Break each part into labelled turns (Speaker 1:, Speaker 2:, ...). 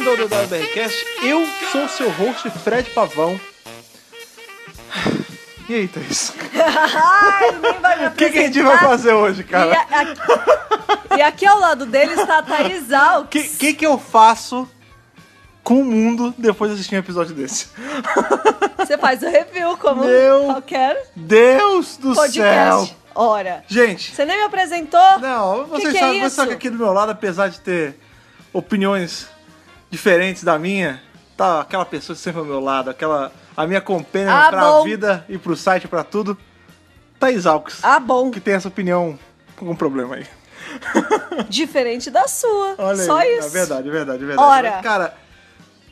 Speaker 1: do BRCast. Eu sou seu host, Fred Pavão. E aí, Thaís?
Speaker 2: Ai, nem vai me
Speaker 1: O que, que a gente vai
Speaker 2: apresentar.
Speaker 1: fazer hoje,
Speaker 2: E,
Speaker 1: cara?
Speaker 2: a- aqui, e aqui ao lado dele está a Thaís Alves.
Speaker 1: O que, que, que eu faço com o mundo depois de assistir um episódio desse?
Speaker 2: Você faz o review como
Speaker 1: Meu
Speaker 2: qualquer
Speaker 1: Deus do céu!
Speaker 2: podcast. Ora,
Speaker 1: Gente,
Speaker 2: você nem me apresentou?
Speaker 1: não, vocês
Speaker 2: que é
Speaker 1: sabem,
Speaker 2: isso?
Speaker 1: você sabe que aqui do meu lado, apesar de ter opiniões diferentes da minha, tá aquela pessoa sempre ao meu lado, aquela a minha companhia
Speaker 2: Ah,
Speaker 1: pra
Speaker 2: bom.
Speaker 1: vida e pro site, pra tudo, Thaís Alves.
Speaker 2: Ah, bom.
Speaker 1: que tem essa opinião com um problema aí.
Speaker 2: Diferente da sua.
Speaker 1: Olha
Speaker 2: Só
Speaker 1: aí.
Speaker 2: isso.
Speaker 1: É verdade, é verdade, é verdade.
Speaker 2: Ora.
Speaker 1: Mas, Cara,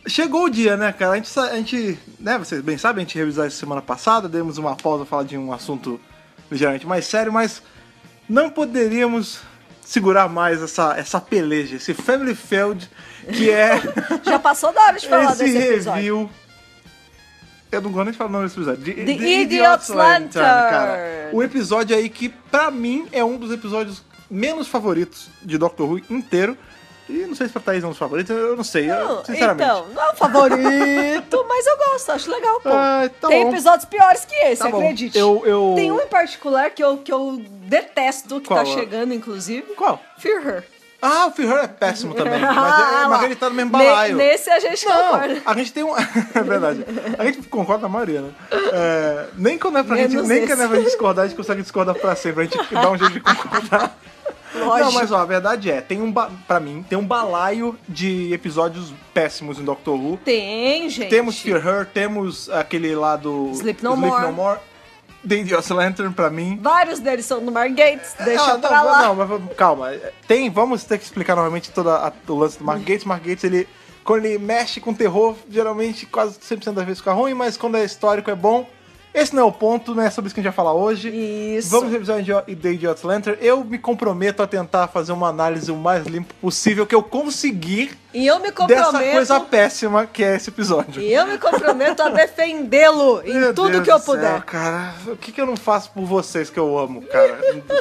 Speaker 1: chegou o dia, né, cara? A gente, sa- a gente, né, vocês bem sabem, a gente revisou isso semana passada, demos uma pausa pra falar de um assunto ligeiramente mais sério, mas não poderíamos segurar mais essa, essa peleja, esse Family Field, que é
Speaker 2: Já passou da hora de falar
Speaker 1: esse
Speaker 2: desse episódio.
Speaker 1: review... Eu não gosto nem de falar o nome desse episódio. The,
Speaker 2: Idiot's Lantern.
Speaker 1: cara. O episódio aí que, pra mim, é um dos episódios menos favoritos de Doctor Who inteiro. E não sei se pra Thaís é um dos favoritos, eu não sei, eu-
Speaker 2: Não,
Speaker 1: sinceramente.
Speaker 2: Então, não é um favorito, mas eu gosto, acho legal, pô.
Speaker 1: Ah, tá
Speaker 2: Tem
Speaker 1: bom.
Speaker 2: episódios piores que esse,
Speaker 1: Tá bom.
Speaker 2: acredite.
Speaker 1: Eu, eu...
Speaker 2: Tem um em particular que eu, que eu detesto, que
Speaker 1: Qual?
Speaker 2: tá chegando, inclusive.
Speaker 1: Qual?
Speaker 2: Fear Her.
Speaker 1: Ah, o Fear Her é péssimo também. Mas,
Speaker 2: Ah,
Speaker 1: é, mas
Speaker 2: lá.
Speaker 1: ele tá no mesmo
Speaker 2: Ne-
Speaker 1: balaio.
Speaker 2: Nesse a gente
Speaker 1: Não,
Speaker 2: concorda.
Speaker 1: a gente tem um. É verdade. A gente concorda na maioria, né? É, nem quando é pra gente,
Speaker 2: Menos
Speaker 1: nem quando é
Speaker 2: esse.
Speaker 1: pra gente discordar, a gente consegue discordar pra sempre. A gente dá um jeito de concordar.
Speaker 2: Lógico.
Speaker 1: Não, mas ó, a verdade é, tem um. Ba... Pra mim, tem um balaio de episódios péssimos em Doctor Who.
Speaker 2: Tem, gente.
Speaker 1: Temos Fear Her, temos aquele lá do.
Speaker 2: Sleep No More.
Speaker 1: The Idiot's Lantern, pra mim.
Speaker 2: Vários deles são do Mark Gates, deixa
Speaker 1: Ah,
Speaker 2: pra
Speaker 1: não,
Speaker 2: lá.
Speaker 1: Não, mas calma. Tem, vamos ter que explicar novamente todo o lance do Mark
Speaker 2: Hum.
Speaker 1: Gates. Mark Gates, ele, quando ele mexe com terror, geralmente quase 100% das vezes fica ruim, mas quando é histórico é bom. Esse não é o ponto, né? É sobre isso que a gente vai falar hoje.
Speaker 2: Isso.
Speaker 1: Vamos revisar o The Idiot's Lantern. Eu me comprometo a tentar fazer uma análise o mais limpa possível que eu conseguir
Speaker 2: E eu me
Speaker 1: dessa
Speaker 2: comprometo.
Speaker 1: coisa péssima que é esse episódio.
Speaker 2: E eu me comprometo a defendê-lo em
Speaker 1: Meu
Speaker 2: tudo
Speaker 1: Deus
Speaker 2: que eu
Speaker 1: do céu,
Speaker 2: puder.
Speaker 1: cara, o que, que eu não faço por vocês que eu amo, cara?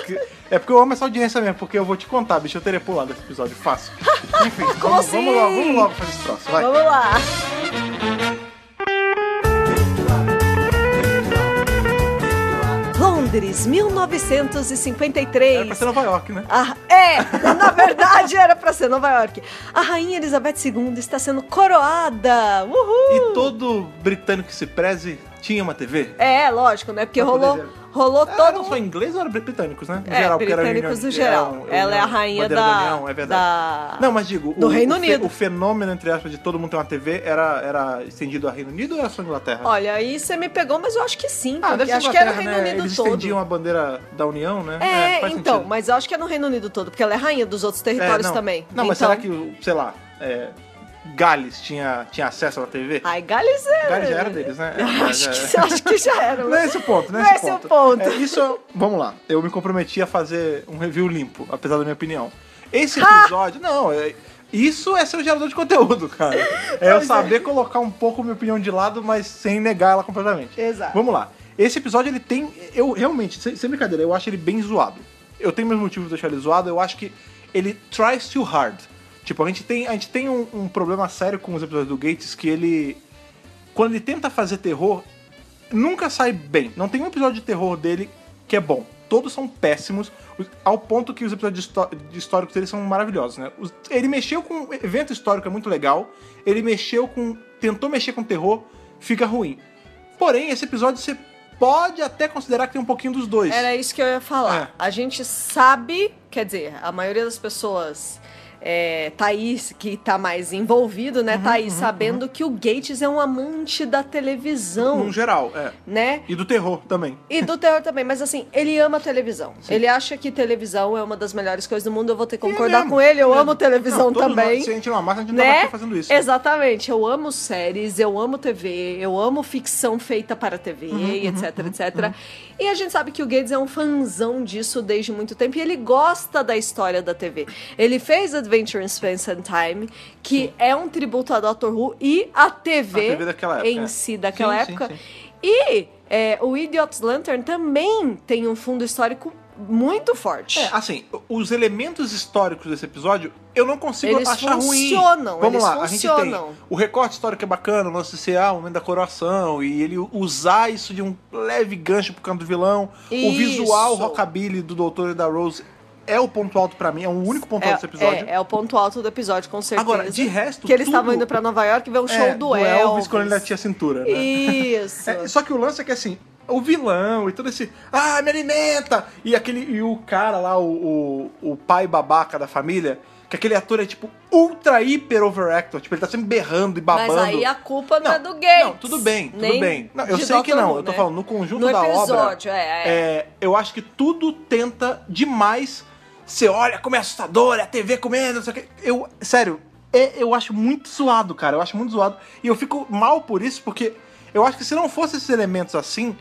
Speaker 1: Que- é porque eu amo essa audiência mesmo, porque eu vou te contar, bicho, eu teria pulado esse episódio fácil. Enfim,
Speaker 2: Como
Speaker 1: vamos, vamos
Speaker 2: assim?
Speaker 1: logo, vamos logo fazer esse troço, vai.
Speaker 2: Vamos lá.
Speaker 1: Era pra
Speaker 2: Londres, 1953.
Speaker 1: ser Nova York, né?
Speaker 2: Ah, é, na verdade era pra ser Nova York. A rainha Elizabeth II está sendo coroada. Uhul!
Speaker 1: E todo britânico que se preze tinha uma TV?
Speaker 2: É, lógico, né? Porque
Speaker 1: Pra poder
Speaker 2: rolou,
Speaker 1: ver.
Speaker 2: rolou
Speaker 1: Era
Speaker 2: todo um
Speaker 1: só inglês ou era britânicos, né? No
Speaker 2: É,
Speaker 1: porque era
Speaker 2: britânicos
Speaker 1: União-
Speaker 2: no geral.
Speaker 1: União-
Speaker 2: Ela é a
Speaker 1: União-
Speaker 2: rainha
Speaker 1: bandeira
Speaker 2: da-
Speaker 1: União, é verdade.
Speaker 2: da-
Speaker 1: Não, mas digo,
Speaker 2: do Reino
Speaker 1: o fe-
Speaker 2: Unido.
Speaker 1: o fenômeno, entre aspas, de todo mundo ter uma TV era, era estendido ao Reino Unido ou era só Inglaterra?
Speaker 2: Olha, aí você me pegou, mas eu acho que sim.
Speaker 1: Ah,
Speaker 2: porque
Speaker 1: deve ser
Speaker 2: acho que era o
Speaker 1: Inglaterra, né?
Speaker 2: Reino Unido
Speaker 1: Eles estendiam
Speaker 2: todo.
Speaker 1: a bandeira da União, né?
Speaker 2: É,
Speaker 1: faz
Speaker 2: então,
Speaker 1: sentido.
Speaker 2: mas eu acho que é no Reino Unido todo, porque ela é rainha dos outros territórios
Speaker 1: É, não.
Speaker 2: também.
Speaker 1: Não, mas
Speaker 2: Então-
Speaker 1: será que, o- sei lá, é, Gales tinha, tinha acesso à TV?
Speaker 2: Ai, Gales é...
Speaker 1: Gales já era deles, né? É, já era.
Speaker 2: Eu acho, que, eu acho que já era.
Speaker 1: Não é esse o ponto, né?
Speaker 2: Não é esse o ponto.
Speaker 1: É, isso, vamos lá. Eu me comprometi a fazer um review limpo, apesar da minha opinião. Esse
Speaker 2: Ha!
Speaker 1: episódio, não, é- isso é ser um gerador de conteúdo, cara. É eu saber colocar um pouco minha opinião de lado, mas sem negar ela completamente.
Speaker 2: Exato.
Speaker 1: Vamos lá. Esse episódio ele tem, eu realmente, sem, sem brincadeira, eu acho ele bem zoado. Eu tenho meus motivos de deixar ele zoado. Eu acho que ele tries too hard. Tipo, a gente tem, a gente tem um- um problema sério com os episódios do Gates que ele quando ele tenta fazer terror, nunca sai bem. Não tem um episódio de terror dele que é bom. Todos são péssimos, os- ao ponto que os episódios histó- de históricos dele são maravilhosos, né? Os- Ele mexeu com evento histórico, é muito legal. Ele mexeu com. tentou mexer com terror, fica ruim. Porém, esse episódio você pode até considerar que tem um pouquinho dos dois.
Speaker 2: Era isso que eu ia falar.
Speaker 1: É.
Speaker 2: A gente sabe, quer dizer, a maioria das pessoas. É, Thaís, que tá mais envolvido, né?
Speaker 1: Uhum,
Speaker 2: Thaís, sabendo que o Gates é um amante da televisão,
Speaker 1: No geral, é.
Speaker 2: né?
Speaker 1: E do terror também.
Speaker 2: E do terror também, mas assim, ele ama televisão. Ele acha que televisão é uma das melhores coisas do mundo, eu vou ter que
Speaker 1: E é
Speaker 2: concordar
Speaker 1: mesmo.
Speaker 2: com ele, eu
Speaker 1: É.
Speaker 2: amo televisão
Speaker 1: Não, todos
Speaker 2: também.
Speaker 1: nós- se a gente não amasse, a gente não tava
Speaker 2: né?
Speaker 1: aqui fazendo isso.
Speaker 2: Exatamente, eu amo séries, eu amo TV, eu amo ficção feita para TV,
Speaker 1: Uhum,
Speaker 2: etc, etc. E a gente sabe que o Gates é um fanzão disso desde muito tempo e ele gosta da história da TV. Ele fez Adventure in Space and Time, que é um tributo a Doctor Who e a TV,
Speaker 1: A TV daquela época,
Speaker 2: em
Speaker 1: é.
Speaker 2: si daquela
Speaker 1: Sim, sim,
Speaker 2: época.
Speaker 1: sim.
Speaker 2: E é, o Idiot's Lantern também tem um fundo histórico muito forte.
Speaker 1: É, assim, os elementos históricos desse episódio eu não consigo
Speaker 2: Eles
Speaker 1: achar ruim.
Speaker 2: funcionam,
Speaker 1: Vamos
Speaker 2: eles
Speaker 1: lá, a gente
Speaker 2: funcionam.
Speaker 1: tem o recorte histórico é bacana, o lance de ser ah, o momento da coroação e ele usar isso de um leve gancho pro canto do vilão. O
Speaker 2: Isso.
Speaker 1: visual rockabilly do Doutor e da Rose é o ponto alto pra mim, é o único ponto
Speaker 2: É,
Speaker 1: alto desse episódio.
Speaker 2: é, é o ponto alto do episódio, com certeza.
Speaker 1: Agora, de resto,
Speaker 2: Que eles
Speaker 1: tudo-
Speaker 2: estavam indo pra Nova York ver o show
Speaker 1: É,
Speaker 2: do Elvis.
Speaker 1: Elvis quando ele tinha cintura, né?
Speaker 2: Isso.
Speaker 1: É, só que o lance é que assim, o vilão e todo esse. Ah, me alimenta! E aquele. E o cara lá, o, o, o pai babaca da família, que aquele ator é tipo ultra hiper overactor. Tipo, ele tá sempre berrando e babando.
Speaker 2: Mas aí a culpa não, é do Gates.
Speaker 1: Gates. Não, tudo bem, tudo
Speaker 2: nem
Speaker 1: bem. Não, eu
Speaker 2: de
Speaker 1: sei que
Speaker 2: Dr.
Speaker 1: não,
Speaker 2: Who,
Speaker 1: eu tô
Speaker 2: né?
Speaker 1: falando, no conjunto
Speaker 2: No
Speaker 1: da
Speaker 2: episódio,
Speaker 1: obra.
Speaker 2: é, é.
Speaker 1: é, Eu acho que tudo tenta demais. Você olha como é assustador, é a TV comendo, não sei o quê. Eu, sério, é- eu acho muito zoado, cara. Eu acho muito zoado. E eu fico mal por isso, porque eu acho que se não fosse esses elementos assim,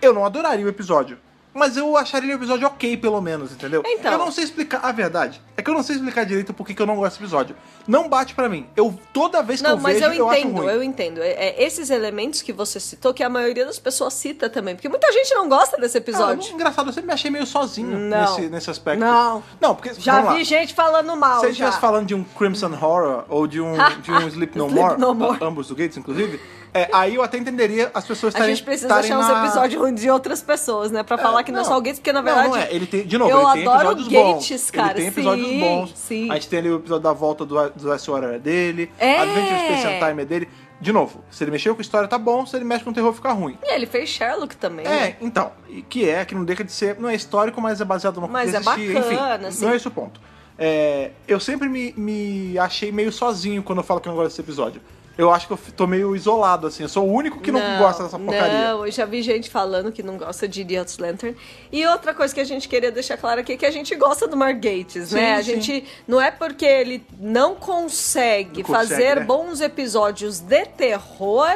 Speaker 1: eu não adoraria o episódio. Mas eu acharia o episódio ok, pelo menos, entendeu?
Speaker 2: Então.
Speaker 1: Eu não sei explicar. A verdade é que eu não sei explicar direito por que que eu não gosto desse episódio. Não bate pra mim. Eu toda vez que
Speaker 2: Não,
Speaker 1: eu
Speaker 2: mas
Speaker 1: vejo,
Speaker 2: eu
Speaker 1: eu acho
Speaker 2: entendo,
Speaker 1: ruim.
Speaker 2: eu, entendo. É, é, esses elementos que você citou, que a maioria das pessoas cita também. Porque muita gente não gosta desse
Speaker 1: Cara,
Speaker 2: episódio.
Speaker 1: Ah, não- engraçado, eu sempre me achei meio sozinho
Speaker 2: Não.
Speaker 1: nesse, nesse aspecto.
Speaker 2: Não.
Speaker 1: Não, porque.
Speaker 2: já
Speaker 1: vamos
Speaker 2: vi
Speaker 1: lá.
Speaker 2: gente falando mal.
Speaker 1: Se a gente
Speaker 2: já.
Speaker 1: estivesse falando de um Crimson Horror ou de um, de um Sleep No
Speaker 2: Sleep
Speaker 1: More,
Speaker 2: No More.
Speaker 1: a- ambos do Gates, inclusive, é, aí eu até entenderia as pessoas
Speaker 2: A
Speaker 1: estarem.
Speaker 2: gente precisa
Speaker 1: estarem
Speaker 2: achar uns
Speaker 1: na-
Speaker 2: episódios ruins de outras pessoas, né? Pra falar que não, é só o Gates, porque na
Speaker 1: Não,
Speaker 2: verdade.
Speaker 1: Não, é. Ele tem, de novo,
Speaker 2: eu
Speaker 1: ele tem
Speaker 2: adoro
Speaker 1: episódios
Speaker 2: Gates,
Speaker 1: bons.
Speaker 2: cara,
Speaker 1: Ele tem episódios
Speaker 2: sim,
Speaker 1: bons.
Speaker 2: sim.
Speaker 1: A gente tem ali o episódio da volta do, do S Horror é dele.
Speaker 2: É.
Speaker 1: Adventure Space and Time é dele. De novo, se ele mexeu com história tá bom, se ele mexe com terror fica ruim.
Speaker 2: E ele fez Sherlock também. né?
Speaker 1: É, então, e que é, que não deixa de ser, não é histórico, mas é baseado no
Speaker 2: Mas
Speaker 1: que
Speaker 2: é
Speaker 1: existia,
Speaker 2: bacana,
Speaker 1: enfim,
Speaker 2: assim.
Speaker 1: não é esse o ponto. É, eu sempre me, me achei meio sozinho quando eu falo que eu não gosto desse episódio. Eu acho que eu f- tô meio isolado, assim, eu sou o único que não, gosta dessa porcaria.
Speaker 2: Não, eu já vi gente falando que não gosta de Idiot's Lantern. E outra coisa que a gente queria deixar claro aqui é que a gente gosta do Mark Gates,
Speaker 1: Sim,
Speaker 2: né? A
Speaker 1: sim.
Speaker 2: gente não é porque ele não consegue
Speaker 1: Não consegue,
Speaker 2: fazer
Speaker 1: né? Uhum.
Speaker 2: bons episódios de terror.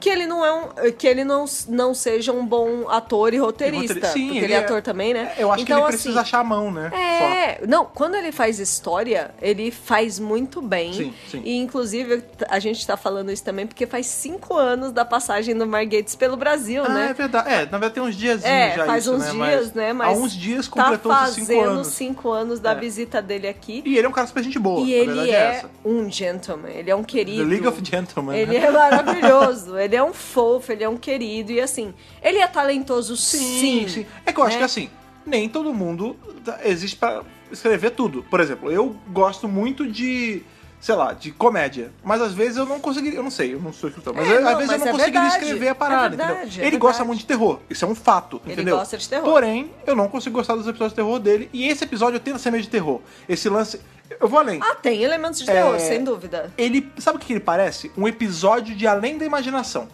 Speaker 2: Que ele não é um, que ele não, não seja um bom ator e roteirista.
Speaker 1: roteirista. Sim,
Speaker 2: porque ele,
Speaker 1: ele
Speaker 2: é
Speaker 1: é-
Speaker 2: ator também, né?
Speaker 1: Eu acho que ele
Speaker 2: assim,
Speaker 1: precisa achar a mão, né? Só.
Speaker 2: É, não, quando ele faz história, ele faz muito bem.
Speaker 1: Sim, sim.
Speaker 2: E inclusive a gente tá falando isso também porque faz cinco anos da passagem do Mar Gates pelo Brasil,
Speaker 1: Ah,
Speaker 2: né?
Speaker 1: é verdade. É, na verdade tem uns diazinhos
Speaker 2: É,
Speaker 1: já
Speaker 2: faz
Speaker 1: isso,
Speaker 2: uns
Speaker 1: né?
Speaker 2: dias, né? Mas
Speaker 1: há uns dias
Speaker 2: tá
Speaker 1: completou esses cinco
Speaker 2: fazendo
Speaker 1: anos.
Speaker 2: cinco anos da
Speaker 1: É.
Speaker 2: visita dele aqui.
Speaker 1: E ele é um cara super gente boa,
Speaker 2: E
Speaker 1: a
Speaker 2: ele
Speaker 1: verdade
Speaker 2: é,
Speaker 1: é, essa.
Speaker 2: um gentleman, ele é um querido.
Speaker 1: The League of Gentlemen. né?
Speaker 2: Ele é maravilhoso, ele é um fofo, ele é um querido e assim, ele é talentoso sim.
Speaker 1: Sim, sim. É que eu acho
Speaker 2: né?
Speaker 1: que assim, nem todo mundo tá- existe pra escrever tudo. Por exemplo, eu gosto muito de, sei lá, de comédia. Mas às vezes eu não conseguiria, eu não sei, eu não sou escritor, mas
Speaker 2: É,
Speaker 1: eu- às
Speaker 2: não,
Speaker 1: vezes
Speaker 2: mas
Speaker 1: eu não
Speaker 2: é
Speaker 1: conseguiria
Speaker 2: verdade,
Speaker 1: escrever
Speaker 2: é
Speaker 1: a parada,
Speaker 2: verdade,
Speaker 1: entendeu?
Speaker 2: é
Speaker 1: ele gosta
Speaker 2: verdade.
Speaker 1: muito de terror, isso é um fato,
Speaker 2: Ele
Speaker 1: entendeu?
Speaker 2: gosta de terror.
Speaker 1: Porém, eu não consigo gostar dos episódios de terror dele, e esse episódio tenta ser meio de terror. Esse lance, eu vou além.
Speaker 2: Ah, tem elementos de
Speaker 1: É.
Speaker 2: terror, sem dúvida.
Speaker 1: Ele, sabe o que que ele parece? Um episódio de Além da Imaginação.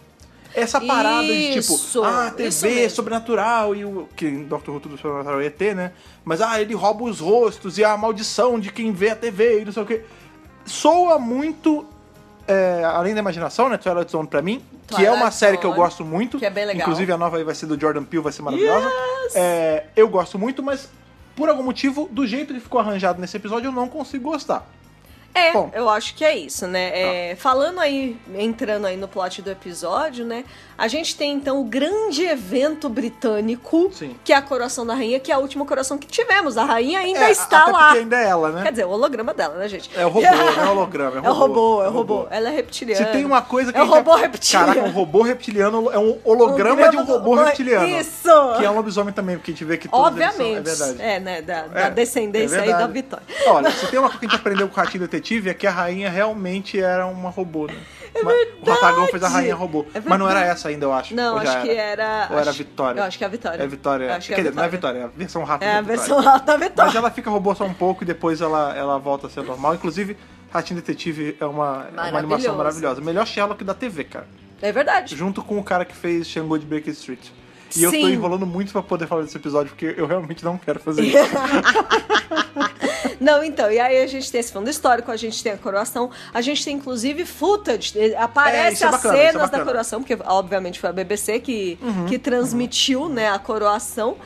Speaker 1: Essa parada de
Speaker 2: Isso,
Speaker 1: tipo, ah,
Speaker 2: isso
Speaker 1: TV,
Speaker 2: mesmo.
Speaker 1: sobrenatural, e o. Que em Dr. Who tudo sobrenatural é ET, né? Mas ah, ele rouba os rostos e a maldição de quem vê a TV e não sei o quê. Soa muito. é, além da imaginação, né? Twilight Zone pra mim, que é uma
Speaker 2: Twilight
Speaker 1: série que eu
Speaker 2: Zone,
Speaker 1: gosto muito.
Speaker 2: que é bem legal.
Speaker 1: Inclusive a nova aí vai ser do Jordan Peele, vai ser maravilhosa.
Speaker 2: Yes!
Speaker 1: É, eu gosto muito, mas por algum motivo, do jeito que ficou arranjado nesse episódio, eu não consigo gostar.
Speaker 2: É,
Speaker 1: Bom. Tá.
Speaker 2: eu acho que é isso, né? É, Falando aí, entrando aí no plot do episódio, né? A gente tem então o grande evento britânico,
Speaker 1: Sim.
Speaker 2: que é a Coração da Rainha, que é a última coração que tivemos. A rainha ainda
Speaker 1: É,
Speaker 2: está
Speaker 1: até
Speaker 2: lá.
Speaker 1: Porque ainda é ela, né?
Speaker 2: Quer dizer, o holograma dela, né, gente?
Speaker 1: É o robô, não é o holograma, é o
Speaker 2: É o robô,
Speaker 1: robô,
Speaker 2: é o
Speaker 1: é o
Speaker 2: robô.
Speaker 1: robô.
Speaker 2: Ela é reptiliana.
Speaker 1: Se tem uma coisa que.
Speaker 2: É
Speaker 1: a
Speaker 2: o
Speaker 1: gente-
Speaker 2: robô reptiliano.
Speaker 1: Caraca, um robô reptiliano é um holograma de um
Speaker 2: do-
Speaker 1: robô reptiliano.
Speaker 2: Isso!
Speaker 1: Que é um lobisomem também, porque a gente vê que todos eles são-
Speaker 2: Obviamente.
Speaker 1: É verdade.
Speaker 2: É, né? Da, da
Speaker 1: É,
Speaker 2: descendência
Speaker 1: é
Speaker 2: aí da
Speaker 1: verdade.
Speaker 2: Vitória.
Speaker 1: Olha, se tem uma coisa que a gente aprendeu com o Ratinho Detetive é que a rainha realmente era uma robô, né? É O Ratagão fez a rainha robô.
Speaker 2: É
Speaker 1: Mas não era
Speaker 2: verdade.
Speaker 1: essa ainda, eu acho.
Speaker 2: Não,
Speaker 1: Ou
Speaker 2: acho
Speaker 1: já
Speaker 2: que era.
Speaker 1: Ou era
Speaker 2: acho-
Speaker 1: Vitória?
Speaker 2: Eu acho que é a Vitória.
Speaker 1: É Vitória.
Speaker 2: Eu acho que é
Speaker 1: Quer
Speaker 2: a
Speaker 1: dizer, não é
Speaker 2: Vitória.
Speaker 1: Vitória, é a versão rápida.
Speaker 2: É
Speaker 1: da
Speaker 2: a
Speaker 1: Vitória.
Speaker 2: versão lá da Vitória.
Speaker 1: Mas ela fica robô só um pouco e depois ela, ela volta a ser normal. Inclusive, Ratinho Detetive é uma, é uma
Speaker 2: Maravilhoso.
Speaker 1: animação maravilhosa. Melhor Sherlock da TV, cara.
Speaker 2: É verdade.
Speaker 1: junto com o cara que fez Xangô de Baker Street. E eu tô
Speaker 2: Sim.
Speaker 1: enrolando muito pra poder falar desse episódio, porque eu realmente não quero fazer isso.
Speaker 2: Não, então, e aí a gente tem esse fundo histórico, a gente tem a coroação, a gente tem inclusive footage, eh,
Speaker 1: É,
Speaker 2: aparece
Speaker 1: isso é
Speaker 2: as
Speaker 1: bacana, isso é
Speaker 2: cenas da
Speaker 1: bacana. Uhum.
Speaker 2: coroação, porque obviamente foi a BBC que, que transmitiu, né, a coroação.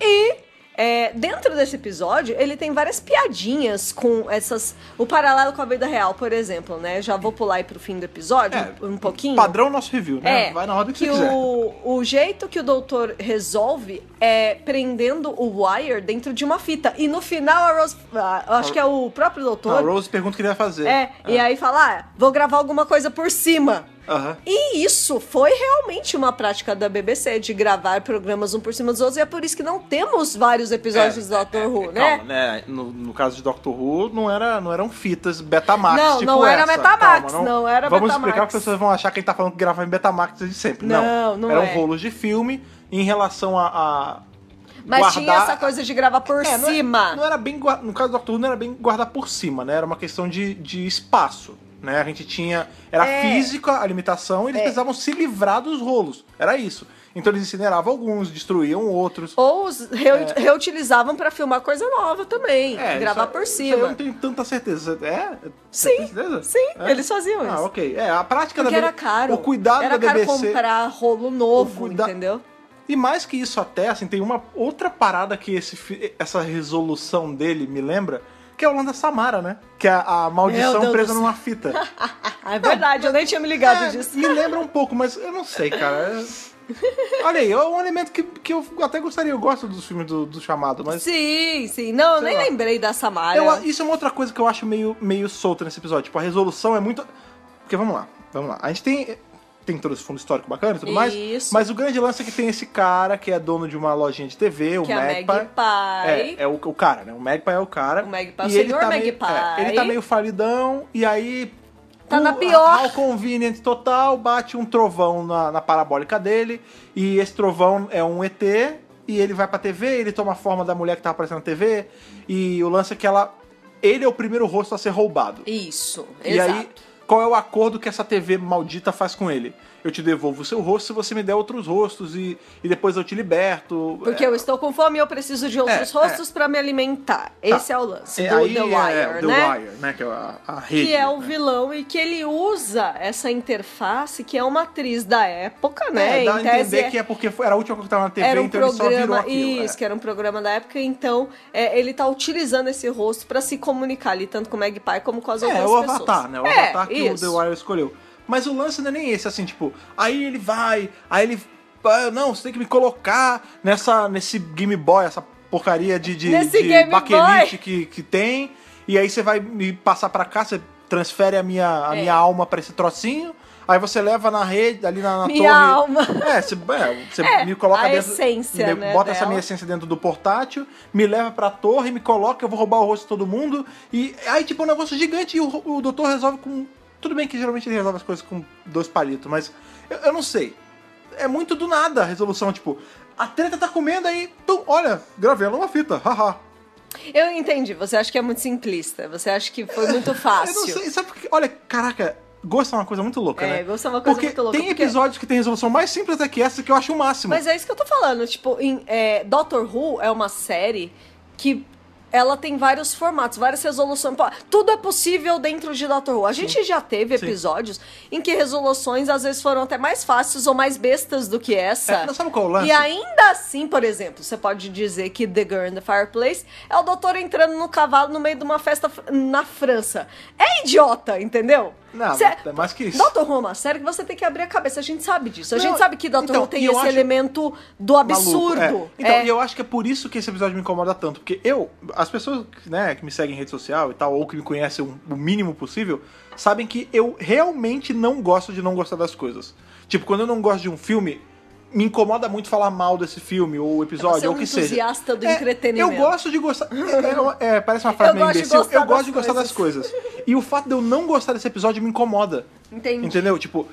Speaker 2: E É, dentro desse episódio, ele tem várias piadinhas com essas. O paralelo com a vida real, por exemplo, né? Já vou pular aí pro fim do episódio,
Speaker 1: É,
Speaker 2: um pouquinho.
Speaker 1: Padrão nosso review, né?
Speaker 2: É,
Speaker 1: Vai na roda que, você quiser.
Speaker 2: o, o jeito que o doutor resolve é prendendo o Wire dentro de uma fita. E no final, a Rose. ah, eu acho que é o próprio
Speaker 1: Não, a
Speaker 2: doutor.
Speaker 1: Rose pergunta o que ele vai fazer.
Speaker 2: é, e aí fala: ah, vou gravar alguma coisa por cima.
Speaker 1: Aham.
Speaker 2: E isso foi realmente uma prática da BBC, de gravar programas um por cima dos outros, e é por isso que não temos vários episódios do Doctor Who,
Speaker 1: é,
Speaker 2: né?
Speaker 1: Calma, né? No, no caso de Doctor Who, não, era, não eram fitas Betamax,
Speaker 2: Não,
Speaker 1: tipo
Speaker 2: não era
Speaker 1: essa.
Speaker 2: Betamax,
Speaker 1: Calma,
Speaker 2: não era
Speaker 1: Vamos
Speaker 2: Betamax.
Speaker 1: explicar que as pessoas vão achar que a gente tá falando que gravava em Betamax de sempre. Não,
Speaker 2: Não, não
Speaker 1: Eram
Speaker 2: é.
Speaker 1: rolos de filme em relação a... a
Speaker 2: Mas tinha
Speaker 1: guardar-
Speaker 2: essa coisa de gravar por
Speaker 1: É, não é-
Speaker 2: cima.
Speaker 1: Não, era bem guar- no caso do Doctor Who não era bem guardar por cima, né? Era uma questão de, de espaço, né? A gente tinha era
Speaker 2: É.
Speaker 1: física a limitação, e eles precisavam se livrar dos rolos. Era isso. Então eles incineravam alguns, destruíam outros.
Speaker 2: Ou os reu- reutilizavam pra filmar coisa nova também,
Speaker 1: É,
Speaker 2: gravar
Speaker 1: isso-
Speaker 2: por
Speaker 1: isso aí Eu não
Speaker 2: cima.
Speaker 1: tenho tanta certeza. É? Você
Speaker 2: Sim,
Speaker 1: tem certeza?
Speaker 2: Sim,
Speaker 1: É?
Speaker 2: eles faziam
Speaker 1: Ah,
Speaker 2: isso.
Speaker 1: ok. É, a prática
Speaker 2: Porque
Speaker 1: da B-
Speaker 2: era caro.
Speaker 1: O cuidado
Speaker 2: era
Speaker 1: da BBC.
Speaker 2: caro comprar rolo novo,
Speaker 1: O cuida-
Speaker 2: entendeu?
Speaker 1: E mais que isso até, assim, tem uma outra parada que esse, fi- essa resolução dele me lembra, que é o Landa Samara, né? Que é a, a
Speaker 2: Meu
Speaker 1: maldição
Speaker 2: Deus
Speaker 1: presa
Speaker 2: do céu.
Speaker 1: numa fita.
Speaker 2: Ah, é verdade, eu nem tinha me ligado
Speaker 1: É,
Speaker 2: disso.
Speaker 1: Me lembra um pouco, mas eu não sei, cara. É- Olha aí, é um elemento que, que eu até gostaria, eu gosto dos filmes do, do chamado, mas.
Speaker 2: Sim, sim. Não, eu
Speaker 1: Sei
Speaker 2: nem
Speaker 1: lá.
Speaker 2: lembrei da Samara.
Speaker 1: Eu- isso é uma outra coisa que eu acho meio, meio solta nesse episódio. Tipo, a resolução é muito. Porque vamos lá, vamos lá. A gente tem. Tem todo esse fundo histórico bacana e tudo mais.
Speaker 2: Isso.
Speaker 1: Mas o grande lance é que tem esse cara que é dono de uma lojinha de TV, o
Speaker 2: que é a Magpie.
Speaker 1: Magpie. É, é o, o cara, né? O Magpie é o cara.
Speaker 2: O Magpie, o
Speaker 1: E ele
Speaker 2: senhor
Speaker 1: tá
Speaker 2: Magpie.
Speaker 1: Meio, é, ele tá meio faridão, e aí...
Speaker 2: Tá
Speaker 1: o-
Speaker 2: na pior.
Speaker 1: Ao convenient total, bate um trovão na, na parabólica dele, e esse trovão é um ET, e ele vai pra TV, ele toma a forma da mulher que tá aparecendo na TV, e o lance é que ela... Ele é o primeiro rosto a ser roubado.
Speaker 2: Isso,
Speaker 1: é. E
Speaker 2: exato.
Speaker 1: aí, qual é o acordo que essa TV maldita faz com ele? Eu te devolvo o seu rosto se você me der outros rostos, e, e depois eu te liberto.
Speaker 2: Porque
Speaker 1: É,
Speaker 2: eu estou com fome e eu preciso de outros
Speaker 1: É,
Speaker 2: rostos pra me alimentar. Esse é o lance
Speaker 1: É,
Speaker 2: do
Speaker 1: aí
Speaker 2: The
Speaker 1: é,
Speaker 2: Wire,
Speaker 1: é, o The
Speaker 2: né?
Speaker 1: Wire, né? Que é a, a rede.
Speaker 2: Que é o
Speaker 1: né?
Speaker 2: vilão e que ele usa essa interface, que é uma atriz da época, né?
Speaker 1: É, dá
Speaker 2: Em
Speaker 1: a
Speaker 2: tese,
Speaker 1: entender que é porque foi- era a última coisa que tava na TV,
Speaker 2: era um
Speaker 1: então ele só virou
Speaker 2: programa,
Speaker 1: aquilo.
Speaker 2: isso,
Speaker 1: é.
Speaker 2: que era um programa da época, então é, ele tá utilizando esse rosto pra se comunicar ali, tanto com o Magpie como com as
Speaker 1: É,
Speaker 2: outras
Speaker 1: o
Speaker 2: pessoas.
Speaker 1: Avatar, né? O
Speaker 2: É,
Speaker 1: Avatar que
Speaker 2: isso.
Speaker 1: o The Wire escolheu. Mas o lance não é nem esse, assim, tipo, aí ele vai, aí ele. ah, Não, você tem que me colocar nessa, nesse Game Boy, essa porcaria de, de,
Speaker 2: Nesse
Speaker 1: de
Speaker 2: Game
Speaker 1: baquelite
Speaker 2: Boy.
Speaker 1: que, que tem, e aí você vai me passar pra cá, você transfere a minha, a
Speaker 2: É.
Speaker 1: minha alma pra esse trocinho. Aí você leva na rede, ali na, na
Speaker 2: Minha
Speaker 1: torre.
Speaker 2: alma.
Speaker 1: É, você, é, você
Speaker 2: É,
Speaker 1: me coloca
Speaker 2: a
Speaker 1: dentro.
Speaker 2: essência,
Speaker 1: me-
Speaker 2: né,
Speaker 1: bota essa
Speaker 2: dela.
Speaker 1: minha essência dentro do portátil, me leva pra torre, me coloca, eu vou roubar o rosto de todo mundo. E aí, tipo, é um negócio gigante e o, o doutor resolve com. Tudo bem que geralmente ele resolve as coisas com dois palitos, mas eu, eu não sei. É muito do nada a resolução, tipo, a treta tá comendo aí, tum, olha, gravei ela uma fita, haha.
Speaker 2: Eu entendi, você acha que é muito simplista, você acha que foi muito fácil.
Speaker 1: Eu não sei, sabe porque. Olha, caraca, gosto é uma coisa muito louca,
Speaker 2: É,
Speaker 1: né?
Speaker 2: gosto é uma coisa
Speaker 1: porque
Speaker 2: muito louca,
Speaker 1: Tem
Speaker 2: porque-
Speaker 1: episódios que tem resolução mais simples do que essa que eu acho o máximo.
Speaker 2: Mas é isso que eu tô falando. Tipo, em, é, Doctor Who é uma série que ela tem vários formatos, várias resoluções. Pô, Tudo é possível dentro de Doctor Who. A gente já teve
Speaker 1: Sim.
Speaker 2: episódios em que resoluções às vezes foram até mais fáceis ou mais bestas do que essa.
Speaker 1: É, mas sabe qual é o lance?
Speaker 2: E ainda assim, por exemplo, você pode dizer que The Girl in the Fireplace é o doutor entrando no cavalo no meio de uma festa f- na França. É idiota, entendeu?
Speaker 1: Não,
Speaker 2: Cê-
Speaker 1: é mais que isso.
Speaker 2: Dr. Roma, sério que você tem que abrir a cabeça. A gente sabe disso. A
Speaker 1: Não,
Speaker 2: gente sabe que Dr.
Speaker 1: então,
Speaker 2: Who tem
Speaker 1: e eu
Speaker 2: esse
Speaker 1: acho-
Speaker 2: elemento do
Speaker 1: Maluco,
Speaker 2: absurdo.
Speaker 1: é. Então,
Speaker 2: É.
Speaker 1: e eu acho que é por isso que esse episódio me incomoda tanto. Porque eu, as pessoas né, que me seguem em rede social e tal, ou que me conhecem um- o mínimo possível, sabem que eu realmente não gosto de não gostar das coisas. Tipo, quando eu não gosto de um filme, me incomoda muito falar mal desse filme, ou episódio,
Speaker 2: Você é um
Speaker 1: ou o que seja.
Speaker 2: entusiasta do
Speaker 1: É,
Speaker 2: entretenimento.
Speaker 1: Eu gosto de gostar. é, é, é, parece uma frase
Speaker 2: Eu
Speaker 1: meio
Speaker 2: gosto de
Speaker 1: imbecil.
Speaker 2: gostar
Speaker 1: Eu gosto
Speaker 2: das
Speaker 1: de gostar das coisas. E o fato de eu não gostar desse episódio me incomoda.
Speaker 2: Entendi.
Speaker 1: Entendeu? Tipo.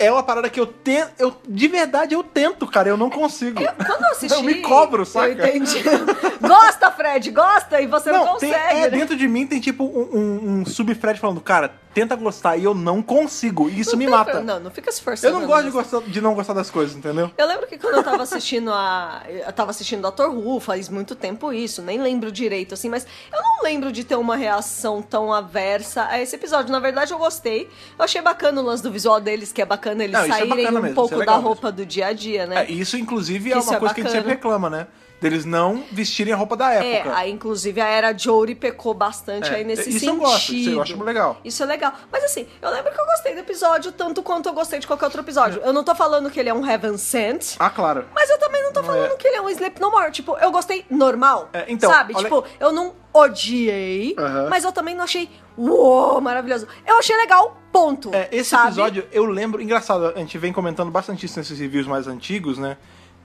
Speaker 1: É uma parada que eu tento. Eu, de verdade, eu tento, cara. Eu não consigo.
Speaker 2: Quando eu assisti.
Speaker 1: Eu me cobro, saca?
Speaker 2: Eu entendi. gosta, Fred, gosta, e você não,
Speaker 1: tem-
Speaker 2: consegue.
Speaker 1: é,
Speaker 2: né?
Speaker 1: dentro de mim tem tipo um, um, um sub-Fred falando, cara, tenta gostar e eu não consigo. E isso
Speaker 2: Não
Speaker 1: me
Speaker 2: tem
Speaker 1: mata.
Speaker 2: pra- Não, não fica se
Speaker 1: eu
Speaker 2: forçando.
Speaker 1: não gosto de,
Speaker 2: nisso.
Speaker 1: gostar, de não gostar das coisas, entendeu?
Speaker 2: Eu lembro que quando eu tava assistindo a. Eu tava assistindo Doctor Who, faz muito tempo isso, nem lembro direito, assim, mas eu não lembro de ter uma reação tão aversa a esse episódio. Na verdade, eu gostei. Eu achei bacana o lance do visual deles, que é bacana eles
Speaker 1: Não, isso é
Speaker 2: saírem
Speaker 1: bacana
Speaker 2: um
Speaker 1: mesmo, isso
Speaker 2: pouco
Speaker 1: é legal
Speaker 2: da
Speaker 1: mesmo.
Speaker 2: roupa do dia a dia, né?
Speaker 1: É, isso, inclusive, é
Speaker 2: Isso
Speaker 1: uma
Speaker 2: é
Speaker 1: coisa que a gente
Speaker 2: bacana.
Speaker 1: sempre reclama, né? Deles não vestirem a roupa da época.
Speaker 2: É, aí, inclusive a era Jory pecou bastante
Speaker 1: É,
Speaker 2: aí nesse
Speaker 1: isso
Speaker 2: sentido.
Speaker 1: eu gosto, isso eu acho legal.
Speaker 2: Isso é legal. Mas assim, eu lembro que eu gostei do episódio tanto quanto eu gostei de qualquer outro episódio. Eu não tô falando que ele é um Heaven Sent,
Speaker 1: Ah, claro.
Speaker 2: mas eu também não tô
Speaker 1: Não
Speaker 2: falando
Speaker 1: é.
Speaker 2: que ele é um Sleep No More. Tipo, eu gostei normal.
Speaker 1: É, então,
Speaker 2: sabe?
Speaker 1: olha-
Speaker 2: Tipo, eu não odiei,
Speaker 1: Aham.
Speaker 2: mas eu também não achei, uou, maravilhoso. Eu achei legal, ponto.
Speaker 1: É, esse
Speaker 2: sabe?
Speaker 1: episódio, eu lembro, engraçado, a gente vem comentando bastante isso nesses reviews mais antigos, né?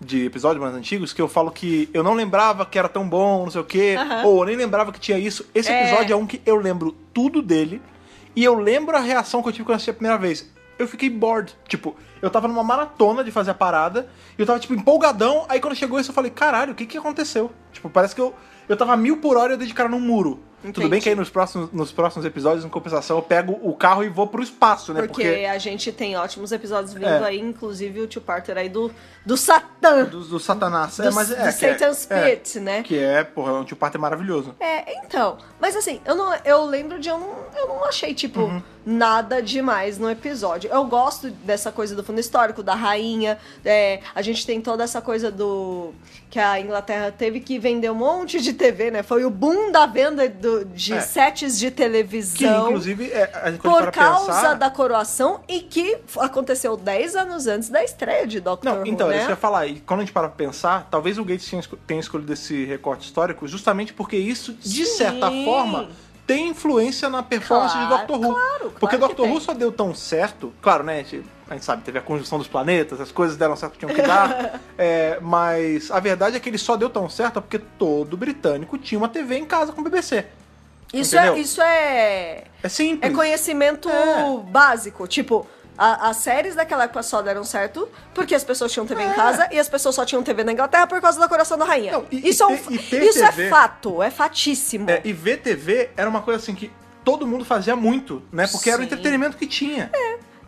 Speaker 1: De episódios mais antigos, que eu falo que eu não lembrava que era tão bom, não sei o quê,
Speaker 2: Aham.
Speaker 1: ou eu nem lembrava que tinha isso. Esse
Speaker 2: É.
Speaker 1: episódio é um que eu lembro tudo dele, e eu lembro a reação que eu tive quando eu assisti a primeira vez. Eu fiquei bored, tipo, eu tava numa maratona de fazer a parada, e eu tava, tipo, empolgadão, aí quando chegou isso eu falei, caralho, o que que aconteceu? Tipo, parece que eu, eu tava a mil por hora e eu dei de cara num muro. Tudo bem
Speaker 2: Entendi.
Speaker 1: que aí nos próximos, nos próximos episódios, em compensação, eu pego o carro e vou pro espaço, né?
Speaker 2: Porque, a gente tem ótimos episódios vindo
Speaker 1: É.
Speaker 2: aí, inclusive o two-parter aí do, do Satã.
Speaker 1: do, do Satanás.
Speaker 2: é do,
Speaker 1: é, mas é,
Speaker 2: do
Speaker 1: que é-
Speaker 2: Satan's
Speaker 1: é,
Speaker 2: Pit, né?
Speaker 1: Que é, porra, um tio Pater maravilhoso.
Speaker 2: É, então. Mas assim, eu, não, eu lembro de eu não, eu não achei, tipo,
Speaker 1: Uhum.
Speaker 2: nada demais no episódio. Eu gosto dessa coisa do fundo histórico, da rainha. é, a gente tem toda essa coisa do. que a Inglaterra teve que vender um monte de TV, né? Foi o boom da venda do- de
Speaker 1: É.
Speaker 2: sets de
Speaker 1: Que,
Speaker 2: televisão.
Speaker 1: inclusive, é, a gente
Speaker 2: Então, por
Speaker 1: para pensar...
Speaker 2: causa da coroação e que f- aconteceu 10 anos antes da estreia de Doctor
Speaker 1: Não,
Speaker 2: Who,
Speaker 1: então, é
Speaker 2: né?
Speaker 1: isso que eu ia falar. E quando a gente para pra pensar, talvez o Gates tenha, esco- tenha escolhido esse recorte histórico justamente porque isso, de
Speaker 2: Sim.
Speaker 1: certa forma, tem influência na performance
Speaker 2: Claro,
Speaker 1: de Doctor Who.
Speaker 2: claro, claro
Speaker 1: porque
Speaker 2: que
Speaker 1: Doctor
Speaker 2: tem.
Speaker 1: Who só deu tão certo... Claro, né, a gente, a gente sabe, teve a conjunção dos planetas, as coisas deram certo que tinham que dar. é, mas a verdade é que ele só deu tão certo porque todo britânico tinha uma TV em casa com BBC.
Speaker 2: Isso é,
Speaker 1: entendeu?
Speaker 2: isso é
Speaker 1: É
Speaker 2: É
Speaker 1: simples.
Speaker 2: conhecimento
Speaker 1: É.
Speaker 2: básico. Tipo, a- as séries daquela época só deram certo porque as pessoas tinham TV em casa e as pessoas só tinham TV na Inglaterra por causa da coração da rainha.
Speaker 1: É. Não, e- e
Speaker 2: isso é, um,
Speaker 1: ter-
Speaker 2: fa-
Speaker 1: e ter
Speaker 2: isso é
Speaker 1: TV.
Speaker 2: fato, é fatíssimo.
Speaker 1: É, e ver TV era uma coisa assim que todo mundo fazia muito, né? Porque era o
Speaker 2: Sim.
Speaker 1: entretenimento que tinha.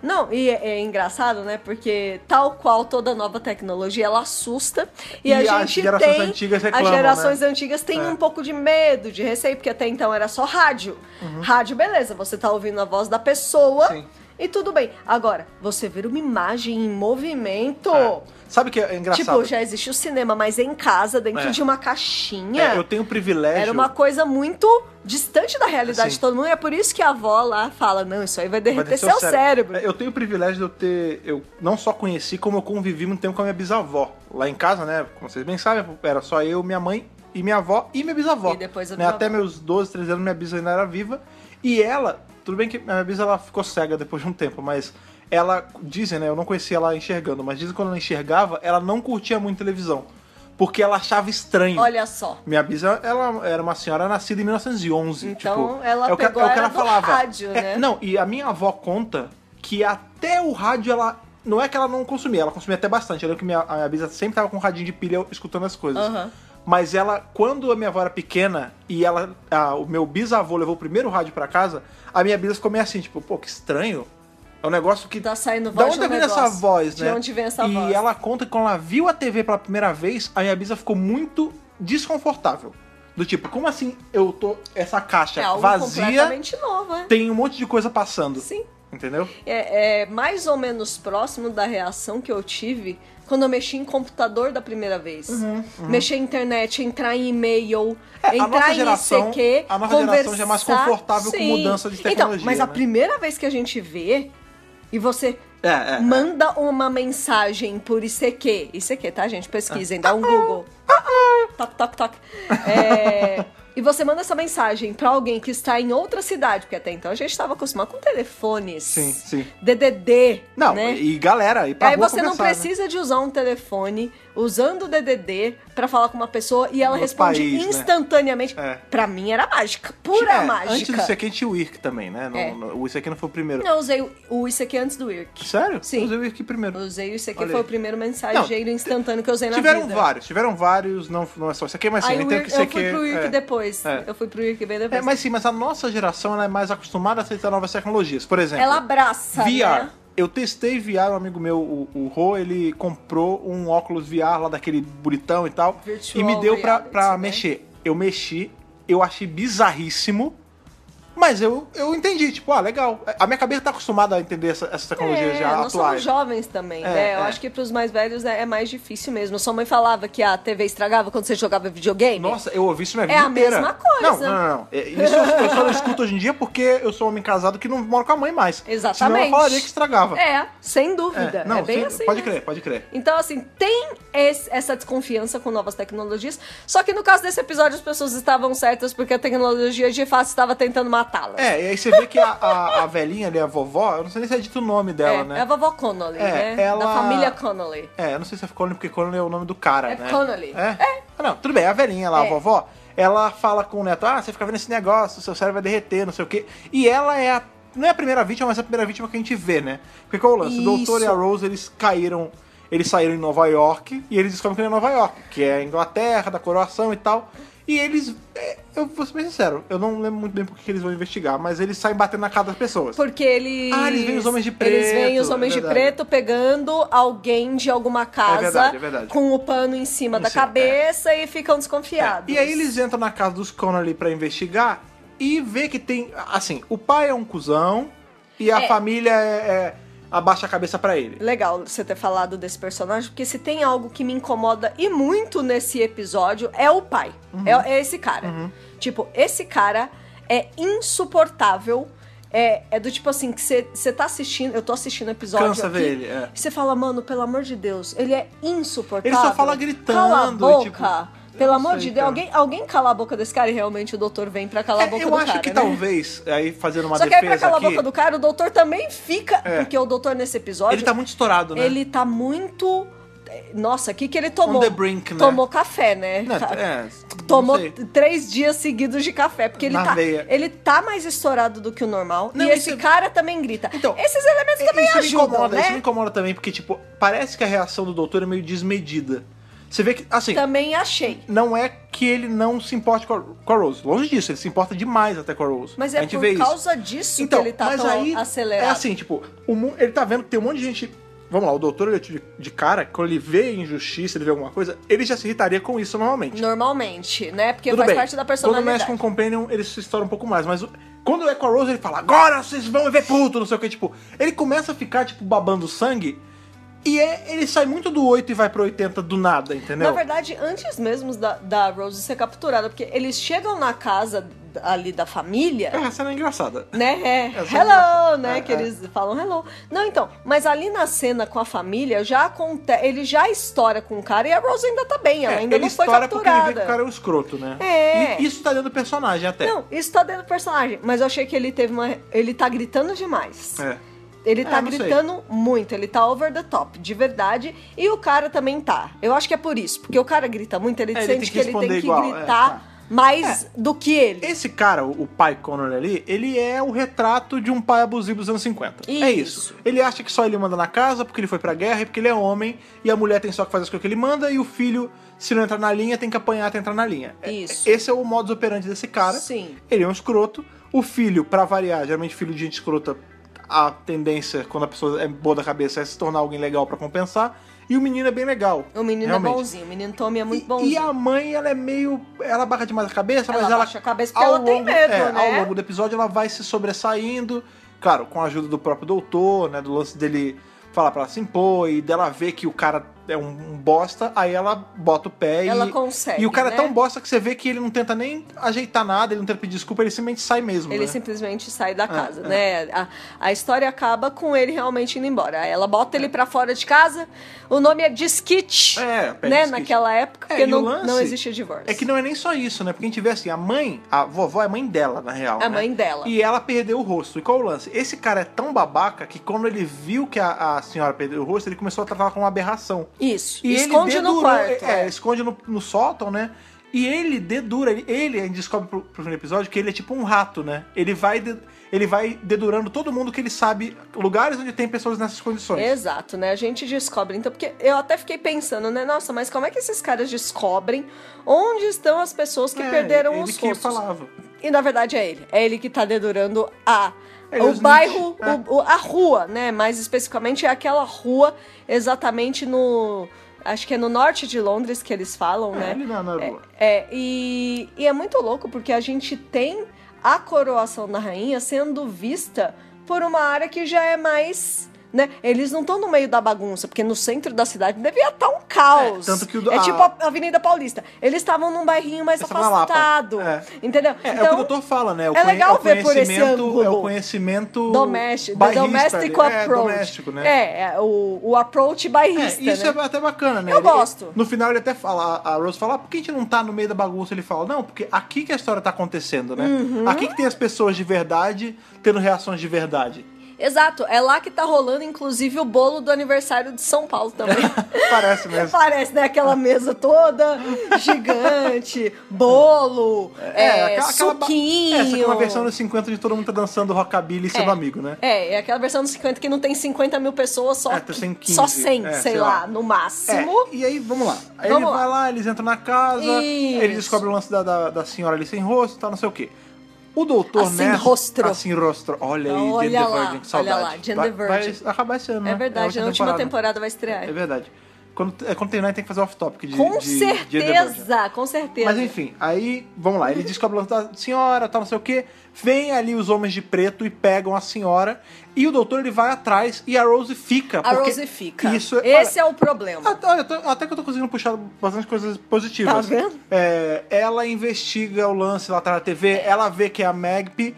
Speaker 2: Não, e é, é engraçado, né? Porque tal qual toda nova tecnologia, ela assusta. E,
Speaker 1: E
Speaker 2: a
Speaker 1: as
Speaker 2: gente
Speaker 1: gerações
Speaker 2: tem,
Speaker 1: antigas reclamam,
Speaker 2: As gerações
Speaker 1: né?
Speaker 2: antigas têm
Speaker 1: É.
Speaker 2: um pouco de medo, de receio, porque até então era só rádio. Rádio, beleza, você tá ouvindo a voz da pessoa
Speaker 1: Uhum. Sim.
Speaker 2: e tudo bem. Agora, você ver uma imagem em movimento.
Speaker 1: É. Sabe o que é engraçado?
Speaker 2: Tipo, já existe o cinema, mas em casa, dentro
Speaker 1: É.
Speaker 2: de uma caixinha.
Speaker 1: É, eu tenho o privilégio.
Speaker 2: Era uma coisa muito distante da realidade
Speaker 1: Sim.
Speaker 2: de todo mundo. E é por isso que a avó lá fala: não, isso aí vai
Speaker 1: Assim. Vai
Speaker 2: derreter
Speaker 1: descer
Speaker 2: seu
Speaker 1: o
Speaker 2: cérebro.
Speaker 1: É, Eu tenho o privilégio de eu ter. Eu não só conheci, como eu convivi muito tempo com a minha bisavó. Lá em casa, né? Como vocês bem sabem, era só eu, minha mãe e minha avó e minha bisavó.
Speaker 2: E depois a
Speaker 1: né?
Speaker 2: bisavó.
Speaker 1: Até meus 12, 13 anos, minha bisa ainda era viva. E ela, tudo bem que a minha bisa ela ficou cega depois de um tempo, mas ela, dizem, né? Eu não conhecia ela enxergando, mas dizem que quando ela enxergava, ela não curtia muito televisão. Porque ela achava estranho.
Speaker 2: Olha só.
Speaker 1: Minha bisa, ela era uma senhora nascida em 1911.
Speaker 2: Então,
Speaker 1: tipo,
Speaker 2: ela
Speaker 1: é o que,
Speaker 2: pegou
Speaker 1: é o que
Speaker 2: era
Speaker 1: ela
Speaker 2: do
Speaker 1: falava.
Speaker 2: rádio,
Speaker 1: É,
Speaker 2: né?
Speaker 1: Não, e a minha avó conta que até o rádio ela. Não é que ela não consumia, ela consumia até bastante. Eu lembro que minha, a minha bisa sempre tava com um radinho de pilha escutando as coisas.
Speaker 2: Aham.
Speaker 1: Mas ela, quando a minha avó era pequena e ela, a- o meu bisavô levou o primeiro rádio pra casa, a minha bisa ficou meio assim, tipo, pô, que estranho. É um negócio que.
Speaker 2: Tá saindo
Speaker 1: Da
Speaker 2: voz
Speaker 1: onde
Speaker 2: no
Speaker 1: vem
Speaker 2: negócio?
Speaker 1: essa voz,
Speaker 2: De
Speaker 1: né?
Speaker 2: onde vem essa
Speaker 1: e
Speaker 2: voz?
Speaker 1: ela conta que quando ela viu a TV pela primeira vez, a minha bisa ficou muito desconfortável. Do tipo, como assim eu tô. Essa caixa
Speaker 2: É algo
Speaker 1: vazia
Speaker 2: completamente novo, é.
Speaker 1: tem um monte de coisa passando.
Speaker 2: Sim.
Speaker 1: Entendeu?
Speaker 2: É, é mais ou menos próximo da reação que eu tive quando eu mexi em computador da primeira vez. Mexer em internet, entrar em e-mail,
Speaker 1: Uhum, É, a
Speaker 2: entrar
Speaker 1: nossa
Speaker 2: em
Speaker 1: geração-
Speaker 2: ICQ,
Speaker 1: a nossa
Speaker 2: conversar.
Speaker 1: geração já é mais confortável com
Speaker 2: Sim.
Speaker 1: mudança de
Speaker 2: Então,
Speaker 1: tecnologia,
Speaker 2: mas a
Speaker 1: né?
Speaker 2: primeira vez que a gente vê e você
Speaker 1: É, é.
Speaker 2: manda uma mensagem por ICQ. ICQ, tá, gente? Pesquisem, dá um
Speaker 1: Ah,
Speaker 2: Google. Toc, toc, toc. É, E você manda essa mensagem pra alguém que está em outra cidade, porque até então a gente estava acostumado com telefones.
Speaker 1: Sim, sim.
Speaker 2: DDD.
Speaker 1: Não,
Speaker 2: né?
Speaker 1: e galera, e pra
Speaker 2: Aí
Speaker 1: rua
Speaker 2: você não
Speaker 1: conversar, né?
Speaker 2: precisa de usar um telefone usando o DDD pra falar com uma pessoa e ela
Speaker 1: No
Speaker 2: responde
Speaker 1: país, né?
Speaker 2: instantaneamente.
Speaker 1: É.
Speaker 2: Pra mim era mágica, pura
Speaker 1: É,
Speaker 2: mágica.
Speaker 1: Antes do ICQ tinha o IRC também, né? Não,
Speaker 2: É.
Speaker 1: não- o ICQ não foi o primeiro.
Speaker 2: Eu usei o- o ICQ antes do IRC.
Speaker 1: Sério?
Speaker 2: Sim.
Speaker 1: Eu usei o IRC primeiro.
Speaker 2: Eu usei isso aqui,
Speaker 1: Olha
Speaker 2: foi
Speaker 1: aí.
Speaker 2: o primeiro mensageiro instantâneo que eu usei na
Speaker 1: tiveram
Speaker 2: vida.
Speaker 1: vários, tiveram vários, não, não é só isso aqui, mas sim,
Speaker 2: Aí
Speaker 1: eu
Speaker 2: o
Speaker 1: entendo
Speaker 2: IRC,
Speaker 1: que
Speaker 2: eu
Speaker 1: ICQ.
Speaker 2: fui pro IRC
Speaker 1: é.
Speaker 2: depois.
Speaker 1: É.
Speaker 2: Eu fui pro IRC bem
Speaker 1: É,
Speaker 2: depois.
Speaker 1: mas sim, mas a nossa geração ela é mais acostumada a aceitar novas tecnologias. Por exemplo,
Speaker 2: Ela abraça,
Speaker 1: VR.
Speaker 2: né?
Speaker 1: Eu testei VR, um amigo meu, o, o Rô, ele comprou um óculos VR lá daquele bonitão e tal.
Speaker 2: Virtual
Speaker 1: e me deu pra,
Speaker 2: reality,
Speaker 1: pra
Speaker 2: né?
Speaker 1: mexer. Eu mexi, eu achei bizarríssimo. Mas eu, eu entendi, tipo, ah, legal. A minha cabeça tá acostumada a entender essa- essas tecnologias
Speaker 2: É,
Speaker 1: já
Speaker 2: nós somos
Speaker 1: atuais.
Speaker 2: jovens também,
Speaker 1: É,
Speaker 2: né? Eu
Speaker 1: é.
Speaker 2: acho que pros mais velhos é, é mais difícil mesmo. Sua mãe falava que a TV estragava quando você jogava videogame.
Speaker 1: Nossa, eu ouvi isso minha
Speaker 2: É
Speaker 1: vida
Speaker 2: a
Speaker 1: inteira.
Speaker 2: mesma coisa.
Speaker 1: Não, não, não. não. É, Isso eu eu só não escuto hoje em dia porque eu sou um homem casado que não moro com a mãe mais. Senão
Speaker 2: Exatamente.
Speaker 1: eu falaria que estragava.
Speaker 2: É, sem
Speaker 1: É,
Speaker 2: dúvida. É,
Speaker 1: não,
Speaker 2: bem
Speaker 1: sim,
Speaker 2: assim.
Speaker 1: pode
Speaker 2: né?
Speaker 1: crer, pode crer.
Speaker 2: Então, assim, tem esse- essa desconfiança com novas tecnologias. Só que no caso desse episódio, as pessoas estavam certas porque a tecnologia de fato estava tentando matá-las.
Speaker 1: É, e aí você vê que a, a, a velhinha ali, a vovó, eu não sei nem se é dito o nome dela,
Speaker 2: É,
Speaker 1: né?
Speaker 2: é a vovó Connolly,
Speaker 1: É,
Speaker 2: né? Da
Speaker 1: ela-
Speaker 2: família Connolly.
Speaker 1: É, eu não sei se é Connolly, porque Connolly é o nome do cara,
Speaker 2: É
Speaker 1: né?
Speaker 2: Connolly.
Speaker 1: É? Ah, Não, tudo bem, a velhinha lá,
Speaker 2: É.
Speaker 1: a vovó, ela fala com o neto, ah, você fica vendo esse negócio, seu cérebro vai derreter, não sei o quê. E ela é a... Não é a primeira vítima, mas é a primeira vítima que a gente vê, né? Porque qual é o lance? O doutor e
Speaker 2: Isso.
Speaker 1: a Rose, eles caíram... Eles saíram em Nova York e eles descobrem que não é Nova York, que é a Inglaterra, da coroação e tal. E eles... é, Eu vou ser bem sincero, eu não lembro muito bem porque que eles vão investigar, mas eles saem batendo na cara das pessoas.
Speaker 2: Porque eles.
Speaker 1: Ah, eles veem os homens de
Speaker 2: Eles veem
Speaker 1: preto,
Speaker 2: os homens
Speaker 1: é
Speaker 2: de
Speaker 1: verdade.
Speaker 2: preto pegando alguém de alguma casa
Speaker 1: verdade, é verdade.
Speaker 2: com o pano em cima
Speaker 1: Em
Speaker 2: da
Speaker 1: cima, é.
Speaker 2: cabeça e ficam desconfiados.
Speaker 1: E aí eles entram na casa dos Connolly pra investigar e vê que tem. Assim, o pai é um cuzão e a
Speaker 2: É.
Speaker 1: família é- é- abaixa a cabeça pra ele.
Speaker 2: Legal você ter falado desse personagem, porque se tem algo que me incomoda e muito nesse episódio é o pai.
Speaker 1: Uhum.
Speaker 2: É, é esse cara. Tipo, esse cara é insuportável. É, é do tipo assim, que você você tá assistindo, eu tô assistindo o episódio.
Speaker 1: Cansa
Speaker 2: aqui,
Speaker 1: ver ele, é.
Speaker 2: E você fala, mano, pelo amor de Deus, ele é insuportável.
Speaker 1: Ele só fala gritando,
Speaker 2: Cala a
Speaker 1: e,
Speaker 2: boca.
Speaker 1: tipo, eu
Speaker 2: pelo
Speaker 1: não
Speaker 2: amor
Speaker 1: sei,
Speaker 2: de Deus,
Speaker 1: cara.
Speaker 2: alguém, alguém cala a boca desse cara e realmente o doutor vem pra calar a
Speaker 1: É,
Speaker 2: boca
Speaker 1: eu
Speaker 2: do
Speaker 1: acho
Speaker 2: cara,
Speaker 1: que
Speaker 2: né?
Speaker 1: talvez, aí fazendo uma
Speaker 2: Só que aí pra
Speaker 1: defesa
Speaker 2: calar a
Speaker 1: aqui,
Speaker 2: boca do cara, o doutor também fica.
Speaker 1: É.
Speaker 2: Porque o doutor nesse episódio.
Speaker 1: ele tá muito estourado, né?
Speaker 2: Ele tá muito. Nossa, o que, que ele tomou?
Speaker 1: On the brink, né?
Speaker 2: Tomou café, né?
Speaker 1: Não,
Speaker 2: Ca-
Speaker 1: é, não
Speaker 2: Tomou
Speaker 1: sei.
Speaker 2: três dias seguidos de café, porque ele
Speaker 1: Na
Speaker 2: tá,
Speaker 1: veia.
Speaker 2: ele tá mais estourado do que o normal.
Speaker 1: Não,
Speaker 2: e esse
Speaker 1: isso- é-
Speaker 2: cara também grita.
Speaker 1: Então,
Speaker 2: Esses elementos também
Speaker 1: isso me
Speaker 2: ajudam,
Speaker 1: incomoda,
Speaker 2: né?
Speaker 1: isso me incomoda também, porque, tipo, parece que a reação do doutor é meio desmedida. Você vê que, assim,
Speaker 2: Também achei.
Speaker 1: não é que ele não se importe com a, com a Rose. Longe disso, ele se importa demais até com a Rose.
Speaker 2: Mas
Speaker 1: a
Speaker 2: é
Speaker 1: gente vê
Speaker 2: por
Speaker 1: isso. Então,
Speaker 2: causa disso que ele tá
Speaker 1: mas
Speaker 2: tão
Speaker 1: aí
Speaker 2: acelerado.
Speaker 1: É assim, tipo, o mu- ele tá vendo que tem um monte de gente. Vamos lá, o doutor ele é de, de cara, quando ele vê injustiça, ele vê alguma coisa, ele já se irritaria com isso normalmente.
Speaker 2: Normalmente, né? Porque
Speaker 1: Tudo
Speaker 2: faz
Speaker 1: bem.
Speaker 2: parte da
Speaker 1: Quando mexe
Speaker 2: personalidade.
Speaker 1: com o Companion, ele se estoura um pouco mais. Mas o- quando é com a Rose, ele fala, agora vocês vão me ver puto, não sei o que. Tipo, ele começa a ficar, tipo, babando sangue. E é- ele sai muito do 8 e vai pro 80 do nada, entendeu?
Speaker 2: Na verdade, antes mesmo da, da Rose ser capturada, porque eles chegam na casa ali da família.
Speaker 1: É, Essa cena é engraçada.
Speaker 2: né? É,
Speaker 1: É só
Speaker 2: hello,
Speaker 1: engraçado.
Speaker 2: né?
Speaker 1: É,
Speaker 2: que
Speaker 1: é.
Speaker 2: eles falam hello. Não, então, mas ali na cena com a família já acontece. Ele já estoura com o cara e a Rose ainda tá bem, ela
Speaker 1: É,
Speaker 2: ainda
Speaker 1: ele
Speaker 2: não foi
Speaker 1: estoura porque ele vê que o cara
Speaker 2: capturada.
Speaker 1: é um escroto, né?
Speaker 2: É.
Speaker 1: E isso tá dentro do personagem até.
Speaker 2: Não, isso tá dentro do personagem, mas eu achei que ele teve uma. Ele tá gritando demais.
Speaker 1: É.
Speaker 2: Ele tá
Speaker 1: É, não sei.
Speaker 2: gritando muito, ele tá over the top, de verdade. E o cara também tá. Eu acho que é por isso, porque o cara grita muito, ele
Speaker 1: É, ele
Speaker 2: sente
Speaker 1: tem
Speaker 2: que,
Speaker 1: que
Speaker 2: ele tem
Speaker 1: responder
Speaker 2: que
Speaker 1: igual, é,
Speaker 2: gritar
Speaker 1: tá.
Speaker 2: mais do que ele.
Speaker 1: Esse cara, o o pai Connor ali, ele é o retrato de um pai abusivo dos anos 50. É
Speaker 2: Isso.
Speaker 1: isso. Ele acha que só ele manda na casa porque ele foi pra guerra e porque ele é homem e a mulher tem só que fazer as coisas que ele manda e o filho, se não entrar na linha, tem que apanhar até entrar na linha. É-
Speaker 2: Isso.
Speaker 1: Esse é o modus operandi desse cara.
Speaker 2: Sim.
Speaker 1: Ele é um escroto. O filho, pra variar, geralmente filho de gente escrota, a tendência, quando a pessoa é boa da cabeça, é se tornar alguém legal pra compensar. E o menino é bem legal.
Speaker 2: O menino
Speaker 1: realmente.
Speaker 2: é bonzinho, o menino Tommy é muito
Speaker 1: E-
Speaker 2: bonzinho.
Speaker 1: E a mãe, ela é meio. Ela barra demais a cabeça,
Speaker 2: Ela
Speaker 1: mas ela.
Speaker 2: abaixa a cabeça porque ela tem medo,
Speaker 1: é,
Speaker 2: né?
Speaker 1: Ao longo do episódio, ela vai se sobressaindo. Claro, com a ajuda do próprio doutor, né? Do lance dele falar pra ela se impor e dela ver que o cara é um, um bosta, aí ela bota o pé
Speaker 2: Ela
Speaker 1: e.
Speaker 2: consegue,
Speaker 1: E o cara
Speaker 2: né?
Speaker 1: é tão bosta que você vê que ele não tenta nem ajeitar nada, ele não tenta pedir desculpa, ele simplesmente sai mesmo.
Speaker 2: Ele
Speaker 1: né? é.
Speaker 2: simplesmente sai da casa, né? A, a história acaba com ele realmente indo embora. Aí Ela bota ele pra fora de casa. O nome é Disquite,
Speaker 1: É, pé
Speaker 2: né?
Speaker 1: disquite.
Speaker 2: Naquela época,
Speaker 1: É,
Speaker 2: porque
Speaker 1: e o
Speaker 2: não,
Speaker 1: lance
Speaker 2: não existe divórcio.
Speaker 1: É que não é nem só isso, né? Porque a gente vê assim, a mãe, a vovó é mãe dela, na real.
Speaker 2: A
Speaker 1: né?
Speaker 2: mãe dela.
Speaker 1: E ela perdeu o rosto. E qual o lance? Esse cara é tão babaca que quando ele viu que a, a senhora perdeu o rosto, ele começou a tratar como uma aberração.
Speaker 2: Isso.
Speaker 1: E ele
Speaker 2: Esconde no
Speaker 1: dedurou-
Speaker 2: quarto.
Speaker 1: É,
Speaker 2: é.
Speaker 1: esconde no, no sótão, né? E ele dedura, ele, ele a gente descobre pro, pro primeiro episódio que ele é tipo um rato, né? Ele vai, de- ele vai dedurando todo mundo que ele sabe, lugares onde tem pessoas nessas condições.
Speaker 2: Exato, né? A gente descobre, então, porque eu até fiquei pensando, né? Nossa, mas como é que esses caras descobrem onde estão as pessoas que
Speaker 1: É,
Speaker 2: perderam
Speaker 1: ele
Speaker 2: os
Speaker 1: que
Speaker 2: rostos?
Speaker 1: falava.
Speaker 2: E na verdade é ele. É ele que tá dedurando a.
Speaker 1: Ele é
Speaker 2: o
Speaker 1: o
Speaker 2: bairro,
Speaker 1: Snitch,
Speaker 2: o- o- a rua, né? Mais especificamente é aquela rua exatamente no. Acho que é no norte de Londres que eles falam,
Speaker 1: É,
Speaker 2: né?
Speaker 1: ele na, na rua.
Speaker 2: É, e, e é muito louco porque a gente tem a coroação da rainha sendo vista por uma área que já é mais. Né? Eles não estão no meio da bagunça, porque no centro da cidade devia estar um caos.
Speaker 1: É, tanto que o-
Speaker 2: é
Speaker 1: a-
Speaker 2: tipo a Avenida Paulista. Eles estavam num bairrinho mais
Speaker 1: Eles estavam na Lapa.
Speaker 2: afastado.
Speaker 1: É.
Speaker 2: Entendeu?
Speaker 1: É, é o que o doutor fala, né? O
Speaker 2: é
Speaker 1: conhe-
Speaker 2: legal
Speaker 1: o
Speaker 2: ver por esse
Speaker 1: conhecimento- É
Speaker 2: ângulo.
Speaker 1: o conhecimento
Speaker 2: doméstico,
Speaker 1: bairrista
Speaker 2: doméstico
Speaker 1: ali.
Speaker 2: approach.
Speaker 1: É, doméstico, né?
Speaker 2: É, é, o, o approach bairrista,
Speaker 1: É, isso
Speaker 2: né?
Speaker 1: é até bacana, né?
Speaker 2: Eu
Speaker 1: Ele-
Speaker 2: gosto.
Speaker 1: No final ele até fala, a a Rose fala, "Ah, por que a gente não tá no meio da bagunça? Ele fala, não, porque aqui que a história tá acontecendo, né?
Speaker 2: Uhum.
Speaker 1: Aqui que tem as pessoas de verdade tendo reações de verdade.
Speaker 2: Exato, é lá que tá rolando, inclusive, o bolo do aniversário de São Paulo também.
Speaker 1: Parece mesmo.
Speaker 2: Parece, né? Aquela mesa toda gigante, bolo, é,
Speaker 1: ba-
Speaker 2: suquinho.
Speaker 1: É, essa aqui é uma versão dos 50 de todo mundo tá dançando rockabilly e sendo amigo, né?
Speaker 2: É, é aquela versão dos 50 que não tem 50 mil pessoas, só,
Speaker 1: É, tem 15,
Speaker 2: só 100,
Speaker 1: é,
Speaker 2: sei,
Speaker 1: sei
Speaker 2: lá,
Speaker 1: lá.
Speaker 2: no
Speaker 1: É,
Speaker 2: máximo.
Speaker 1: e aí, vamos lá. Aí
Speaker 2: Vamos
Speaker 1: ele
Speaker 2: lá.
Speaker 1: vai lá, eles entram na casa,
Speaker 2: Isso.
Speaker 1: ele descobre o lance da, da, da senhora ali sem rosto, tá, não sei o quê. O doutor
Speaker 2: Assim,
Speaker 1: nessa-
Speaker 2: rostro.
Speaker 1: Assim, rostro. Olha aí,
Speaker 2: Olha
Speaker 1: Jane the
Speaker 2: lá,
Speaker 1: Virgin, que
Speaker 2: olha
Speaker 1: saudade.
Speaker 2: lá, Jane
Speaker 1: vai,
Speaker 2: the Virgin.
Speaker 1: Vai acabar esse ano,
Speaker 2: É
Speaker 1: né?
Speaker 2: verdade,
Speaker 1: É
Speaker 2: na última temporada vai estrear.
Speaker 1: É verdade. Quando, é, quando terminar, tem que fazer off-topic de
Speaker 2: com
Speaker 1: de- de Jane the Virgin.
Speaker 2: certeza, com certeza.
Speaker 1: Mas enfim, aí, vamos lá, ele descobre o lance da senhora, tal, não sei o quê. Vem ali os homens de preto e pegam a senhora. E o doutor, ele vai atrás e a Rose fica.
Speaker 2: a
Speaker 1: porque
Speaker 2: Rose fica.
Speaker 1: Isso, olha-
Speaker 2: Esse é o problema.
Speaker 1: até, olha, eu tô- até que eu tô conseguindo puxar bastante coisas positivas.
Speaker 2: Tá vendo?
Speaker 1: É, ela investiga o lance lá atrás da TV, ela vê que é a Magpie,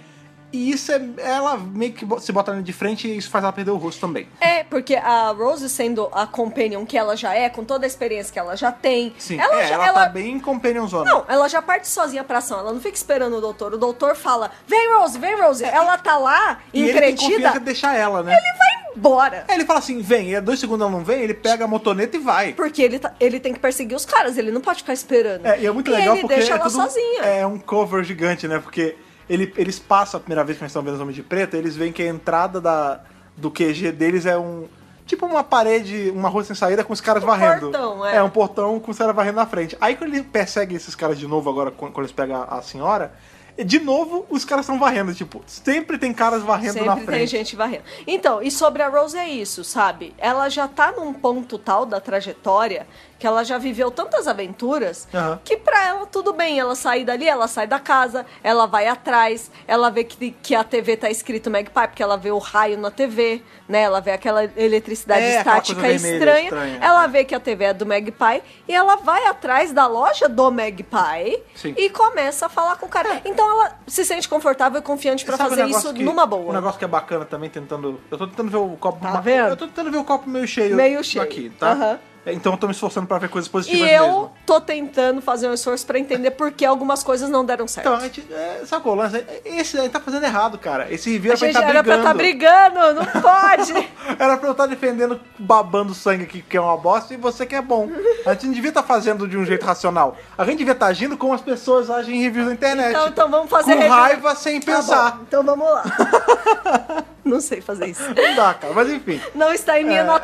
Speaker 1: e isso é. Ela meio que bo- se bota ali de frente e isso faz ela perder o rosto também.
Speaker 2: É, porque a Rose sendo a companion que ela já é, com toda a experiência que ela já tem,
Speaker 1: Sim,
Speaker 2: ela
Speaker 1: é,
Speaker 2: já
Speaker 1: ela,
Speaker 2: ela-
Speaker 1: tá bem companionzona.
Speaker 2: Não, ela já parte sozinha pra ação, ela não fica esperando o doutor. O doutor fala: "Vem Rose, vem Rose". Ela tá lá
Speaker 1: e ele tem
Speaker 2: entretida,
Speaker 1: confiança
Speaker 2: ele,
Speaker 1: de deixar ela, né?
Speaker 2: vai embora.
Speaker 1: Aí ele fala assim: vem, e é dois segundos ela não vem, ele pega a motoneta e vai.
Speaker 2: Porque ele, tá- ele tem que perseguir os caras, ele não pode ficar esperando.
Speaker 1: É, e é muito legal
Speaker 2: ele
Speaker 1: porque
Speaker 2: deixa
Speaker 1: é
Speaker 2: ela
Speaker 1: tudo-
Speaker 2: sozinha.
Speaker 1: É um cover gigante, né? Porque ele- eles passam a primeira vez que nós estamos vendo os Homens de Preto, eles veem que a entrada da- do QG deles é um. Tipo uma parede, uma rua sem saída com os caras varrendo.
Speaker 2: portão, é.
Speaker 1: um portão com os caras varrendo na frente. Aí quando ele persegue esses caras de novo agora, quando quando eles pegam a, a senhora, de novo os caras estão varrendo. Tipo, sempre tem caras varrendo
Speaker 2: Sempre
Speaker 1: na
Speaker 2: tem
Speaker 1: frente.
Speaker 2: gente varrendo. Então, e sobre a Rose é isso, sabe? Ela já tá num ponto tal da trajetória que ela já viveu tantas aventuras
Speaker 1: Aham.
Speaker 2: que pra ela tudo bem. Ela sair dali, ela sai da casa, ela vai atrás, ela vê que, que a TV tá escrito Magpie, porque ela vê o raio na TV, né? Ela vê aquela eletricidade
Speaker 1: É, aquela
Speaker 2: estática
Speaker 1: coisa vermelha,
Speaker 2: estranha.
Speaker 1: estranha.
Speaker 2: Ela vê que a TV é do Magpie e ela vai atrás da loja do Magpie
Speaker 1: Sim. É.
Speaker 2: e começa a falar com o cara. Então ela se sente confortável e confiante pra
Speaker 1: Sabe um
Speaker 2: fazer
Speaker 1: negócio
Speaker 2: isso
Speaker 1: que-
Speaker 2: numa boa.
Speaker 1: Um negócio que é bacana também, tentando. Eu tô tentando ver o copo.
Speaker 2: Tá vendo?
Speaker 1: Eu tô tentando ver o copo meio cheio.
Speaker 2: Meio cheio.
Speaker 1: Aqui, tá?
Speaker 2: Aham.
Speaker 1: Então eu tô me esforçando pra ver coisas
Speaker 2: E
Speaker 1: positivas
Speaker 2: eu
Speaker 1: mesmo.
Speaker 2: tô tentando fazer um esforço pra entender por que algumas coisas não deram certo.
Speaker 1: Então, a gente. É, sacou? o lance? Esse aí tá fazendo errado, cara. Esse review
Speaker 2: a
Speaker 1: era pra
Speaker 2: gente
Speaker 1: estar
Speaker 2: era pra
Speaker 1: brigando.
Speaker 2: estar brigando, não pode.
Speaker 1: Era pra eu estar defendendo, babando sangue aqui, que é uma bosta, e você que é bom. A gente não devia estar fazendo de um jeito racional. A gente devia estar agindo como as pessoas agem em reviews na internet. Tipo,
Speaker 2: Então- então vamos fazer
Speaker 1: Com
Speaker 2: review.
Speaker 1: raiva sem
Speaker 2: Tá
Speaker 1: pensar.
Speaker 2: bom, então vamos lá. não sei fazer isso.
Speaker 1: não dá, cara. Mas enfim.
Speaker 2: Não está em minha
Speaker 1: É, é, pois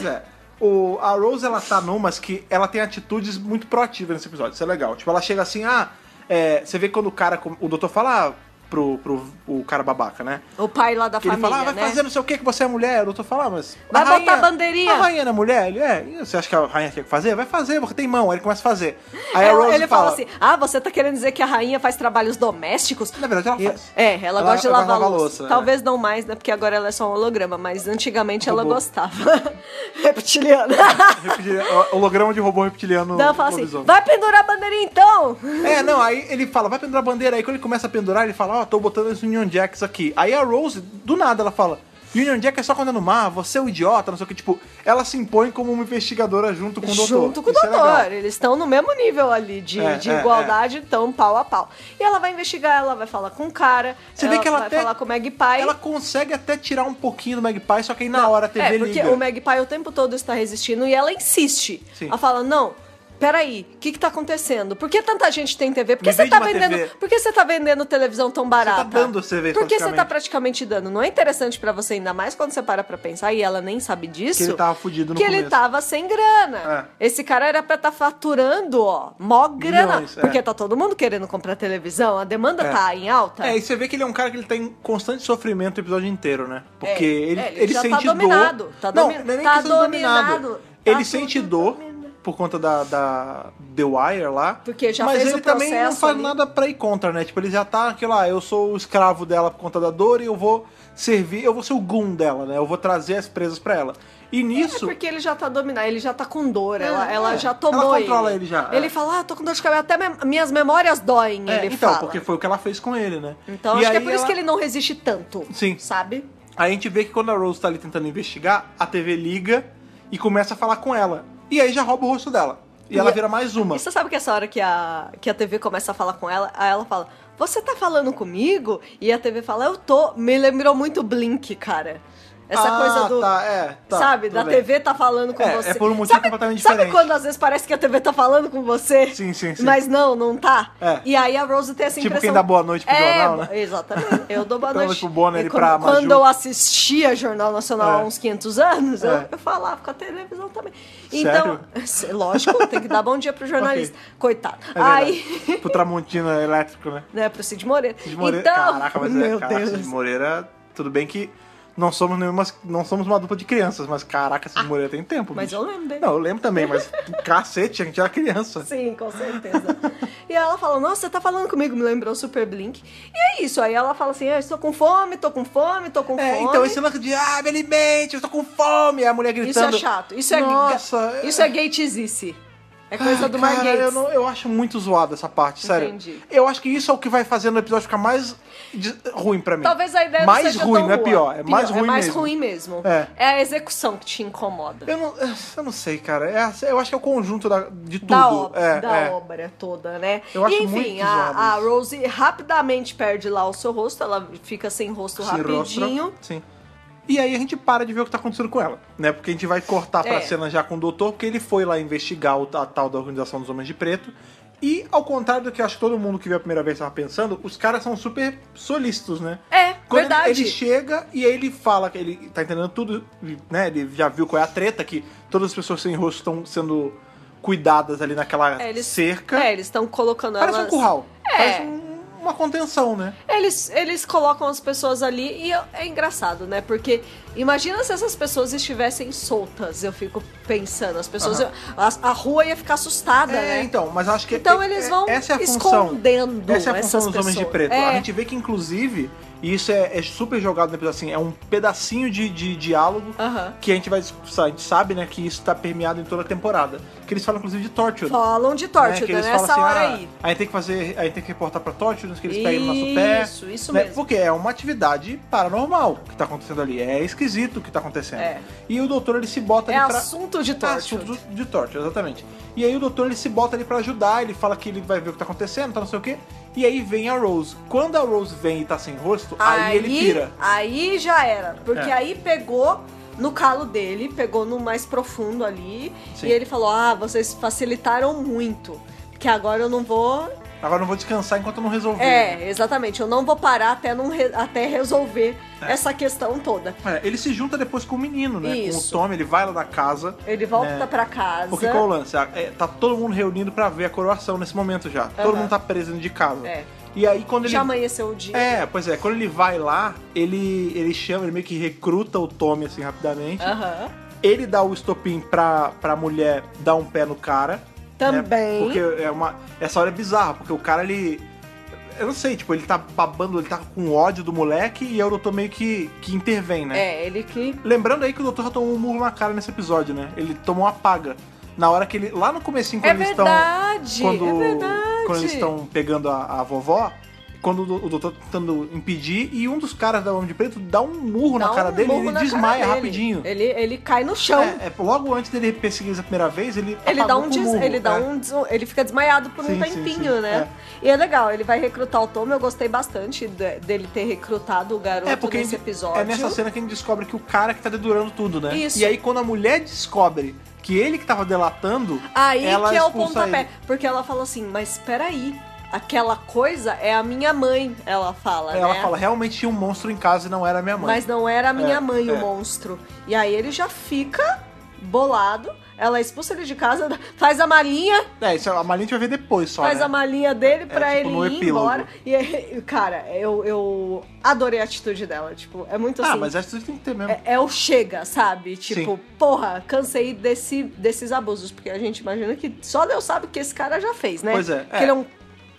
Speaker 2: natureza.
Speaker 1: é. O, a Rose, ela tá numas que ela tem atitudes muito proativas nesse episódio. Isso é legal. Tipo, ela chega assim, ah... é, você vê quando o cara... O doutor fala ah, pro, pro o cara babaca, né?
Speaker 2: O pai lá da
Speaker 1: Que ele
Speaker 2: família,
Speaker 1: fala, ah, vai
Speaker 2: né?
Speaker 1: fazer não sei o que que você é mulher. O doutor fala, ah, mas...
Speaker 2: Vai
Speaker 1: a
Speaker 2: botar bandeirinha.
Speaker 1: A rainha não é mulher? Ele, é. E você acha que a rainha quer fazer? Vai fazer, porque tem mão. Aí ele começa a fazer. Aí a
Speaker 2: Ela-
Speaker 1: Rose
Speaker 2: ele fala, assim: Ah, você tá querendo dizer que a rainha faz trabalhos domésticos?
Speaker 1: Na verdade, ela
Speaker 2: E-
Speaker 1: faz.
Speaker 2: É, ela,
Speaker 1: Ela-
Speaker 2: gosta de
Speaker 1: ela
Speaker 2: lavar,
Speaker 1: lava a
Speaker 2: louça.
Speaker 1: louça, é.
Speaker 2: Talvez não mais, né? Porque agora ela é só um holograma, mas antigamente ela
Speaker 1: Robô.
Speaker 2: gostava. Reptiliana.
Speaker 1: Reptili- o- holograma de robô reptiliano
Speaker 2: Então ela fala assim:
Speaker 1: lobisomem.
Speaker 2: vai pendurar a bandeirinha então!
Speaker 1: É, não, aí ele fala, vai pendurar a bandeira. Aí quando ele começa a pendurar, ele fala, ó, tô botando os Union Jacks aqui. Aí a Rose, do nada, ela fala, Union Jack é só quando é no mar, você é um idiota, não sei o que. Tipo, ela se impõe como uma investigadora junto com o doutor.
Speaker 2: Junto com o
Speaker 1: Isso é
Speaker 2: doutor.
Speaker 1: legal.
Speaker 2: Eles estão no mesmo nível ali de,
Speaker 1: É,
Speaker 2: de
Speaker 1: é,
Speaker 2: igualdade, então pau a pau. E ela vai investigar, ela vai falar com o cara,
Speaker 1: Você vê que ela
Speaker 2: vai
Speaker 1: até-
Speaker 2: falar com o Magpie.
Speaker 1: Ela consegue até tirar um pouquinho do Magpie, só que aí na hora a TV
Speaker 2: é, porque
Speaker 1: liga.
Speaker 2: o Magpie o tempo todo está resistindo e ela insiste.
Speaker 1: Sim.
Speaker 2: Ela fala, não, peraí, o que que tá acontecendo? Por que tanta gente tem TV? Por que
Speaker 1: Me
Speaker 2: você
Speaker 1: vende
Speaker 2: tá
Speaker 1: uma
Speaker 2: vendendo,
Speaker 1: TV.
Speaker 2: por que você tá vendendo televisão tão barata?
Speaker 1: dando TV
Speaker 2: Por que você tá
Speaker 1: praticamente.
Speaker 2: praticamente dando? Não é interessante pra você ainda mais quando você para pra pensar e ela nem sabe disso.
Speaker 1: Que ele tava fudido no
Speaker 2: Que ele
Speaker 1: começo. É.
Speaker 2: tava sem grana. Esse cara era pra estar faturando, ó, mó grana,
Speaker 1: Milhões, é.
Speaker 2: porque tá todo mundo querendo comprar televisão, a demanda
Speaker 1: É.
Speaker 2: tá em alta.
Speaker 1: É, e você vê que ele é um cara que ele tá em constante sofrimento o episódio inteiro, né? Porque
Speaker 2: É,
Speaker 1: ele,
Speaker 2: é, ele
Speaker 1: ele
Speaker 2: já
Speaker 1: sente
Speaker 2: tá dominado,
Speaker 1: dor.
Speaker 2: tá
Speaker 1: não,
Speaker 2: domi-
Speaker 1: não é nem
Speaker 2: tá
Speaker 1: questão de
Speaker 2: dominado,
Speaker 1: dominado.
Speaker 2: tá
Speaker 1: ele sente
Speaker 2: tudo
Speaker 1: dor,
Speaker 2: dominado.
Speaker 1: por conta da, da The Wire lá.
Speaker 2: Porque já
Speaker 1: mas
Speaker 2: fez
Speaker 1: ele
Speaker 2: o
Speaker 1: também não
Speaker 2: processo
Speaker 1: faz
Speaker 2: ali.
Speaker 1: nada pra ir contra, né? Tipo, ele já tá aqui lá, eu sou o escravo dela por conta da dor e eu vou servir, eu vou ser o goon dela, né? Eu vou trazer as presas pra ela. E
Speaker 2: É
Speaker 1: nisso.
Speaker 2: porque ele já tá dominado, ele já tá com dor,
Speaker 1: É,
Speaker 2: ela, ela
Speaker 1: é.
Speaker 2: já tomou
Speaker 1: Ela controla ele já, é.
Speaker 2: Ele fala, ah, tô com dor de cabeça, até me- minhas memórias doem,
Speaker 1: É,
Speaker 2: ele
Speaker 1: então,
Speaker 2: fala.
Speaker 1: porque foi o que ela fez com ele, né?
Speaker 2: Então
Speaker 1: E
Speaker 2: acho que é
Speaker 1: aí
Speaker 2: por isso
Speaker 1: ela-
Speaker 2: que ele não resiste tanto,
Speaker 1: Sim.
Speaker 2: sabe?
Speaker 1: Aí a gente vê que quando a Rose tá ali tentando investigar, a TV liga e começa a falar com ela. E aí já rouba o rosto dela. E,
Speaker 2: E
Speaker 1: ela
Speaker 2: a-
Speaker 1: vira mais uma.
Speaker 2: E você sabe que essa hora que a, que a TV começa a falar com ela, aí ela fala, você tá falando comigo? E a TV fala, eu tô. Me lembrou muito Blink, cara. Essa
Speaker 1: Ah,
Speaker 2: coisa do...
Speaker 1: Tá, é, tá,
Speaker 2: sabe,
Speaker 1: tudo
Speaker 2: da
Speaker 1: bem.
Speaker 2: TV tá falando com
Speaker 1: É,
Speaker 2: você.
Speaker 1: é por um motivo
Speaker 2: sabe,
Speaker 1: completamente
Speaker 2: sabe
Speaker 1: diferente.
Speaker 2: quando às vezes parece que a TV tá falando com você?
Speaker 1: Sim, sim, sim.
Speaker 2: Mas não, não tá.
Speaker 1: É.
Speaker 2: E aí a Rose tem essa
Speaker 1: Tipo
Speaker 2: impressão...
Speaker 1: quem dá boa noite pro
Speaker 2: é,
Speaker 1: jornal, né?
Speaker 2: Exatamente. Eu dou boa
Speaker 1: Dá boa
Speaker 2: noite.
Speaker 1: noite pro Bonner
Speaker 2: E
Speaker 1: e
Speaker 2: quando,
Speaker 1: pra Maju.
Speaker 2: Quando eu assistia Jornal Nacional
Speaker 1: É.
Speaker 2: há uns 500 anos, eu,
Speaker 1: É.
Speaker 2: eu falava com a televisão também.
Speaker 1: Sério?
Speaker 2: Então, lógico, tem que dar bom dia pro jornalista. Coitado.
Speaker 1: É
Speaker 2: aí...
Speaker 1: verdade. Pro Tramontina elétrico, né?
Speaker 2: Né, pro Cid Moreira.
Speaker 1: Cid Moreira.
Speaker 2: Então,
Speaker 1: Caraca, mas
Speaker 2: meu
Speaker 1: é, caraca,
Speaker 2: Deus.
Speaker 1: Cid Moreira, tudo bem que não somos nenhuma, não somos uma dupla de crianças, mas caraca, Cid Moreira tem tempo.
Speaker 2: Ah, mas
Speaker 1: bicho.
Speaker 2: eu lembro dele. tá
Speaker 1: Não, eu lembro também, mas cacete, a gente era criança.
Speaker 2: Sim, com certeza. e ela fala, nossa, você tá falando comigo, me lembrou Super Blink. E é isso, aí ela fala assim, ah, estou com fome, tô com fome, tô com
Speaker 1: É,
Speaker 2: fome.
Speaker 1: então esse lance de, ah, me alimente, eu tô com fome, a mulher
Speaker 2: Isso
Speaker 1: gritando.
Speaker 2: é chato, isso é,
Speaker 1: Nossa,
Speaker 2: isso é gatezice. É coisa do
Speaker 1: Cara,
Speaker 2: Mar Gates.
Speaker 1: Eu, não- eu acho muito zoado essa parte, sério.
Speaker 2: Entendi.
Speaker 1: Eu acho que isso é o que vai fazendo o episódio ficar mais de- ruim pra mim.
Speaker 2: Talvez a ideia
Speaker 1: mais
Speaker 2: não seja
Speaker 1: ruim,
Speaker 2: tão
Speaker 1: não é
Speaker 2: boa.
Speaker 1: pior, é mais ruim
Speaker 2: É mais
Speaker 1: mesmo.
Speaker 2: ruim mesmo.
Speaker 1: É.
Speaker 2: a execução que te incomoda.
Speaker 1: Eu não, eu não sei, cara. É a- eu acho que é o conjunto da- de tudo.
Speaker 2: Da, ob-
Speaker 1: é,
Speaker 2: da
Speaker 1: é.
Speaker 2: obra toda, né?
Speaker 1: Eu acho
Speaker 2: e,
Speaker 1: muito
Speaker 2: enfim,
Speaker 1: zoado
Speaker 2: a, a
Speaker 1: isso.
Speaker 2: Rose rapidamente perde lá o seu rosto, ela fica sem rosto
Speaker 1: Se
Speaker 2: rapidinho.
Speaker 1: rostra, Sim. E aí a gente para de ver o que tá acontecendo com ela, né? Porque a gente vai cortar pra
Speaker 2: É.
Speaker 1: cena já com o doutor, porque ele foi lá investigar o- a tal da Organização dos Homens de Preto. E, ao contrário do que eu acho que todo mundo que viu a primeira vez tava pensando, os caras são super solícitos, né?
Speaker 2: É,
Speaker 1: Quando ele-
Speaker 2: verdade.
Speaker 1: ele chega e aí ele fala que ele tá entendendo tudo, né? Ele já viu qual é a treta, que todas as pessoas sem rosto estão sendo cuidadas ali naquela
Speaker 2: É, eles-
Speaker 1: cerca.
Speaker 2: É, eles estão colocando
Speaker 1: Parece
Speaker 2: elas...
Speaker 1: um curral.
Speaker 2: É.
Speaker 1: Parece um- uma contenção, né?
Speaker 2: Eles, eles colocam as pessoas ali e eu- é engraçado, né? Porque imagina se essas pessoas estivessem soltas, eu fico pensando. As pessoas.
Speaker 1: Aham.
Speaker 2: as- a, rua ia ficar assustada,
Speaker 1: É,
Speaker 2: né?
Speaker 1: então, mas acho que
Speaker 2: Então
Speaker 1: é-
Speaker 2: eles
Speaker 1: é-
Speaker 2: vão
Speaker 1: essa é a função.
Speaker 2: escondendo
Speaker 1: Essa é a função
Speaker 2: essas
Speaker 1: dos
Speaker 2: pessoas.
Speaker 1: homens de preto.
Speaker 2: É.
Speaker 1: A gente vê que, inclusive, e isso é, é super jogado no episódio, assim, é um pedacinho de, de diálogo
Speaker 2: Aham.
Speaker 1: que a gente vai discussar. A gente sabe, né, que isso tá permeado em toda a temporada. Que eles falam, inclusive, de torture.
Speaker 2: Falam de
Speaker 1: né,
Speaker 2: torture
Speaker 1: que eles
Speaker 2: nessa
Speaker 1: falam assim,
Speaker 2: hora
Speaker 1: ah,
Speaker 2: aí.
Speaker 1: A gente tem que fazer, a gente tem que reportar pra Torture, que eles pegam no nosso pé.
Speaker 2: Isso, isso
Speaker 1: né,
Speaker 2: mesmo.
Speaker 1: Porque é uma atividade paranormal que tá acontecendo ali. É esquisito o que tá acontecendo.
Speaker 2: É.
Speaker 1: E o doutor, ele se bota
Speaker 2: É
Speaker 1: ali pra...
Speaker 2: assunto de
Speaker 1: Ah,
Speaker 2: torture.
Speaker 1: assunto de Torture, exatamente. E aí o doutor, ele se bota ali pra ajudar, ele fala que ele vai ver o que tá acontecendo, tá não sei o quê. E aí vem a Rose. Quando a Rose vem e tá sem rosto, aí, ele pira.
Speaker 2: aí já era. Porque
Speaker 1: É.
Speaker 2: aí pegou no calo dele, pegou no mais profundo ali.
Speaker 1: Sim.
Speaker 2: E ele falou: Ah, vocês facilitaram muito. Porque agora eu não vou.
Speaker 1: Agora eu não vou descansar enquanto eu não resolver.
Speaker 2: É, exatamente. Eu não vou parar até, não re- até resolver essa questão toda.
Speaker 1: É, ele se junta depois com o menino, né?
Speaker 2: Isso.
Speaker 1: Com o Tommy, ele vai lá na casa.
Speaker 2: Ele volta
Speaker 1: É.
Speaker 2: pra casa.
Speaker 1: Porque qual o lance? Ah, é, tá todo mundo reunido pra ver a coroação nesse momento já. Todo
Speaker 2: Aham.
Speaker 1: mundo tá preso dentro de casa.
Speaker 2: É.
Speaker 1: E aí quando ele.
Speaker 2: Já amanheceu o dia.
Speaker 1: É, pois é, quando ele vai lá, ele, ele chama, ele meio que recruta o Tommy assim rapidamente.
Speaker 2: Aham.
Speaker 1: Ele dá o estopim pra, pra mulher dar um pé no cara. né?
Speaker 2: Também.
Speaker 1: Porque é uma. Essa hora é bizarra, porque o cara ele. Eu não sei, tipo, ele tá babando, ele tá com ódio do moleque e aí o doutor meio que, que intervém, né?
Speaker 2: É, ele que.
Speaker 1: Lembrando aí que o doutor já tomou um murro na cara nesse episódio, né? Ele tomou uma paga. Na hora que ele. Lá no comecinho, quando
Speaker 2: É
Speaker 1: eles estão.
Speaker 2: verdade,
Speaker 1: Quando,
Speaker 2: é verdade.
Speaker 1: quando eles estão pegando a, a vovó, quando o do- o doutor tá tentando impedir, e um dos caras da Homem de Preto dá um murro
Speaker 2: Dá
Speaker 1: na cara
Speaker 2: um
Speaker 1: dele e
Speaker 2: murro
Speaker 1: ele
Speaker 2: na cara
Speaker 1: desmaia
Speaker 2: dele.
Speaker 1: rapidinho.
Speaker 2: Ele, ele cai no chão.
Speaker 1: É, é, logo antes dele perseguir a primeira vez, ele.
Speaker 2: Ele dá
Speaker 1: apagou
Speaker 2: um,
Speaker 1: com o
Speaker 2: des-
Speaker 1: murro,
Speaker 2: ele dá
Speaker 1: né?
Speaker 2: um des- ele fica desmaiado por um
Speaker 1: Sim, sim,
Speaker 2: tempinho,
Speaker 1: sim,
Speaker 2: né? E é legal, ele vai recrutar o Tom, eu gostei bastante de- dele ter recrutado o garoto
Speaker 1: É porque
Speaker 2: nesse
Speaker 1: a gente-
Speaker 2: episódio.
Speaker 1: é nessa cena que a gente descobre que o cara que tá dedurando tudo, né?
Speaker 2: Isso.
Speaker 1: E aí quando a mulher descobre que ele que tava delatando,
Speaker 2: Aí
Speaker 1: ela
Speaker 2: que é o
Speaker 1: expulsa
Speaker 2: pontapé,
Speaker 1: ele.
Speaker 2: porque ela fala assim: "Mas espera aí, aquela coisa é a minha mãe", ela fala,
Speaker 1: Ela
Speaker 2: né?
Speaker 1: fala, realmente tinha um monstro em casa e não era minha mãe.
Speaker 2: Mas não era a minha
Speaker 1: É,
Speaker 2: mãe o
Speaker 1: é.
Speaker 2: monstro. E aí ele já fica bolado. Ela expulsa ele de casa, faz a malinha,
Speaker 1: É, isso, a malinha a gente vai ver depois só.
Speaker 2: faz
Speaker 1: né?
Speaker 2: a malinha dele pra
Speaker 1: tipo, no
Speaker 2: ele ir
Speaker 1: epílogo.
Speaker 2: embora. E, aí, cara, eu, eu adorei a atitude dela. Tipo, é muito
Speaker 1: Ah,
Speaker 2: assim.
Speaker 1: mas acho que tem que ter mesmo.
Speaker 2: É, é o chega, sabe? Tipo,
Speaker 1: Sim.
Speaker 2: porra, cansei desse, desses abusos. Porque a gente imagina que só Deus sabe o que esse cara já fez, né?
Speaker 1: Pois é,
Speaker 2: Que
Speaker 1: é.
Speaker 2: ele é um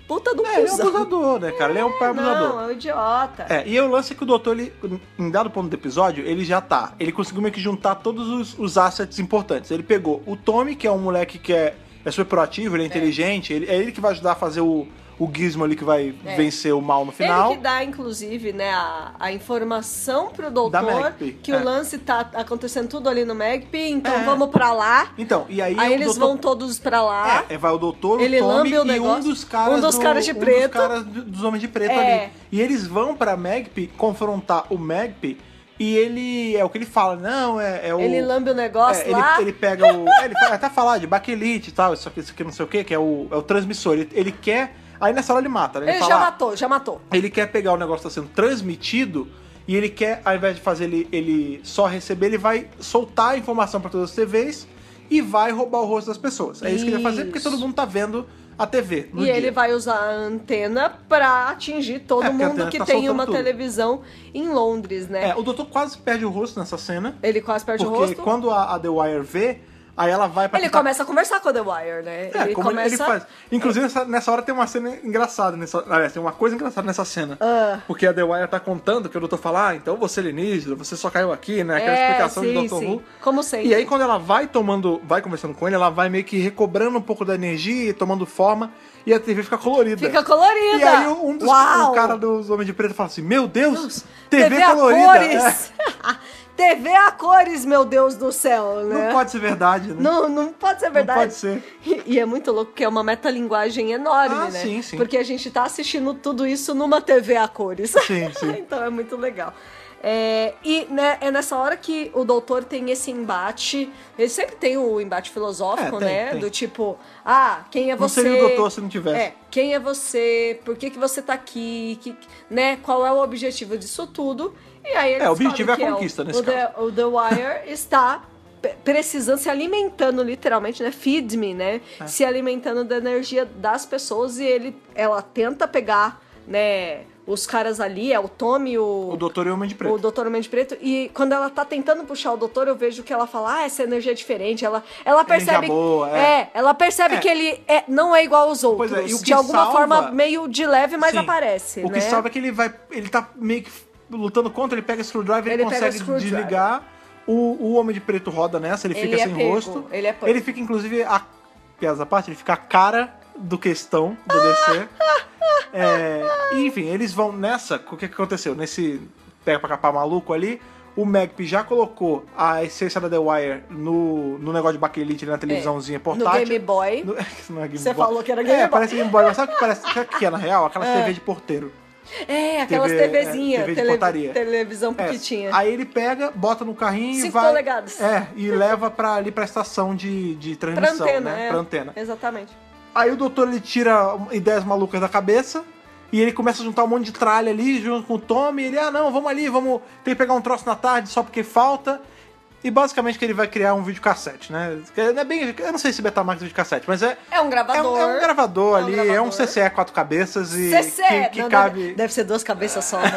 Speaker 2: puta do
Speaker 1: É, ele é um
Speaker 2: cuzão.
Speaker 1: abusador, né, cara? Ele é um pai abusador.
Speaker 2: Não, é um idiota.
Speaker 1: É, e o lance é que o doutor, ele, em dado ponto do episódio, ele já tá. Ele conseguiu meio que juntar todos os, os assets importantes. Ele pegou o Tommy, que é um moleque que é, é super proativo, ele é inteligente, ele, é ele que vai ajudar a fazer o, o gizmo ali que vai
Speaker 2: É.
Speaker 1: vencer o mal no final.
Speaker 2: Ele que dá, inclusive, né, a, a informação pro doutor
Speaker 1: Magpie,
Speaker 2: que
Speaker 1: é.
Speaker 2: o lance tá acontecendo tudo ali no Magpie, então
Speaker 1: É.
Speaker 2: vamos pra lá.
Speaker 1: Então, e aí.
Speaker 2: Aí
Speaker 1: o
Speaker 2: eles
Speaker 1: doutor-
Speaker 2: vão todos pra lá.
Speaker 1: É, é, vai o doutor,
Speaker 2: Ah? Ele
Speaker 1: o Tommy
Speaker 2: lambe o
Speaker 1: e um
Speaker 2: negócio.
Speaker 1: dos caras.
Speaker 2: Um dos
Speaker 1: do-
Speaker 2: caras de
Speaker 1: um
Speaker 2: preto.
Speaker 1: Dos caras do- dos homens de preto
Speaker 2: É.
Speaker 1: ali. E eles vão pra Magpie confrontar o Magpie e ele. É o que ele fala, não, é, é o.
Speaker 2: Ele lambe o negócio
Speaker 1: É, ele,
Speaker 2: lá.
Speaker 1: ele pega o. é, ele fala- até falar de baquelite e tal, isso aqui, isso aqui não sei o que, que é o, é o transmissor. Ele, ele quer. Aí nessa hora ele mata, né? Ele,
Speaker 2: ele
Speaker 1: fala,
Speaker 2: já
Speaker 1: "Ah,
Speaker 2: matou, já matou.
Speaker 1: ele quer pegar o negócio que tá sendo transmitido e ele quer, ao invés de fazer ele, ele só receber, ele vai soltar a informação pra todas as TVs e vai roubar o rosto das pessoas. É isso, que ele vai fazer, porque
Speaker 2: Isso.
Speaker 1: todo mundo tá vendo a TV. No
Speaker 2: e
Speaker 1: dia.
Speaker 2: ele vai usar a antena pra atingir todo
Speaker 1: É, porque a
Speaker 2: mundo
Speaker 1: antena
Speaker 2: que
Speaker 1: tá
Speaker 2: tem
Speaker 1: soltando
Speaker 2: uma
Speaker 1: tudo.
Speaker 2: televisão em Londres, né?
Speaker 1: É, o doutor quase perde o rosto nessa cena.
Speaker 2: Ele quase perde
Speaker 1: porque
Speaker 2: o rosto.
Speaker 1: quando a, a The Wire vê, aí ela vai pra
Speaker 2: Ele
Speaker 1: tentar
Speaker 2: começa a conversar com a The Wire, né?
Speaker 1: É,
Speaker 2: ele
Speaker 1: como
Speaker 2: começa.
Speaker 1: ele faz. Inclusive, nessa, nessa hora tem uma cena engraçada. Nessa, aliás, tem uma coisa engraçada nessa cena.
Speaker 2: Ah.
Speaker 1: Porque a The Wire tá contando que o doutor fala, ah, então você é alienígena, você só caiu aqui, né? Aquela
Speaker 2: É,
Speaker 1: explicação
Speaker 2: sim,
Speaker 1: de Dr.
Speaker 2: sim.
Speaker 1: Who.
Speaker 2: Como sempre.
Speaker 1: E aí, quando ela vai tomando, vai conversando com ele, ela vai meio que recobrando um pouco da energia e tomando forma, e a TV fica colorida.
Speaker 2: Fica colorida.
Speaker 1: E aí, um dos
Speaker 2: Uau!
Speaker 1: um cara dos Homens de Preto fala assim: Meu Deus,
Speaker 2: Deus,
Speaker 1: TV, colorida! É,
Speaker 2: cores! TV a cores, meu Deus do céu, né?
Speaker 1: não pode ser verdade, né?
Speaker 2: Não, não pode ser verdade.
Speaker 1: pode ser.
Speaker 2: E, e é muito louco que é uma metalinguagem enorme,
Speaker 1: Ah,
Speaker 2: né?
Speaker 1: sim, sim.
Speaker 2: Porque a gente tá assistindo tudo isso numa TV a cores.
Speaker 1: Sim, sim.
Speaker 2: então é muito legal. É, e né, é nessa hora que o doutor tem esse embate. Ele sempre tem o embate filosófico,
Speaker 1: É, tem,
Speaker 2: né?
Speaker 1: tem.
Speaker 2: Do tipo, ah, quem é
Speaker 1: Não
Speaker 2: você?
Speaker 1: seria o doutor se não tivesse.
Speaker 2: É, quem é você? Por que, que você tá aqui? Que, né? Qual é o objetivo disso tudo? E aí eles
Speaker 1: É, o objetivo é a
Speaker 2: descobrem que
Speaker 1: conquista
Speaker 2: o,
Speaker 1: nesse
Speaker 2: o The- o The Wire está pe- precisando, se alimentando literalmente, né? Feed me, né?
Speaker 1: É.
Speaker 2: Se alimentando da energia das pessoas e ele, ela tenta pegar, né? Os caras ali, é o Tommy, o,
Speaker 1: O doutor e o Homem de Preto.
Speaker 2: o Doutor Homem de Preto. E quando ela tá tentando puxar o doutor, eu vejo que ela fala, ah, essa energia é diferente. Ela, ela percebe.
Speaker 1: boa, é.
Speaker 2: ela percebe
Speaker 1: É.
Speaker 2: que ele é, não é igual aos outros.
Speaker 1: Pois é, e o que
Speaker 2: de alguma
Speaker 1: salva-
Speaker 2: forma, meio de leve, mas
Speaker 1: Sim.
Speaker 2: aparece.
Speaker 1: O
Speaker 2: né?
Speaker 1: que salva é que ele vai. Ele tá meio que lutando contra, ele pega a screwdriver, ele,
Speaker 2: Ele pega a
Speaker 1: consegue
Speaker 2: screwdriver.
Speaker 1: desligar. O, o homem de preto roda nessa, ele,
Speaker 2: Ele
Speaker 1: fica
Speaker 2: é
Speaker 1: sem
Speaker 2: pego,
Speaker 1: rosto.
Speaker 2: ele é pego.
Speaker 1: Ele fica, inclusive, a piada à parte, ele fica a cara do questão do DC. É, e, enfim, eles vão nessa. O que que aconteceu? Nesse pega pra capar maluco ali. O Magpie já colocou a essência da The Wire no, no negócio de baquelite ali na televisãozinha portátil.
Speaker 2: É, No Game Boy.
Speaker 1: No- isso não é Game
Speaker 2: Você
Speaker 1: Boy.
Speaker 2: falou que era
Speaker 1: É,
Speaker 2: Game Boy.
Speaker 1: parece Game Boy, mas sabe o que parece? Sabe o que é na real? Aquela TV de porteiro.
Speaker 2: É, aquelas
Speaker 1: TV, é,
Speaker 2: TVzinhas,
Speaker 1: TV de
Speaker 2: tele-
Speaker 1: portaria.
Speaker 2: televisão
Speaker 1: É,
Speaker 2: pequitinha.
Speaker 1: Aí ele pega, bota no carrinho e
Speaker 2: Cinco
Speaker 1: vai.
Speaker 2: polegadas.
Speaker 1: É, e leva pra, ali pra estação de, de
Speaker 2: pra
Speaker 1: transmissão,
Speaker 2: antena,
Speaker 1: né?
Speaker 2: é.
Speaker 1: Pra antena.
Speaker 2: Exatamente.
Speaker 1: Aí o doutor ele tira ideias malucas da cabeça. E ele começa a juntar um monte de tralha ali junto com o Tommy. e Ele, ah, não, vamos ali, vamos. Tem que pegar um troço na tarde só porque falta. E basicamente que ele vai criar um videocassete, né? Não é bem. Eu não sei se Betamax é videocassete, mas é.
Speaker 2: É
Speaker 1: É
Speaker 2: um
Speaker 1: um,
Speaker 2: gravador.
Speaker 1: é um gravador
Speaker 2: É um
Speaker 1: ali, é
Speaker 2: gravador.
Speaker 1: um CCE quatro cabeças e
Speaker 2: CC,
Speaker 1: que, que
Speaker 2: não,
Speaker 1: cabe.
Speaker 2: deve, deve ser duas cabeças só, né?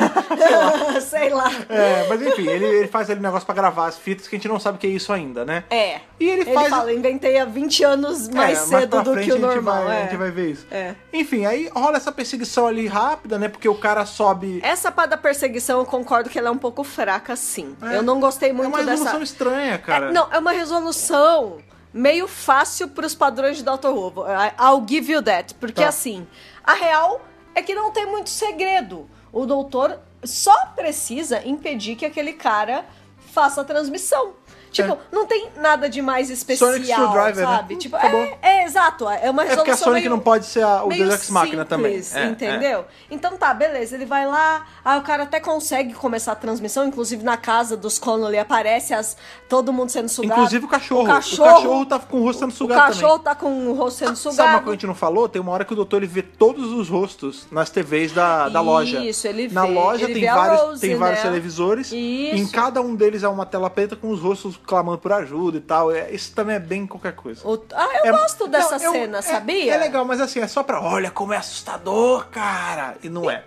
Speaker 2: Sei lá.
Speaker 1: É, mas enfim, ele, ele faz ali um negócio pra gravar as fitas que a gente não sabe o que é isso ainda, né?
Speaker 2: É.
Speaker 1: E ele,
Speaker 2: Ele
Speaker 1: faz.
Speaker 2: fala, inventei há 20 anos
Speaker 1: é,
Speaker 2: mais cedo
Speaker 1: pra
Speaker 2: do
Speaker 1: frente
Speaker 2: que o
Speaker 1: a gente
Speaker 2: normal.
Speaker 1: vai-
Speaker 2: é.
Speaker 1: A gente vai ver isso.
Speaker 2: É.
Speaker 1: Enfim, aí rola essa perseguição ali rápida, né? Porque o cara sobe.
Speaker 2: Essa pá da perseguição, eu concordo que ela é um pouco fraca, sim.
Speaker 1: É.
Speaker 2: Eu não gostei
Speaker 1: É
Speaker 2: muito
Speaker 1: uma
Speaker 2: dessa.
Speaker 1: resolução estranha, cara.
Speaker 2: É, não, é uma resolução meio fácil pros padrões de Dr. Who. I- I'll give you that. Porque
Speaker 1: Tá.
Speaker 2: assim, a real é que não tem muito segredo. O doutor só precisa impedir que aquele cara faça a transmissão. Tipo,
Speaker 1: É.
Speaker 2: não tem nada de mais especial,
Speaker 1: Sonic Screwdriver, né?
Speaker 2: sabe?
Speaker 1: Hum,
Speaker 2: Tipo,
Speaker 1: tá bom.
Speaker 2: é, é, exato. É uma
Speaker 1: É porque
Speaker 2: resolução
Speaker 1: a Sonic
Speaker 2: meio-
Speaker 1: não pode ser a, Ah, o
Speaker 2: meio
Speaker 1: Deus Ex Machina também.
Speaker 2: simples,
Speaker 1: É, é.
Speaker 2: entendeu? Então tá, beleza. Ele vai lá, aí o cara até consegue começar a transmissão, inclusive na casa dos Connolly aparece as, todo mundo sendo sugado.
Speaker 1: Inclusive o cachorro.
Speaker 2: O cachorro,
Speaker 1: tá com o rosto sendo
Speaker 2: o
Speaker 1: sugado
Speaker 2: cachorro
Speaker 1: também.
Speaker 2: tá com o rosto sendo sugado.
Speaker 1: Sabe uma coisa que a gente não falou? Tem uma hora que o doutor ele vê todos os rostos nas TVs da, da loja.
Speaker 2: Isso, ele
Speaker 1: Na
Speaker 2: vê.
Speaker 1: loja
Speaker 2: Ele
Speaker 1: tem
Speaker 2: vê a
Speaker 1: vários,
Speaker 2: Rose,
Speaker 1: tem vários
Speaker 2: né?
Speaker 1: televisores.
Speaker 2: Isso.
Speaker 1: Em cada um deles é uma tela preta com os rostos clamando por ajuda e tal. É, isso também é bem qualquer coisa.
Speaker 2: O- Ah, eu
Speaker 1: É-
Speaker 2: gosto dessa
Speaker 1: Não, eu-
Speaker 2: cena,
Speaker 1: é-
Speaker 2: sabia?
Speaker 1: É legal, mas assim, é só pra olha como é assustador, cara. E não é.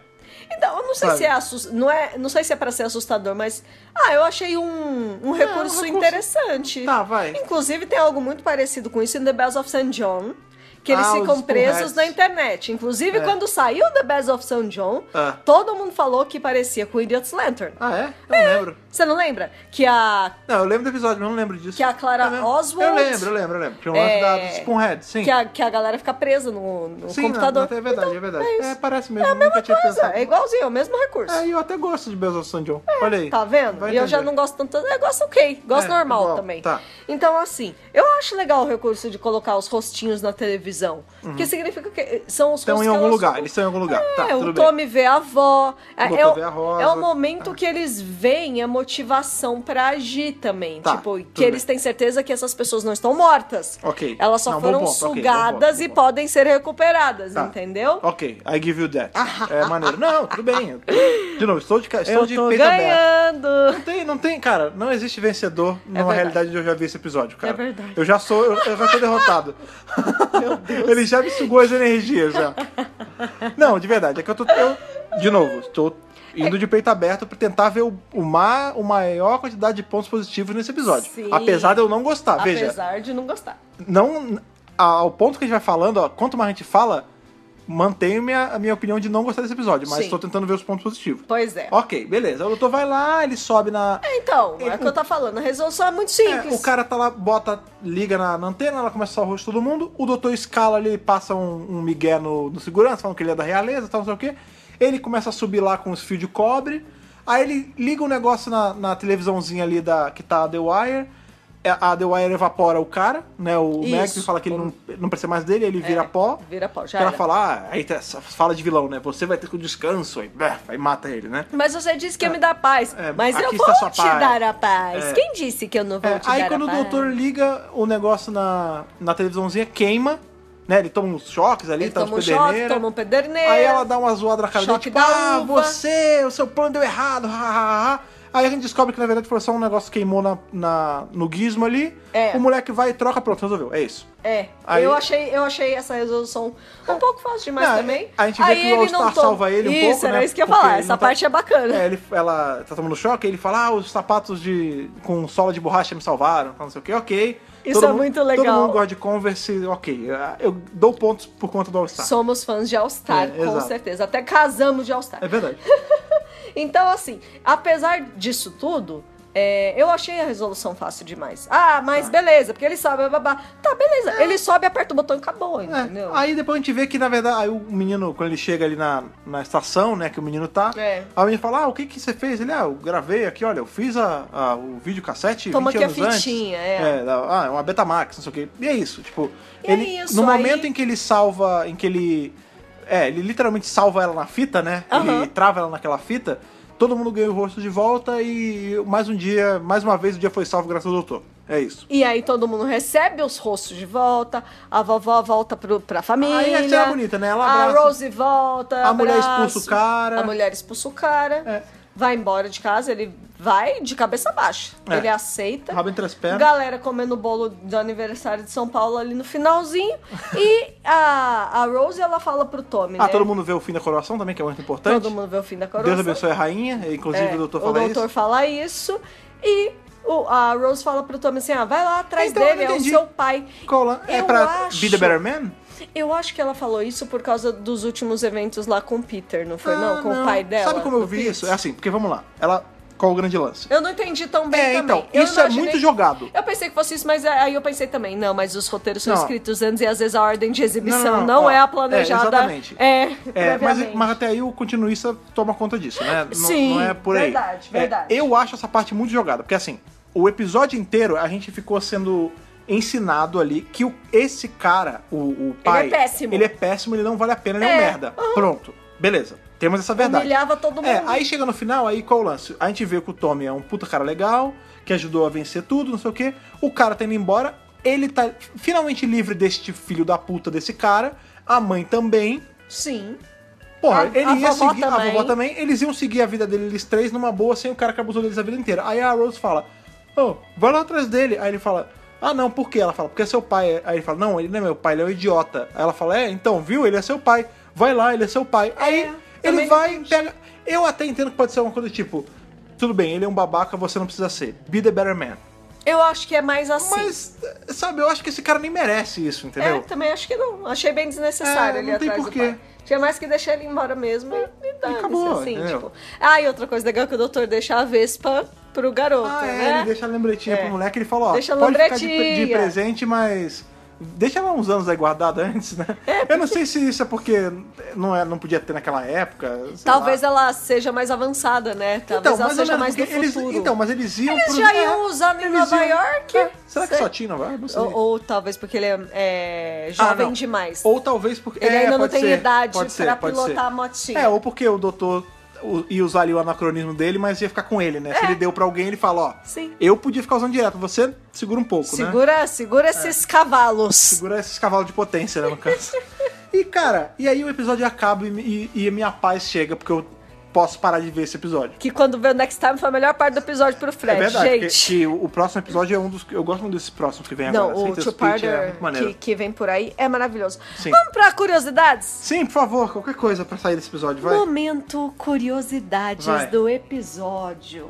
Speaker 2: Então, eu não sei
Speaker 1: Sabe?
Speaker 2: se é assus- não é, não sei se é para ser assustador, mas ah, eu achei um, um recurso
Speaker 1: É, recurso-
Speaker 2: interessante.
Speaker 1: Tá, vai.
Speaker 2: Inclusive tem algo muito parecido com isso em The Bells of St. John, que eles
Speaker 1: Ah, os
Speaker 2: ficam presos
Speaker 1: burretes.
Speaker 2: na internet. Inclusive
Speaker 1: É.
Speaker 2: quando saiu The Bells of St. John,
Speaker 1: Ah.
Speaker 2: todo mundo falou que parecia com Idiot's Lantern.
Speaker 1: Ah, é? Eu não lembro.
Speaker 2: Você não lembra que a
Speaker 1: Não, eu lembro do episódio, mas eu não lembro disso.
Speaker 2: Que a Clara
Speaker 1: É mesmo?
Speaker 2: Oswald-
Speaker 1: Eu lembro, eu lembro, eu lembro. Tinha um lance
Speaker 2: É.
Speaker 1: da, do Spoonhead, sim.
Speaker 2: que a, que a galera fica presa no, no
Speaker 1: sim,
Speaker 2: computador.
Speaker 1: Não, não, é verdade,
Speaker 2: Então,
Speaker 1: é verdade.
Speaker 2: isso.
Speaker 1: É, parece mesmo, nunca tinha
Speaker 2: Pois
Speaker 1: pensado.
Speaker 2: é, é igualzinho, é o mesmo recurso.
Speaker 1: É, e eu até gosto de Bells of St. John. Olha aí.
Speaker 2: Tá vendo?
Speaker 1: Vai
Speaker 2: e eu já
Speaker 1: entender.
Speaker 2: não gosto tanto. Eu gosto ok, gosto
Speaker 1: É,
Speaker 2: normal
Speaker 1: igual,
Speaker 2: também.
Speaker 1: tá.
Speaker 2: Então, assim, eu acho legal o recurso de colocar os rostinhos na televisão. Que significa que são os
Speaker 1: Uhum. Estão em
Speaker 2: rostos que
Speaker 1: algum
Speaker 2: elas
Speaker 1: lugar,
Speaker 2: ficam-
Speaker 1: eles estão em algum lugar.
Speaker 2: É,
Speaker 1: tá, tudo
Speaker 2: o
Speaker 1: bem.
Speaker 2: Tommy vê a avó. É,
Speaker 1: Boca
Speaker 2: é o,
Speaker 1: vê a Rosa. tá.
Speaker 2: é o momento que eles veem a motivação pra agir também.
Speaker 1: Tá,
Speaker 2: tipo, que
Speaker 1: tudo
Speaker 2: eles têm certeza que essas pessoas não estão mortas.
Speaker 1: Ok.
Speaker 2: Elas só
Speaker 1: Não, bom
Speaker 2: foram
Speaker 1: ponto, ok, bom
Speaker 2: sugadas
Speaker 1: ponto, bom
Speaker 2: e
Speaker 1: ponto.
Speaker 2: podem ser recuperadas,
Speaker 1: Tá.
Speaker 2: entendeu? Ah,
Speaker 1: Ok, I give you that. É maneiro. Não, tudo bem. De novo, estou de, ca- estou
Speaker 2: eu
Speaker 1: de
Speaker 2: tô
Speaker 1: peito aberto.
Speaker 2: ganhando. É
Speaker 1: Não tem, não tem, cara, não existe vencedor na
Speaker 2: verdade.
Speaker 1: realidade de eu já vi esse episódio, cara.
Speaker 2: É verdade.
Speaker 1: Eu já sou, eu, eu já sou derrotado. Meu Deus. Ele já me sugou as energias já. Não, de verdade, é que eu tô. eu- de novo, estou indo de peito aberto pra tentar ver o, o, ma- o maior quantidade de pontos positivos nesse episódio.
Speaker 2: Sim.
Speaker 1: Apesar de eu não gostar, Tá, veja
Speaker 2: Apesar de não gostar.
Speaker 1: não ao ponto que a gente vai falando, ó, quanto mais a gente fala, mantenho minha, a minha opinião de não gostar desse episódio, mas
Speaker 2: Sim.
Speaker 1: tô tentando ver os pontos positivos.
Speaker 2: Pois é.
Speaker 1: Ok, beleza. O doutor vai lá, ele sobe na.
Speaker 2: Então, é
Speaker 1: Ele-
Speaker 2: o que eu tô falando. A resolução é muito
Speaker 1: É,
Speaker 2: simples.
Speaker 1: o cara tá lá, bota, liga na, na antena, ela começa a salvar o rosto de todo mundo. O doutor escala ali, passa um, um migué no, no segurança, falando que ele é da realeza, tal, não sei o quê. Ele começa a subir lá com os fios de cobre. Aí ele liga um negócio na, na televisãozinha ali da, que tá a The Wire. É, A The Wire evapora o cara, né? O
Speaker 2: Isso. É,
Speaker 1: Max fala que ele não, não precisa mais dele, ele vira pó.
Speaker 2: Vira pó, já
Speaker 1: Que ela
Speaker 2: era.
Speaker 1: fala, ah, aí tá essa fala de vilão, né? Você vai ter que o descanso, aí, bah, aí mata ele, né?
Speaker 2: Mas você disse que ia me dar paz.
Speaker 1: É,
Speaker 2: mas eu
Speaker 1: aqui
Speaker 2: vou
Speaker 1: está sua
Speaker 2: te
Speaker 1: paz.
Speaker 2: dar a paz.
Speaker 1: É.
Speaker 2: Quem disse que eu não vou
Speaker 1: É,
Speaker 2: te
Speaker 1: aí
Speaker 2: dar
Speaker 1: quando
Speaker 2: a
Speaker 1: o
Speaker 2: paz?
Speaker 1: doutor liga o negócio na, na televisãoezinha, queima, né? Ele toma uns choques ali,
Speaker 2: Ele
Speaker 1: tá de
Speaker 2: toma um choque,
Speaker 1: pederneira.
Speaker 2: toma um pederneiro.
Speaker 1: Aí ela dá uma zoada na cara dele,
Speaker 2: Choque
Speaker 1: tipo,
Speaker 2: da
Speaker 1: ah,
Speaker 2: uva."
Speaker 1: você, o seu plano deu errado, ha, ha, ha, ha." Aí a gente descobre que na verdade foi só um negócio que queimou na, na- no gizmo ali.
Speaker 2: É.
Speaker 1: O moleque vai e troca, pronto, resolveu. É isso.
Speaker 2: É,
Speaker 1: Aí- É.
Speaker 2: eu, achei, eu achei essa resolução um pouco fácil demais
Speaker 1: Não,
Speaker 2: também.
Speaker 1: a gente vê
Speaker 2: Aí
Speaker 1: que o
Speaker 2: ele não
Speaker 1: All-Star
Speaker 2: toma-
Speaker 1: salva ele um
Speaker 2: isso,
Speaker 1: pouco,
Speaker 2: era
Speaker 1: né?
Speaker 2: isso que eu ia
Speaker 1: Porque
Speaker 2: falar.
Speaker 1: ele
Speaker 2: Essa
Speaker 1: não tá-
Speaker 2: parte é bacana.
Speaker 1: É, ele, ela tá tomando choque, ele fala, ah, os sapatos de com sola de borracha me salvaram, tal, não sei o que, ok.
Speaker 2: Isso é muito legal.
Speaker 1: Todo mundo gosta de Converse, ok. Ah, Eu dou pontos por conta do All-Star.
Speaker 2: Somos fãs de All-Star,
Speaker 1: tá. É,
Speaker 2: com
Speaker 1: exato.
Speaker 2: certeza. Até casamos de All-Star.
Speaker 1: É verdade.
Speaker 2: Então, assim, apesar disso tudo, é, eu achei a resolução fácil demais. Ah,
Speaker 1: Tá.
Speaker 2: mas beleza, porque ele sobe, babá. Tá, beleza. Ele sobe, aperta o botão e acabou,
Speaker 1: É,
Speaker 2: entendeu?
Speaker 1: Aí depois a gente vê que, na verdade, aí o menino, quando ele chega ali na, na estação, né, que o menino tá,
Speaker 2: É.
Speaker 1: aí o menino fala, ah, o que que você fez? Ele, ah, eu gravei aqui, olha, eu fiz a, a- o videocassete
Speaker 2: Toma
Speaker 1: 20
Speaker 2: aqui a
Speaker 1: anos antes.
Speaker 2: fitinha, é.
Speaker 1: Ah, é uma Betamax, não sei o quê. E é isso, tipo...
Speaker 2: E é
Speaker 1: ele,
Speaker 2: isso,
Speaker 1: no
Speaker 2: aí-
Speaker 1: momento em que ele salva, em que ele... É, ele literalmente salva ela na fita, né?
Speaker 2: Aham.
Speaker 1: Ele trava ela naquela fita. Todo mundo ganha o rosto de volta e mais um dia, mais uma vez, o dia foi salvo graças ao doutor. É isso.
Speaker 2: E aí todo mundo recebe os rostos de volta, a vovó volta pro, pra família.
Speaker 1: Aí a cena bonita, né? Ela
Speaker 2: A
Speaker 1: abraça.
Speaker 2: Rose volta.
Speaker 1: A mulher
Speaker 2: abraço.
Speaker 1: expulsa o cara.
Speaker 2: A mulher expulsa o cara.
Speaker 1: É.
Speaker 2: Vai embora de casa, ele vai de cabeça baixa.
Speaker 1: É.
Speaker 2: Ele aceita.
Speaker 1: Rabo entre as pernas.
Speaker 2: Galera comendo bolo do aniversário de São Paulo ali no finalzinho. e a, a Rose, ela fala pro Tommy,
Speaker 1: Ah,
Speaker 2: né?
Speaker 1: todo mundo vê o fim da coroação também, que é muito importante.
Speaker 2: Todo mundo vê o fim da coroa.
Speaker 1: Deus abençoe a rainha, inclusive o doutor fala
Speaker 2: É, O doutor
Speaker 1: isso.
Speaker 2: fala isso. E o- a Rose fala pro Tommy assim, ah, vai lá atrás
Speaker 1: Então, eu
Speaker 2: dele,
Speaker 1: não
Speaker 2: é o
Speaker 1: entendi.
Speaker 2: seu pai.
Speaker 1: Qual lá? É
Speaker 2: Eu
Speaker 1: pra
Speaker 2: acho-
Speaker 1: Be the Better Man?
Speaker 2: Eu acho que ela falou isso por causa dos últimos eventos lá com o Peter, não foi? não,
Speaker 1: Ah,
Speaker 2: com o pai dela.
Speaker 1: Sabe como eu
Speaker 2: do
Speaker 1: vi
Speaker 2: Pete.
Speaker 1: isso? É assim, porque vamos lá. Ela. Qual o grande lance?
Speaker 2: Eu não entendi tão bem
Speaker 1: É,
Speaker 2: também.
Speaker 1: então,
Speaker 2: Eu
Speaker 1: isso
Speaker 2: não
Speaker 1: é
Speaker 2: imaginei-
Speaker 1: muito jogado.
Speaker 2: Eu pensei que fosse isso, mas é, aí eu pensei também, não, mas os roteiros são
Speaker 1: Não.
Speaker 2: escritos antes e às vezes a ordem de exibição não,
Speaker 1: Não, não, não, ó,
Speaker 2: é a planejada.
Speaker 1: é, exatamente.
Speaker 2: É,
Speaker 1: É, mas,
Speaker 2: previamente.
Speaker 1: mas até aí o continuista toma conta disso, né? Não-
Speaker 2: Sim,
Speaker 1: não é por aí.
Speaker 2: verdade,
Speaker 1: É,
Speaker 2: verdade.
Speaker 1: eu acho essa parte muito jogada, porque assim, o episódio inteiro a gente ficou sendo ensinado ali que o- esse cara, o, o pai.
Speaker 2: é péssimo.
Speaker 1: Ele é péssimo, ele não vale a pena, ele é,
Speaker 2: É,
Speaker 1: um merda. Pronto, beleza. Temos essa verdade.
Speaker 2: Humilhava todo mundo.
Speaker 1: É, aí chega no final, aí qual o lance? A gente vê que o Tommy é um puta cara legal, que ajudou a vencer tudo, não sei o quê. O cara tá indo embora, ele tá finalmente livre deste filho da puta desse cara, a mãe também.
Speaker 2: Sim.
Speaker 1: Porra,
Speaker 2: A-
Speaker 1: ele
Speaker 2: a
Speaker 1: ia
Speaker 2: vovó
Speaker 1: seguir a
Speaker 2: também.
Speaker 1: vovó também, eles iam seguir a vida dele, eles três, numa boa, sem o cara que abusou deles a vida inteira. Aí a Rose fala: oh, vai lá atrás dele. Aí ele fala, ah não, por quê? Ela fala, porque é seu pai. Aí ele fala, não, ele não é meu pai, ele é um idiota. Aí ela fala, é, então, viu? Ele é seu pai. Vai lá, ele é seu pai. Aí ele
Speaker 2: também
Speaker 1: vai,
Speaker 2: entendi.
Speaker 1: pega. Eu até entendo que pode ser alguma coisa do tipo, tudo bem, ele é um babaca, você não precisa ser. Be the better man.
Speaker 2: Eu acho que é mais assim.
Speaker 1: Mas, sabe, eu acho que esse cara nem merece isso, entendeu?
Speaker 2: É, também acho que não. Achei bem desnecessário
Speaker 1: É,
Speaker 2: ali
Speaker 1: não tem
Speaker 2: atrás do
Speaker 1: porquê.
Speaker 2: pai. Tinha mais que deixar ele embora mesmo e, e dane-se,
Speaker 1: acabou,
Speaker 2: assim,
Speaker 1: entendeu?
Speaker 2: tipo. Ah, e outra coisa legal é que o doutor deixa a Vespa pro garoto,
Speaker 1: Ah, é,
Speaker 2: né?
Speaker 1: ele deixa a lembretinha
Speaker 2: É.
Speaker 1: pro moleque, ele fala, ó,
Speaker 2: Deixa a
Speaker 1: pode ficar de, pre- de
Speaker 2: lembretinha.
Speaker 1: presente, mas deixa lá uns anos aí guardado antes, né? Eu não sei se isso é porque não, é, não podia ter naquela época, sei
Speaker 2: Talvez
Speaker 1: lá.
Speaker 2: ela seja mais avançada, né? Talvez
Speaker 1: Então,
Speaker 2: ela
Speaker 1: mais ou
Speaker 2: seja
Speaker 1: menos,
Speaker 2: mais do
Speaker 1: porque eles,
Speaker 2: futuro.
Speaker 1: Então, mas eles iam
Speaker 2: Eles
Speaker 1: pro...
Speaker 2: já
Speaker 1: é,
Speaker 2: iam usando em
Speaker 1: eles
Speaker 2: Nova
Speaker 1: iam-
Speaker 2: York.
Speaker 1: é, será que
Speaker 2: Sei.
Speaker 1: só tinha em Nova York? Não sei.
Speaker 2: ou, ou talvez porque ele é, é,
Speaker 1: Ah,
Speaker 2: jovem
Speaker 1: não.
Speaker 2: demais.
Speaker 1: Ou talvez porque...
Speaker 2: Ele
Speaker 1: é,
Speaker 2: ainda não
Speaker 1: pode
Speaker 2: tem
Speaker 1: ser,
Speaker 2: idade
Speaker 1: pode ser,
Speaker 2: pra
Speaker 1: pode
Speaker 2: pilotar
Speaker 1: ser.
Speaker 2: a motinha.
Speaker 1: É, ou porque o doutor o- ia usar ali o anacronismo dele, mas ia ficar com ele, né? Se ele deu pra alguém, ele fala, ó,
Speaker 2: É. Sim.
Speaker 1: eu podia ficar usando direto, você segura um pouco, né?
Speaker 2: Segura, segura esses cavalos.
Speaker 1: Segura esses cavalos de potência, né, no caso. e, cara, e aí o episódio acaba e, e- e a minha paz chega, porque eu posso parar de ver esse episódio.
Speaker 2: Que quando veio o Next Time foi a melhor parte do episódio pro
Speaker 1: É
Speaker 2: Fred,
Speaker 1: verdade, porque-
Speaker 2: gente.
Speaker 1: que o o próximo episódio é um dos. Eu gosto muito desse próximo que vem
Speaker 2: Não,
Speaker 1: agora.
Speaker 2: o
Speaker 1: Sentence Speech é
Speaker 2: two-parter
Speaker 1: muito maneiro.
Speaker 2: que, que vem por aí é maravilhoso.
Speaker 1: Sim.
Speaker 2: Vamos pra curiosidades?
Speaker 1: Sim, por favor, qualquer coisa pra sair desse episódio, vai.
Speaker 2: Momento curiosidades
Speaker 1: Vai.
Speaker 2: do episódio.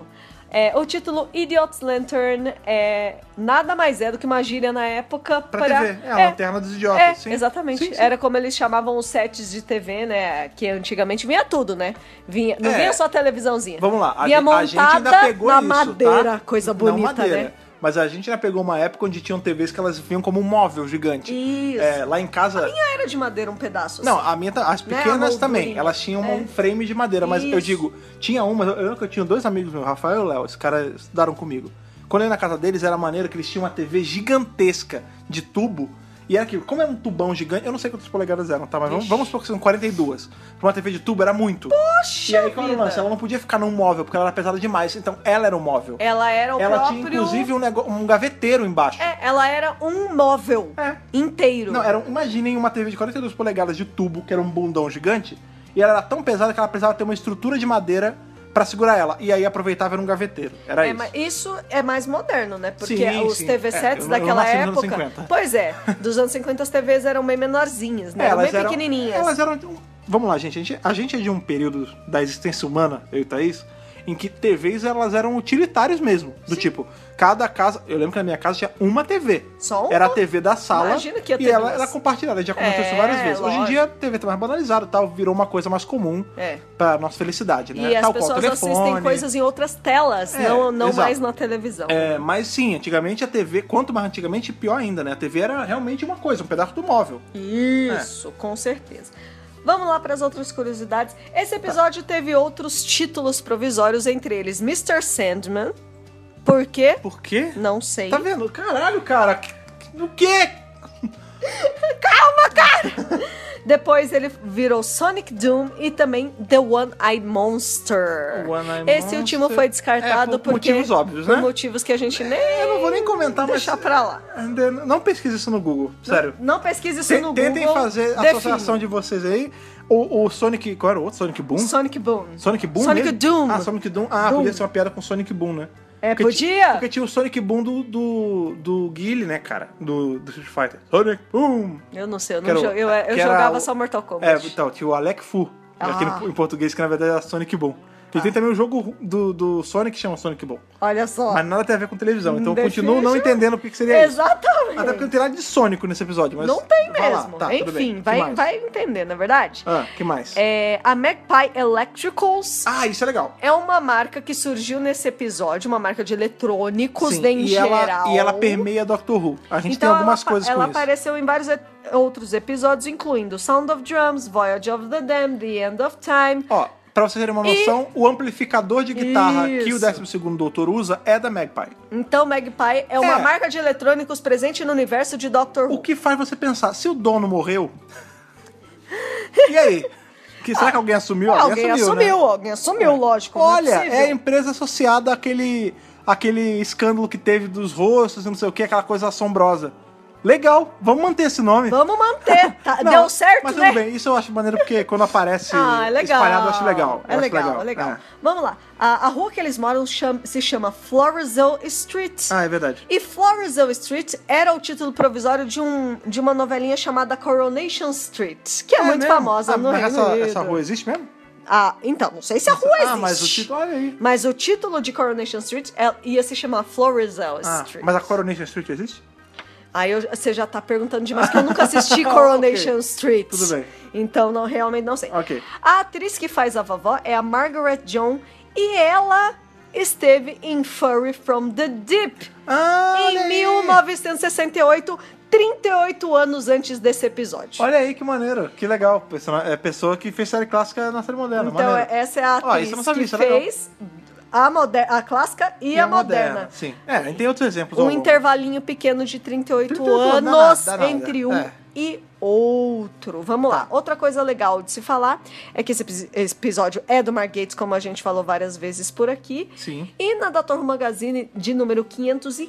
Speaker 2: É, o título Idiot's Lantern é nada mais é do que uma gíria na época
Speaker 1: Pra TV, é a lanterna dos idiotas.
Speaker 2: É,
Speaker 1: sim.
Speaker 2: exatamente.
Speaker 1: Sim, sim.
Speaker 2: Era como eles chamavam os sets de TV, né? Que antigamente vinha tudo, né? Vinha, não
Speaker 1: É.
Speaker 2: vinha só televisãozinha.
Speaker 1: Vamos lá, a,
Speaker 2: vinha
Speaker 1: gen- a gente ainda
Speaker 2: montada
Speaker 1: pegou
Speaker 2: na
Speaker 1: isso,
Speaker 2: madeira,
Speaker 1: tá?
Speaker 2: coisa
Speaker 1: Não
Speaker 2: bonita,
Speaker 1: madeira,
Speaker 2: né?
Speaker 1: Mas a gente ainda pegou uma época onde tinham TVs que elas vinham como um móvel gigante.
Speaker 2: Isso.
Speaker 1: É, lá em casa.
Speaker 2: Minha era de madeira um pedaço.
Speaker 1: Não,
Speaker 2: assim.
Speaker 1: a minha, ta- as
Speaker 2: Né, a
Speaker 1: pequenas
Speaker 2: moldurinha. É.
Speaker 1: também. Elas tinham um frame de madeira, mas eu
Speaker 2: Isso.
Speaker 1: digo, tinha uma, eu lembro que eu tinha dois amigos meus, Rafael e Léo, esses caras estudaram comigo. Quando eu ia na casa deles, era maneiro que eles tinham uma TV gigantesca de tubo. E era aquilo, como era um tubão gigante, eu não sei quantas polegadas eram, tá? Mas vamos, vamos supor que são 42. Pra uma TV de tubo era muito.
Speaker 2: Poxa
Speaker 1: e aí, qual era o
Speaker 2: vida.
Speaker 1: lance? Ela não podia ficar num móvel, porque ela era pesada demais. Então, ela era um móvel.
Speaker 2: Ela era É o
Speaker 1: ela
Speaker 2: próprio.
Speaker 1: tinha, inclusive, um, nego- um gaveteiro embaixo.
Speaker 2: É, ela era um móvel
Speaker 1: É.
Speaker 2: inteiro.
Speaker 1: Não, era, um- imaginem uma TV de 42 polegadas de tubo, que era um bundão gigante, e ela era tão pesada que ela precisava ter uma estrutura de madeira pra segurar ela. E aí aproveitava era um gaveteiro. Era
Speaker 2: É,
Speaker 1: isso.
Speaker 2: mas isso é mais moderno, né? Porque
Speaker 1: Sim,
Speaker 2: os
Speaker 1: sim. É,
Speaker 2: TV
Speaker 1: eu-
Speaker 2: sets
Speaker 1: eu
Speaker 2: daquela
Speaker 1: nasci nos anos
Speaker 2: época.
Speaker 1: 50.
Speaker 2: Pois é, dos anos 50 as TVs eram bem menorzinhas, né?
Speaker 1: É,
Speaker 2: eram bem pequenininhas.
Speaker 1: Elas eram. um, Vamos lá, gente. A, gente. a gente é de um período da existência humana, eu e Thaís, em que TVs elas eram utilitárias mesmo. Do tipo, cada casa. Eu lembro que na minha casa tinha uma TV.
Speaker 2: Só uma?
Speaker 1: Era a TV da sala.
Speaker 2: Imagina que ia
Speaker 1: e
Speaker 2: ter
Speaker 1: ela
Speaker 2: duas.
Speaker 1: era compartilhada. Já aconteceu isso
Speaker 2: É,
Speaker 1: várias vezes. Hoje em
Speaker 2: lógico.
Speaker 1: dia a TV tá mais banalizada e tal, virou uma coisa mais comum.
Speaker 2: É.
Speaker 1: Pra nossa felicidade, né?
Speaker 2: E as
Speaker 1: Tal qual
Speaker 2: pessoas
Speaker 1: telefone.
Speaker 2: assistem coisas em outras telas,
Speaker 1: É,
Speaker 2: não, não
Speaker 1: exato.
Speaker 2: mais na televisão.
Speaker 1: É, mas sim, antigamente a TV, quanto mais antigamente, pior ainda, né? A TV era realmente uma coisa, um pedaço do móvel. É.
Speaker 2: Isso, com certeza. Vamos lá para as outras curiosidades. Esse
Speaker 1: Tá.
Speaker 2: episódio teve outros títulos provisórios, entre eles Mr. Sandman. Por quê?
Speaker 1: Por quê?
Speaker 2: Não sei.
Speaker 1: Tá vendo? Caralho, cara. que- O quê?
Speaker 2: Depois ele virou Sonic Doom e também The One-Eyed Monster.
Speaker 1: One-Eyed
Speaker 2: Esse
Speaker 1: Monster.
Speaker 2: último foi descartado
Speaker 1: É, por
Speaker 2: porque-
Speaker 1: motivos óbvios,
Speaker 2: por
Speaker 1: né?
Speaker 2: motivos que a gente nem.
Speaker 1: Eu não vou nem comentar, mas.
Speaker 2: deixar pra lá.
Speaker 1: Não pesquise isso no Google, sério.
Speaker 2: Não pesquise isso
Speaker 1: Te-
Speaker 2: no
Speaker 1: Tentem
Speaker 2: Google.
Speaker 1: fazer a
Speaker 2: define.
Speaker 1: associação de vocês aí. O, o Sonic. Qual era o outro? Sonic Boom?
Speaker 2: Sonic Boom.
Speaker 1: Um Sonic Boom?
Speaker 2: Sonic
Speaker 1: mesmo?
Speaker 2: Doom.
Speaker 1: Ah, Sonic Doom. Ah,
Speaker 2: Doom.
Speaker 1: podia ser uma piada com Sonic Boom, né?
Speaker 2: É,
Speaker 1: Porque
Speaker 2: podia.
Speaker 1: ti- porque tinha o Sonic Boom do, do, do Guile, né, cara? Do, do Street Fighter. Sonic Boom!
Speaker 2: Eu não sei, eu, não
Speaker 1: Que era o-
Speaker 2: jo- eu, é, eu
Speaker 1: que era
Speaker 2: jogava
Speaker 1: o-
Speaker 2: só Mortal
Speaker 1: É,
Speaker 2: Kombat.
Speaker 1: então, tinha o Alec Fu,
Speaker 2: Ah.
Speaker 1: aqui no- em português, que na verdade era Sonic Boom. E tem também o jogo do, do Sonic que chama Sonic Boom.
Speaker 2: Olha só.
Speaker 1: Mas nada tem a ver com televisão, então eu
Speaker 2: Definitivamente.
Speaker 1: continuo não entendendo o que, que seria isso.
Speaker 2: Exatamente.
Speaker 1: Até porque não tem nada de Sônico nesse episódio, mas.
Speaker 2: Não tem
Speaker 1: vai lá.
Speaker 2: mesmo.
Speaker 1: Tá, tudo bem.
Speaker 2: Enfim,
Speaker 1: Que
Speaker 2: vai,
Speaker 1: mais?
Speaker 2: vai entender, na verdade.
Speaker 1: Ah, que mais?
Speaker 2: É, a Magpie Electricals
Speaker 1: Ah, isso é legal.
Speaker 2: é uma marca que surgiu nesse episódio, uma marca de eletrônicos
Speaker 1: Sim,
Speaker 2: né, em
Speaker 1: e
Speaker 2: geral.
Speaker 1: Ela, e ela permeia Doctor Who. A gente tem
Speaker 2: Então
Speaker 1: algumas
Speaker 2: ela, apa-
Speaker 1: coisas
Speaker 2: ela
Speaker 1: com isso.
Speaker 2: apareceu em vários e- outros episódios, incluindo Sound of Drums, Voyage of the Damned, The End of Time.
Speaker 1: Ó, pra vocês terem uma noção, o amplificador de guitarra que o
Speaker 2: Isso.
Speaker 1: 12º Doutor usa é da Magpie.
Speaker 2: Então Magpie é uma
Speaker 1: É.
Speaker 2: marca de eletrônicos presente no universo de Doctor
Speaker 1: O
Speaker 2: Who.
Speaker 1: que faz você pensar, se o dono morreu... e aí? Que, será que alguém assumiu?
Speaker 2: alguém assumiu,
Speaker 1: né?
Speaker 2: alguém assumiu, lógico. não
Speaker 1: Olha,
Speaker 2: possível.
Speaker 1: é a empresa associada àquele, àquele escândalo que teve dos rostos e não sei o que, aquela coisa assombrosa. Legal, vamos manter esse nome.
Speaker 2: Vamos manter. Tá,
Speaker 1: Não,
Speaker 2: deu certo,
Speaker 1: Mas
Speaker 2: né?
Speaker 1: tudo bem, isso eu acho maneiro porque quando aparece
Speaker 2: Ah, é legal.
Speaker 1: espalhado eu acho legal. Eu
Speaker 2: É
Speaker 1: acho
Speaker 2: legal, é legal. Vamos lá. A, a rua que eles moram cham- se chama Florizel Street.
Speaker 1: Ah, é verdade.
Speaker 2: E Florizel Street era o título provisório de, um, de uma novelinha chamada Coronation Street, que é, muito
Speaker 1: mesmo?
Speaker 2: famosa
Speaker 1: Ah,
Speaker 2: no
Speaker 1: mas
Speaker 2: Reino
Speaker 1: essa,
Speaker 2: Unido.
Speaker 1: essa rua existe mesmo?
Speaker 2: Ah, então, não sei se a rua existe.
Speaker 1: Ah, mas o título, olha aí.
Speaker 2: Mas o título de Coronation Street é- ia se chamar Florizel
Speaker 1: Ah,
Speaker 2: Street.
Speaker 1: mas a Coronation Street existe?
Speaker 2: Aí eu- você já tá perguntando demais, que eu nunca assisti Coronation
Speaker 1: Ok,
Speaker 2: Street.
Speaker 1: tudo bem.
Speaker 2: Então, não, realmente não sei.
Speaker 1: Ok.
Speaker 2: A atriz que faz a vovó é a Margaret John e ela esteve em Furry from the Deep
Speaker 1: Ah, olha
Speaker 2: em
Speaker 1: aí.
Speaker 2: 1968, 38 anos antes desse episódio.
Speaker 1: Olha aí que maneiro, que legal. Persona- É pessoa que fez série clássica na série moderna.
Speaker 2: então,
Speaker 1: maneiro.
Speaker 2: essa é a
Speaker 1: Ó,
Speaker 2: atriz
Speaker 1: isso eu não sabia,
Speaker 2: que
Speaker 1: isso é legal.
Speaker 2: fez a, moder- a clássica e, a moderna.
Speaker 1: Sim. É, e tem outros exemplos. ao
Speaker 2: Um
Speaker 1: longo.
Speaker 2: intervalinho pequeno de 38,
Speaker 1: 38
Speaker 2: anos
Speaker 1: anos, dá nada, dá nada.
Speaker 2: entre um
Speaker 1: É. Tá.
Speaker 2: e outro. Vamos lá. Outra coisa legal de se falar é que esse epi- esse episódio é do Mark Gates, como a gente falou várias vezes por aqui.
Speaker 1: Sim.
Speaker 2: E na Dr. Who Magazine de número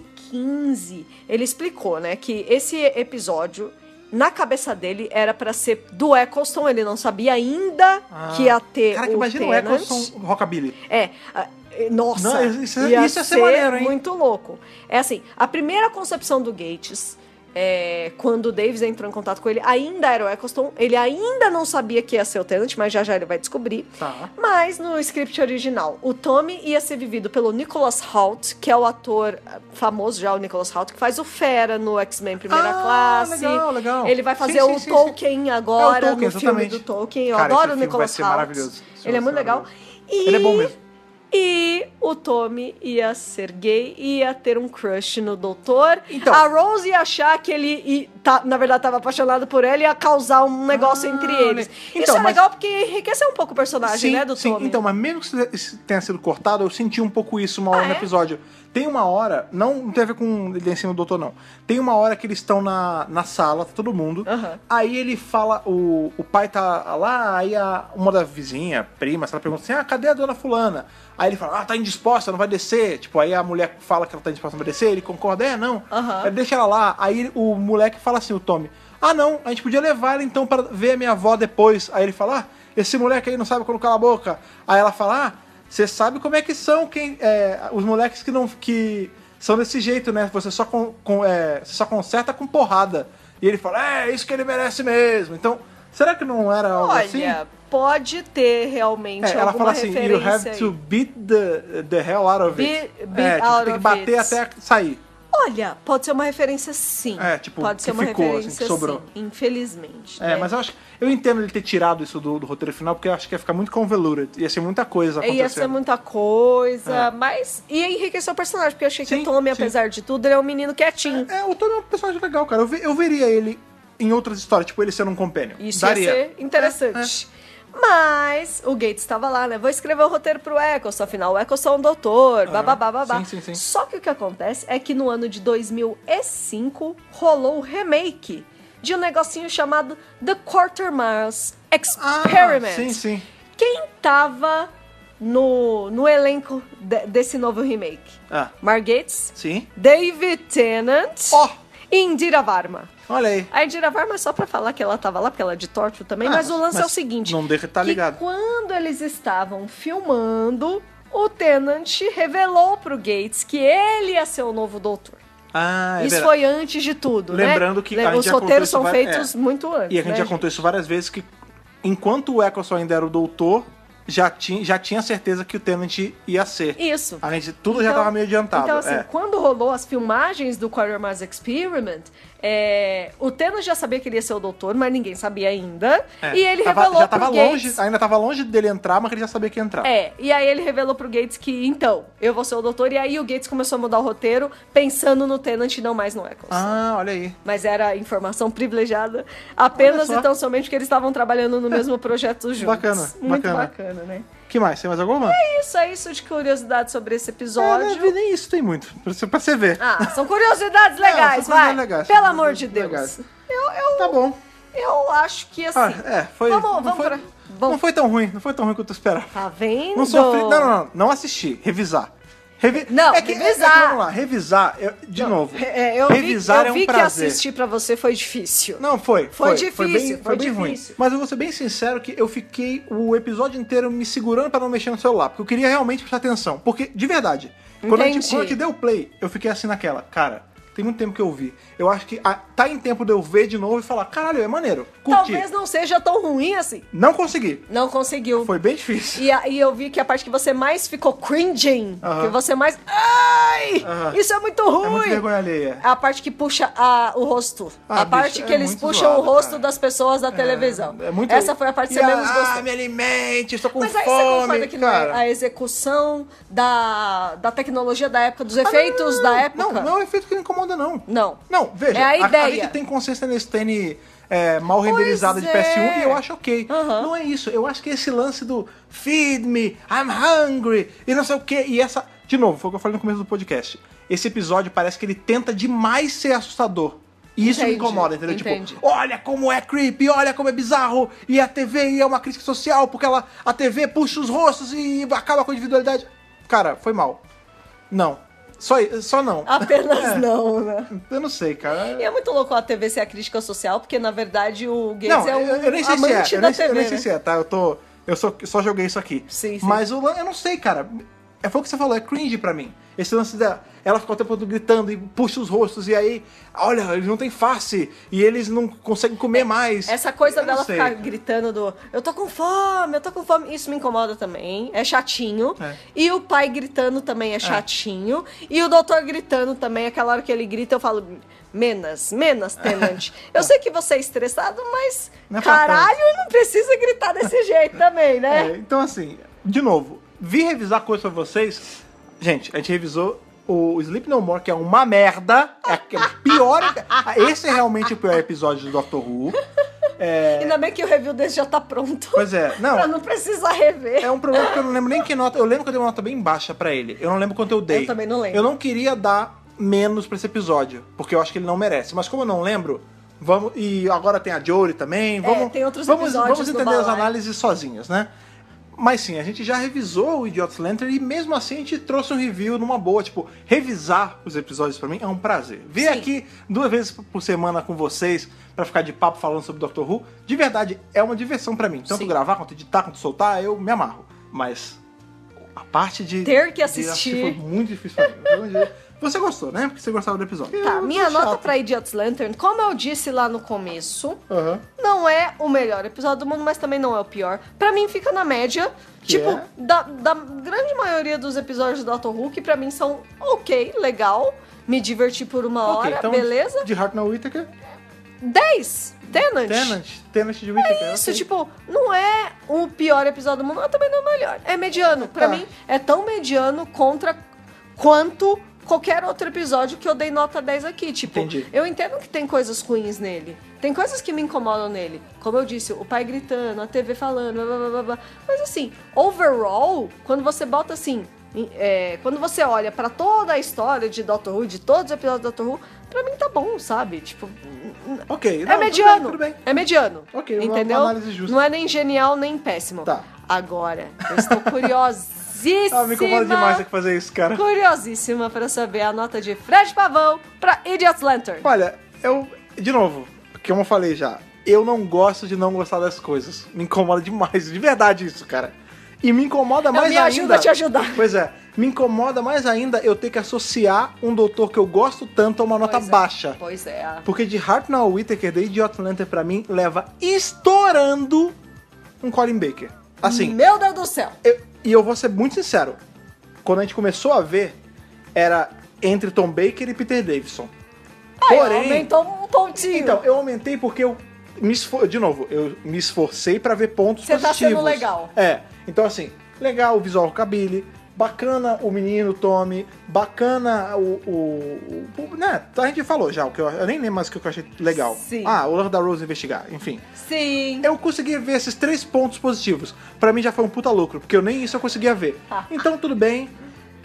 Speaker 2: 515, ele explicou, né, que esse episódio na cabeça dele era pra ser do Eccleston, ele não sabia ainda
Speaker 1: Ah,
Speaker 2: que ia ter
Speaker 1: Cara, que
Speaker 2: o
Speaker 1: imagina
Speaker 2: Tennant.
Speaker 1: o Eccleston Rockabilly.
Speaker 2: É. a- e- Nossa,
Speaker 1: Não, isso- isso-
Speaker 2: ia
Speaker 1: isso ia ser maneiro, hein?
Speaker 2: muito louco. É assim, a primeira concepção do Gates, é, quando o Davis entrou em contato com ele, ainda era o Eccleston, ele ainda não sabia que ia ser o Tenant, mas já já ele vai descobrir.
Speaker 1: Tá.
Speaker 2: Mas no script original, o Tommy ia ser vivido pelo Nicholas Hoult, que é o ator ah, famoso já, o Nicholas Hoult, que faz o Fera no X-Men Primeira
Speaker 1: Ah,
Speaker 2: Classe.
Speaker 1: legal, legal.
Speaker 2: Ele vai
Speaker 1: Sim,
Speaker 2: fazer
Speaker 1: sim,
Speaker 2: o
Speaker 1: sim, sim.
Speaker 2: Tolkien agora,
Speaker 1: É o Tolkien,
Speaker 2: no filme
Speaker 1: exatamente.
Speaker 2: do Tolkien. Eu
Speaker 1: Cara,
Speaker 2: adoro
Speaker 1: esse
Speaker 2: o
Speaker 1: filme vai
Speaker 2: Nicholas
Speaker 1: ser
Speaker 2: Hoult.
Speaker 1: maravilhoso. Esse filme
Speaker 2: Ele é
Speaker 1: vai
Speaker 2: muito
Speaker 1: ser
Speaker 2: legal. E...
Speaker 1: Ele é bom mesmo.
Speaker 2: E o Tommy ia ser gay e ia ter um crush no doutor.
Speaker 1: Então-
Speaker 2: a Rose ia achar que ele, e tá- na verdade, estava apaixonado por ela e ia causar um negócio
Speaker 1: Ah,
Speaker 2: entre eles.
Speaker 1: né.
Speaker 2: Isso
Speaker 1: Então,
Speaker 2: é
Speaker 1: mas-
Speaker 2: legal porque enriqueceu um pouco o personagem,
Speaker 1: sim,
Speaker 2: né, do
Speaker 1: sim.
Speaker 2: Tommy.
Speaker 1: Então, mas mesmo que isso- isso tenha sido cortado, eu senti um pouco isso uma hora
Speaker 2: Ah,
Speaker 1: no
Speaker 2: é?
Speaker 1: episódio. Tem uma hora, não, não tem a ver com ele em cima do doutor, não. Tem uma hora que eles estão na, na sala, tá todo mundo.
Speaker 2: Aham.
Speaker 1: Aí ele fala, o, o pai tá lá, aí a, uma da vizinha, prima, ela pergunta assim: ah, cadê a dona Fulana? Aí ele fala, ah, tá indisposta, não vai descer. Tipo, aí a mulher fala que ela tá indisposta, não vai descer, ele concorda, é, não.
Speaker 2: Aham.
Speaker 1: Aí Deixa ela lá. Aí ele- o moleque fala assim, o Tommy, ah não, a gente podia levar ela então pra ver a minha avó depois. Aí ele fala, ah, esse moleque aí não sabe quando cala a boca. Aí ela fala, ah, você sabe como é que são quem, é, os moleques que não que são desse jeito, né? Você só, con- con- é, você só conserta com porrada. E ele fala, é, isso que ele merece mesmo. Então, será que não era algo
Speaker 2: Olha,
Speaker 1: assim?
Speaker 2: pode ter realmente
Speaker 1: É, ela
Speaker 2: alguma
Speaker 1: fala assim, you
Speaker 2: referência
Speaker 1: have
Speaker 2: aí.
Speaker 1: to beat the, the hell out of it.
Speaker 2: Beat- beat
Speaker 1: é, tipo,
Speaker 2: out
Speaker 1: tem que
Speaker 2: of
Speaker 1: bater
Speaker 2: it.
Speaker 1: até sair.
Speaker 2: Olha, pode ser uma referência sim.
Speaker 1: É, tipo,
Speaker 2: pode ser
Speaker 1: que
Speaker 2: uma
Speaker 1: ficou, assim, que
Speaker 2: referência
Speaker 1: sobrou.
Speaker 2: sim, infelizmente.
Speaker 1: É,
Speaker 2: né?
Speaker 1: mas eu acho. Eu entendo ele ter tirado isso do, do roteiro final, porque eu acho que ia ficar muito convoluted. Ia ser muita coisa
Speaker 2: É,
Speaker 1: tá acontecendo.
Speaker 2: Ia ser muita coisa,
Speaker 1: É.
Speaker 2: mas. E enriqueceu o personagem, porque eu achei que
Speaker 1: Sim,
Speaker 2: o Tommy,
Speaker 1: sim.
Speaker 2: apesar de tudo, ele é um menino quietinho.
Speaker 1: É, o Tommy é um personagem legal, cara. Eu, ve- eu veria ele em outras histórias, tipo ele sendo um companion.
Speaker 2: Isso
Speaker 1: Daria. É,
Speaker 2: ia ser interessante. Mas o Gates estava lá, né? Vou escrever o roteiro pro Eccleston, afinal, o Eccleston é um doutor,
Speaker 1: Ah,
Speaker 2: bababá, babá.
Speaker 1: sim, sim, sim.
Speaker 2: Só que o que acontece é que no ano de 2005 rolou o remake de um negocinho chamado The Quartermiles
Speaker 1: Ah,
Speaker 2: Experiment.
Speaker 1: sim, sim.
Speaker 2: Quem tava no, no elenco de- desse novo remake?
Speaker 1: Ah,
Speaker 2: Mark Gates,
Speaker 1: sim.
Speaker 2: David Tennant
Speaker 1: Ó,
Speaker 2: e Indira Varma.
Speaker 1: olha aí.
Speaker 2: A Indira Varma é só pra falar que ela tava lá, porque ela é de Torto também,
Speaker 1: Ah,
Speaker 2: mas o lance
Speaker 1: mas
Speaker 2: é o seguinte.
Speaker 1: não deixa- tá
Speaker 2: que
Speaker 1: ligado.
Speaker 2: quando eles estavam filmando, o Tennant revelou pro Gates que ele ia ser o novo doutor.
Speaker 1: Ah, é
Speaker 2: Isso
Speaker 1: verdade.
Speaker 2: foi antes de tudo, né?
Speaker 1: Lembrando que a
Speaker 2: Lembra-
Speaker 1: gente
Speaker 2: Os
Speaker 1: já contou
Speaker 2: roteiros
Speaker 1: isso
Speaker 2: são
Speaker 1: vai-
Speaker 2: feitos
Speaker 1: é.
Speaker 2: muito antes,
Speaker 1: E a gente
Speaker 2: né,
Speaker 1: já contou isso várias vezes que enquanto o Eccleston ainda era o doutor, já tinha, já tinha certeza que o Tenant ia ser.
Speaker 2: Isso.
Speaker 1: A gente, tudo já tava meio adiantado.
Speaker 2: Então, assim,
Speaker 1: é.
Speaker 2: quando rolou as filmagens do Quartermass Experiment, é, o Thanos já sabia que ele ia ser o doutor, mas ninguém sabia ainda.
Speaker 1: É.
Speaker 2: E ele
Speaker 1: Tava-
Speaker 2: revelou
Speaker 1: já tava
Speaker 2: pro
Speaker 1: longe,
Speaker 2: Gates...
Speaker 1: ainda tava longe dele entrar, mas ele já sabia que ia entrar.
Speaker 2: É, e aí ele revelou pro Gates que, então, eu vou ser o doutor. E aí o Gates começou a mudar o roteiro, pensando no Tenant e não mais no Eccles.
Speaker 1: Ah, olha aí.
Speaker 2: Mas era informação privilegiada, apenas
Speaker 1: Olha só.
Speaker 2: e tão somente porque eles estavam trabalhando no mesmo projeto juntos.
Speaker 1: Bacana,
Speaker 2: Muito
Speaker 1: bacana.
Speaker 2: bacana, né?
Speaker 1: que mais? Tem mais alguma?
Speaker 2: Isso é isso de curiosidade sobre esse
Speaker 1: É,
Speaker 2: episódio.
Speaker 1: né, nem isso tem muito. Pra você, pra você ver.
Speaker 2: Ah, são curiosidades legais,
Speaker 1: são coisas
Speaker 2: vai.
Speaker 1: legais, são
Speaker 2: Pelo amor de Deus.
Speaker 1: coisas legais.
Speaker 2: Eu, eu,
Speaker 1: Tá bom.
Speaker 2: eu acho que assim.
Speaker 1: Ah, é, foi.
Speaker 2: Vamos-
Speaker 1: não
Speaker 2: vamos
Speaker 1: foi,
Speaker 2: pra-
Speaker 1: Não
Speaker 2: vamos.
Speaker 1: foi tão ruim, não foi tão ruim quanto eu esperava.
Speaker 2: Tá vendo?
Speaker 1: Não sofri. Não, não, não. Não assisti, revisar. Revi-
Speaker 2: Não,
Speaker 1: é que,
Speaker 2: revisar.
Speaker 1: É que, vamos lá, revisar, eu- de novo.
Speaker 2: É, eu vi-
Speaker 1: revisar
Speaker 2: eu vi,
Speaker 1: é um
Speaker 2: que
Speaker 1: prazer.
Speaker 2: assistir pra você foi difícil.
Speaker 1: Não, foi.
Speaker 2: Foi
Speaker 1: Foi,
Speaker 2: difícil,
Speaker 1: foi, bem,
Speaker 2: foi
Speaker 1: foi bem
Speaker 2: difícil.
Speaker 1: ruim. Mas eu vou ser bem sincero que eu fiquei o episódio inteiro me segurando pra não mexer no celular, porque eu queria realmente prestar atenção. Porque, de verdade, quando eu,
Speaker 2: Entendi.
Speaker 1: te, quando eu te dei o play, eu fiquei assim naquela, cara, tem muito tempo que eu vi. Eu acho que ah, tá em tempo de eu ver de novo e falar, caralho, é maneiro. Curti.
Speaker 2: Talvez não seja tão ruim assim.
Speaker 1: Não consegui.
Speaker 2: Não conseguiu.
Speaker 1: Foi bem difícil.
Speaker 2: E, a- e eu vi que a parte que você mais ficou cringing,
Speaker 1: Aham.
Speaker 2: que você mais. Ai!
Speaker 1: Aham.
Speaker 2: Isso é muito ruim!
Speaker 1: É muito vergonha alheia.
Speaker 2: A parte que puxa a- o rosto.
Speaker 1: Ah,
Speaker 2: a parte
Speaker 1: bicho,
Speaker 2: que
Speaker 1: é
Speaker 2: eles
Speaker 1: muito
Speaker 2: puxam
Speaker 1: zoado,
Speaker 2: o rosto
Speaker 1: cara.
Speaker 2: das pessoas da televisão.
Speaker 1: É muito...
Speaker 2: Ah, Essa foi a parte que
Speaker 1: E
Speaker 2: você menos gostou.
Speaker 1: Ah, me alimente, estou com
Speaker 2: Mas aí
Speaker 1: fome.
Speaker 2: você concorda que não é
Speaker 1: cara.
Speaker 2: a execução da, da tecnologia da época, dos efeitos da época?
Speaker 1: Não, não é um efeito que me incomoda, não.
Speaker 2: Não.
Speaker 1: Não, veja,
Speaker 2: É a
Speaker 1: a,
Speaker 2: ideia.
Speaker 1: gente tem consciência nesse tênis é, mal renderizada de
Speaker 2: é.
Speaker 1: PS1 e eu acho ok.
Speaker 2: Aham.
Speaker 1: Não é isso. Eu acho que esse lance do feed me, I'm hungry, e não sei o quê, e essa. De novo, foi o que eu falei no começo do podcast. Esse episódio parece que ele tenta demais ser assustador. E isso me
Speaker 2: Entendi,
Speaker 1: incomoda, entendeu?
Speaker 2: entendi.
Speaker 1: Tipo, olha como é creepy, olha como é bizarro, e a TV é uma crítica social, porque ela, a TV puxa os rostos e acaba com a individualidade. Cara, foi mal. Não. Só, só não.
Speaker 2: Apenas
Speaker 1: É.
Speaker 2: não, né?
Speaker 1: Eu não sei, cara.
Speaker 2: E é muito louco a TV ser a crítica social, porque na verdade o Gates
Speaker 1: Não,
Speaker 2: é um
Speaker 1: eu, eu nem sei se é.
Speaker 2: amante
Speaker 1: Eu
Speaker 2: da
Speaker 1: nem, sei- eu
Speaker 2: TV.
Speaker 1: nem
Speaker 2: né?
Speaker 1: sei se é, tá? Eu tô. Eu só, só joguei isso aqui.
Speaker 2: Sim, sim.
Speaker 1: Mas o lan- eu não sei, cara. É foi o que você falou, é cringe pra mim. Esse lance da. Ela fica o tempo todo gritando e puxa os rostos, e aí, olha, eles não têm face, e eles não conseguem comer mais.
Speaker 2: É, Essa coisa
Speaker 1: Eu não
Speaker 2: dela
Speaker 1: sei.
Speaker 2: ficar gritando do eu tô com fome, eu tô com fome, isso me incomoda também, é chatinho.
Speaker 1: É.
Speaker 2: E o pai gritando também é chatinho. E o doutor gritando também, aquela hora que ele grita, eu falo, menos, menos, tenante. eu sei que você é estressado, mas
Speaker 1: Não é pra
Speaker 2: caralho, não precisa gritar desse jeito também, né?
Speaker 1: É, então, assim, de novo, vi revisar coisa pra vocês. Gente, a gente revisou o Sleep No More, que é uma merda. É o pior. Esse é realmente o pior episódio do Doctor Who.
Speaker 2: Ainda bem que o review desse já tá pronto.
Speaker 1: É. Pois é, não.
Speaker 2: pra não precisar rever.
Speaker 1: É um problema que eu não lembro nem que nota. Eu lembro que eu dei uma nota bem baixa pra ele. Eu não lembro quanto eu dei.
Speaker 2: Eu também não lembro.
Speaker 1: Eu não queria dar menos pra esse episódio, porque eu acho que ele não merece. Mas como eu não lembro, vamos. E agora tem a Jory também. Vamos,
Speaker 2: É, tem outros
Speaker 1: vamos,
Speaker 2: episódios
Speaker 1: Vamos
Speaker 2: do
Speaker 1: entender as
Speaker 2: Balai.
Speaker 1: análises sozinhas, né? Mas sim, a gente já revisou o Idiot's Lantern e mesmo assim a gente trouxe um review numa boa. Tipo, revisar os episódios pra mim é um prazer. Vir
Speaker 2: Sim.
Speaker 1: aqui duas vezes por semana com vocês pra ficar de papo falando sobre Doctor Who, de verdade, é uma diversão pra mim. Tanto
Speaker 2: Sim.
Speaker 1: gravar quanto editar, quanto soltar, eu me amarro. Mas a parte de.
Speaker 2: Ter que
Speaker 1: de
Speaker 2: assistir.
Speaker 1: foi muito difícil pra mim. Então, Eu não- Você gostou, né? Porque você gostava do episódio.
Speaker 2: Tá,
Speaker 1: Eu
Speaker 2: minha
Speaker 1: sou
Speaker 2: nota
Speaker 1: chato.
Speaker 2: pra Idiot's Lantern, como eu disse lá no começo,
Speaker 1: Aham.
Speaker 2: não é o melhor episódio do mundo, mas também não é o pior. Pra mim fica na média,
Speaker 1: Que
Speaker 2: tipo,
Speaker 1: é?
Speaker 2: da, da grande maioria dos episódios do Doctor Who, que pra mim são ok, legal, me diverti por
Speaker 1: Ok,
Speaker 2: uma hora,
Speaker 1: então,
Speaker 2: beleza?
Speaker 1: De Hartnell Whittaker,
Speaker 2: 10, Tenant.
Speaker 1: Tenant, Tenant de Whittaker.
Speaker 2: É Isso,
Speaker 1: ok.
Speaker 2: tipo, não é o pior episódio do mundo, mas também não é o melhor. É mediano. Pra
Speaker 1: Tá.
Speaker 2: mim, é tão mediano contra quanto qualquer outro episódio que eu dei nota 10 aqui. Tipo,
Speaker 1: Entendi.
Speaker 2: eu entendo que tem coisas ruins nele. Tem coisas que me incomodam nele. Como eu disse, o pai gritando, a TV falando, blá, blá, blá, blá, blá. Mas assim, overall, quando você bota assim... em- é, quando você olha pra toda a história de Doctor Who, de todos os episódios do Doctor Who, pra mim tá bom, sabe? Tipo, n- n-
Speaker 1: Ok, não,
Speaker 2: é
Speaker 1: tudo bem,
Speaker 2: mediano.
Speaker 1: Tudo bem.
Speaker 2: É mediano.
Speaker 1: Ok, uma-
Speaker 2: entendeu?
Speaker 1: uma análise justa.
Speaker 2: Não é nem genial nem péssimo.
Speaker 1: Tá.
Speaker 2: Agora, eu estou curiosíssima.
Speaker 1: Ah, me incomoda demais ter que fazer isso, cara.
Speaker 2: Curiosíssima pra saber a nota de Fred Pavão pra Idiot's Lantern.
Speaker 1: Olha, eu. De novo, como eu falei já, eu não gosto de não gostar das coisas. Me incomoda demais, de verdade isso, cara. E me incomoda mais
Speaker 2: me
Speaker 1: ainda.
Speaker 2: ajudo a te ajudar.
Speaker 1: Pois é, me incomoda mais ainda eu ter que associar um doutor que eu gosto tanto a uma nota
Speaker 2: Pois é,
Speaker 1: baixa.
Speaker 2: Pois é.
Speaker 1: Porque de Hartnell Whittaker, The Idiot Lantern, pra mim, leva estourando um Colin Baker. Assim,
Speaker 2: Meu Deus do céu.
Speaker 1: eu- e eu vou ser muito sincero. Quando a gente começou a ver, era entre Tom Baker e Peter Davidson.
Speaker 2: Aí,
Speaker 1: Porém-
Speaker 2: aumentou um pontinho.
Speaker 1: Então, eu aumentei porque eu me esfor... de novo, eu me esforcei pra ver pontos
Speaker 2: Você tá
Speaker 1: positivos.
Speaker 2: sendo legal.
Speaker 1: É. Então assim, legal o visual cabile, bacana o menino Tommy, bacana o, o, o- né, a gente falou já o que eu, eu nem lembro mais o que eu achei legal.
Speaker 2: Sim.
Speaker 1: Ah, o lance da Rose investigar, enfim.
Speaker 2: Sim.
Speaker 1: Eu consegui ver esses três pontos positivos. Pra mim já foi um puta lucro, porque eu nem isso eu conseguia ver.
Speaker 2: Tá.
Speaker 1: Então tudo bem.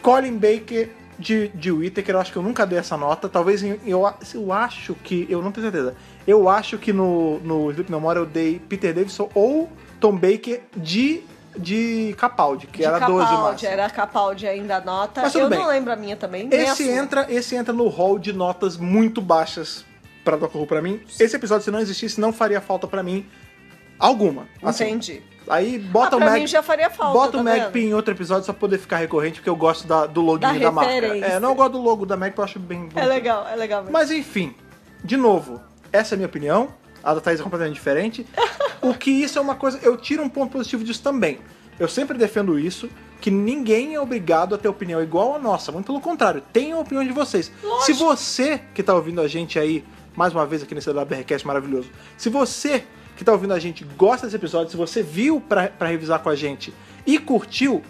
Speaker 1: Colin Baker de, de Whittaker, eu acho que eu nunca dei essa nota. Talvez em- eu, a- eu acho que. Eu não tenho certeza. Eu acho que no, no Sleep No More eu dei Peter Davidson ou Tom Baker de de Capaldi, que
Speaker 2: De
Speaker 1: era 12
Speaker 2: Capaldi,
Speaker 1: máximo.
Speaker 2: era Capaldi ainda a nota.
Speaker 1: Mas tudo
Speaker 2: eu
Speaker 1: bem.
Speaker 2: não lembro a minha também. nem a
Speaker 1: Esse
Speaker 2: sua.
Speaker 1: entra, esse entra no hall de notas muito baixas pra Doctor Who pra mim. Esse episódio, se não existisse, não faria falta pra mim alguma. Assim,
Speaker 2: Entendi.
Speaker 1: Aí bota
Speaker 2: Ah,
Speaker 1: o
Speaker 2: pra
Speaker 1: Mag...
Speaker 2: mim já faria falta,
Speaker 1: Bota o
Speaker 2: tá
Speaker 1: Magpie
Speaker 2: vendo?
Speaker 1: em outro episódio só pra poder ficar recorrente, porque eu gosto da- do
Speaker 2: Da
Speaker 1: login da, marca.
Speaker 2: referência.
Speaker 1: É, não eu gosto do logo da Magpie, eu acho bem
Speaker 2: É
Speaker 1: bonito.
Speaker 2: legal, é legal. mesmo.
Speaker 1: Mas enfim, de novo, essa é a minha opinião. A da Thaís é completamente diferente. o que isso é uma coisa. Eu tiro um ponto positivo disso também. Eu sempre defendo isso, que ninguém é obrigado a ter opinião igual a nossa. Muito pelo contrário, tenham a opinião de vocês.
Speaker 2: Lógico.
Speaker 1: Se você que tá ouvindo a gente aí, mais uma vez aqui nesse WRCast maravilhoso, se você que tá ouvindo a gente gosta desse episódio, se você viu pra pra revisar com a gente e curtiu,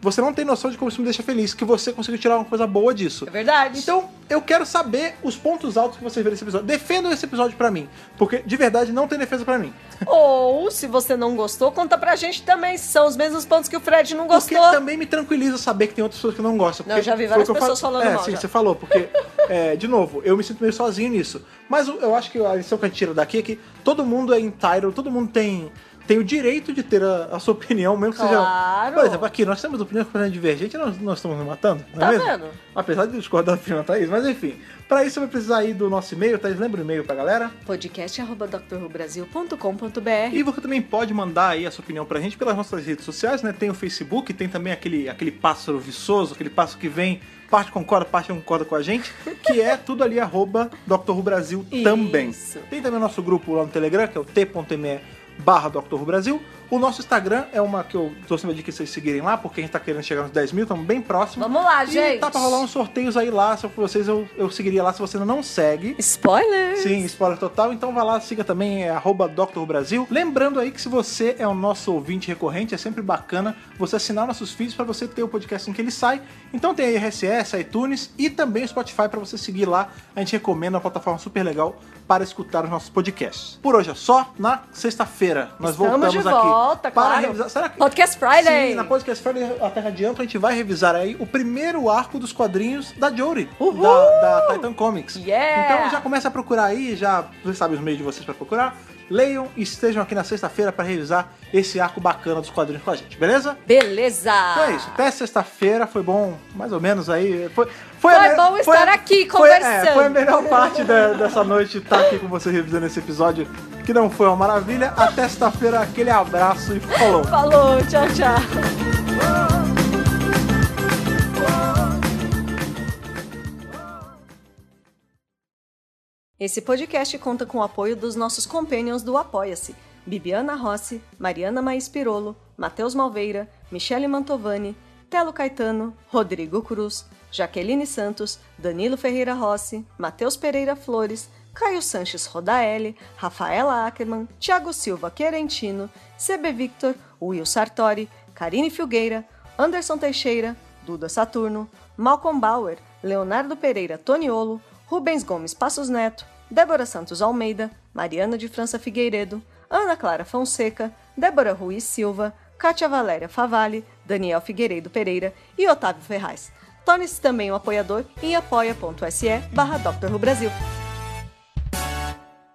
Speaker 1: você não tem noção de como isso me deixa feliz, que você conseguiu tirar uma coisa boa disso.
Speaker 2: É verdade.
Speaker 1: Então, eu quero saber os pontos altos que vocês viram nesse episódio. Defendam esse episódio pra mim, porque de verdade não tem defesa pra mim.
Speaker 2: Ou, se você não gostou, conta pra gente também. São os mesmos pontos que o Fred não
Speaker 1: Porque
Speaker 2: gostou.
Speaker 1: também me tranquiliza saber que tem outras pessoas que não gostam.
Speaker 2: Não,
Speaker 1: porque
Speaker 2: já vi
Speaker 1: foi o
Speaker 2: várias
Speaker 1: que eu
Speaker 2: pessoas
Speaker 1: falo-
Speaker 2: falando
Speaker 1: É,
Speaker 2: mal,
Speaker 1: sim,
Speaker 2: já.
Speaker 1: você falou, porque, é, de novo, eu me sinto meio sozinho nisso. Mas eu- eu acho que a lição que a gente tira daqui é que todo mundo é entitled, todo mundo tem, tem o direito de ter a, a sua opinião, mesmo que seja.
Speaker 2: Claro.
Speaker 1: Por exemplo, aqui nós temos opinião completamente divergente e nós, nós estamos nos matando, não é
Speaker 2: Tá
Speaker 1: mesmo?
Speaker 2: vendo?
Speaker 1: Apesar de eu discordar da opinião da Thaís, mas enfim. Pra isso, eu vou precisar aí do nosso e-mail, Thaís, lembra o e-mail pra galera?
Speaker 2: podcast.drrubrasil.com.br
Speaker 1: E você também pode mandar aí a sua opinião pra gente pelas nossas redes sociais, né? Tem o Facebook, tem também aquele, aquele pássaro viçoso, aquele pássaro que vem, parte concorda, parte não concorda com a gente, que é tudo ali, arroba Dr. Who Brasil também.
Speaker 2: Isso.
Speaker 1: Tem também o nosso grupo lá no Telegram, que é o t.me barra Dr. Who Brasil. O nosso Instagram é uma que eu tô sempre de que vocês seguirem lá, porque a gente tá querendo chegar nos 10 mil, estamos bem próximos.
Speaker 2: Vamos lá,
Speaker 1: E
Speaker 2: gente.
Speaker 1: tá pra rolar uns sorteios aí lá, se eu for vocês, eu, eu seguiria lá, se você ainda não segue.
Speaker 2: Spoiler!
Speaker 1: Sim, spoiler total. Então vai lá, siga também, é arroba Dr. Brasil. Lembrando aí que se você é o nosso ouvinte recorrente, é sempre bacana você assinar nossos feeds para você ter o podcast em que ele sai. Então tem a RSS, iTunes e também o Spotify para você seguir lá. A gente recomenda é uma plataforma super legal para escutar os nossos podcasts. Por hoje é só, na sexta-feira nós
Speaker 2: Estamos
Speaker 1: voltamos
Speaker 2: de
Speaker 1: aqui para
Speaker 2: volta, claro.
Speaker 1: revisar. Será que
Speaker 2: Podcast Friday!
Speaker 1: Sim, na Podcast Friday a Terra adianta, a gente vai revisar aí o primeiro arco dos quadrinhos da Jory,
Speaker 2: Uhul!
Speaker 1: da, da Titan Comics.
Speaker 2: Yeah!
Speaker 1: Então já começa a procurar aí, já vocês sabem os meios de vocês pra procurar. Leiam e estejam aqui na sexta-feira pra revisar esse arco bacana dos quadrinhos com a gente, beleza?
Speaker 2: Beleza!
Speaker 1: Então é isso, até sexta-feira, foi bom, mais ou menos aí. Foi,
Speaker 2: Foi
Speaker 1: me-
Speaker 2: bom estar aqui
Speaker 1: foi- é, Foi,
Speaker 2: conversando.
Speaker 1: a melhor parte da- dessa noite estar aqui com vocês revisando esse episódio, que não foi uma maravilha. Até sexta-feira, aquele abraço e falou!
Speaker 2: Falou, tchau, tchau! Esse podcast conta com o apoio dos nossos companions do Apoia-se: Bibiana Rossi, Mariana Maís Pirolo, Matheus Malveira, Michele Mantovani, Telo Caetano, Rodrigo Cruz, Jaqueline Santos, Danilo Ferreira Rossi, Matheus Pereira Flores, Caio Sanches Rodaelli, Rafaela Ackerman, Thiago Silva Querentino, CB Victor, Will Sartori, Karine Filgueira, Anderson Teixeira, Duda Saturno, Malcolm Bauer, Leonardo Pereira Toniolo, Rubens Gomes Passos Neto, Débora Santos Almeida, Mariana de França Figueiredo, Ana Clara Fonseca, Débora Ruiz Silva, Kátia Valéria Favalli, Daniel Figueiredo Pereira e Otávio Ferraz. Torne-se também um apoiador em apoia.se barra Dr. Who Brasil.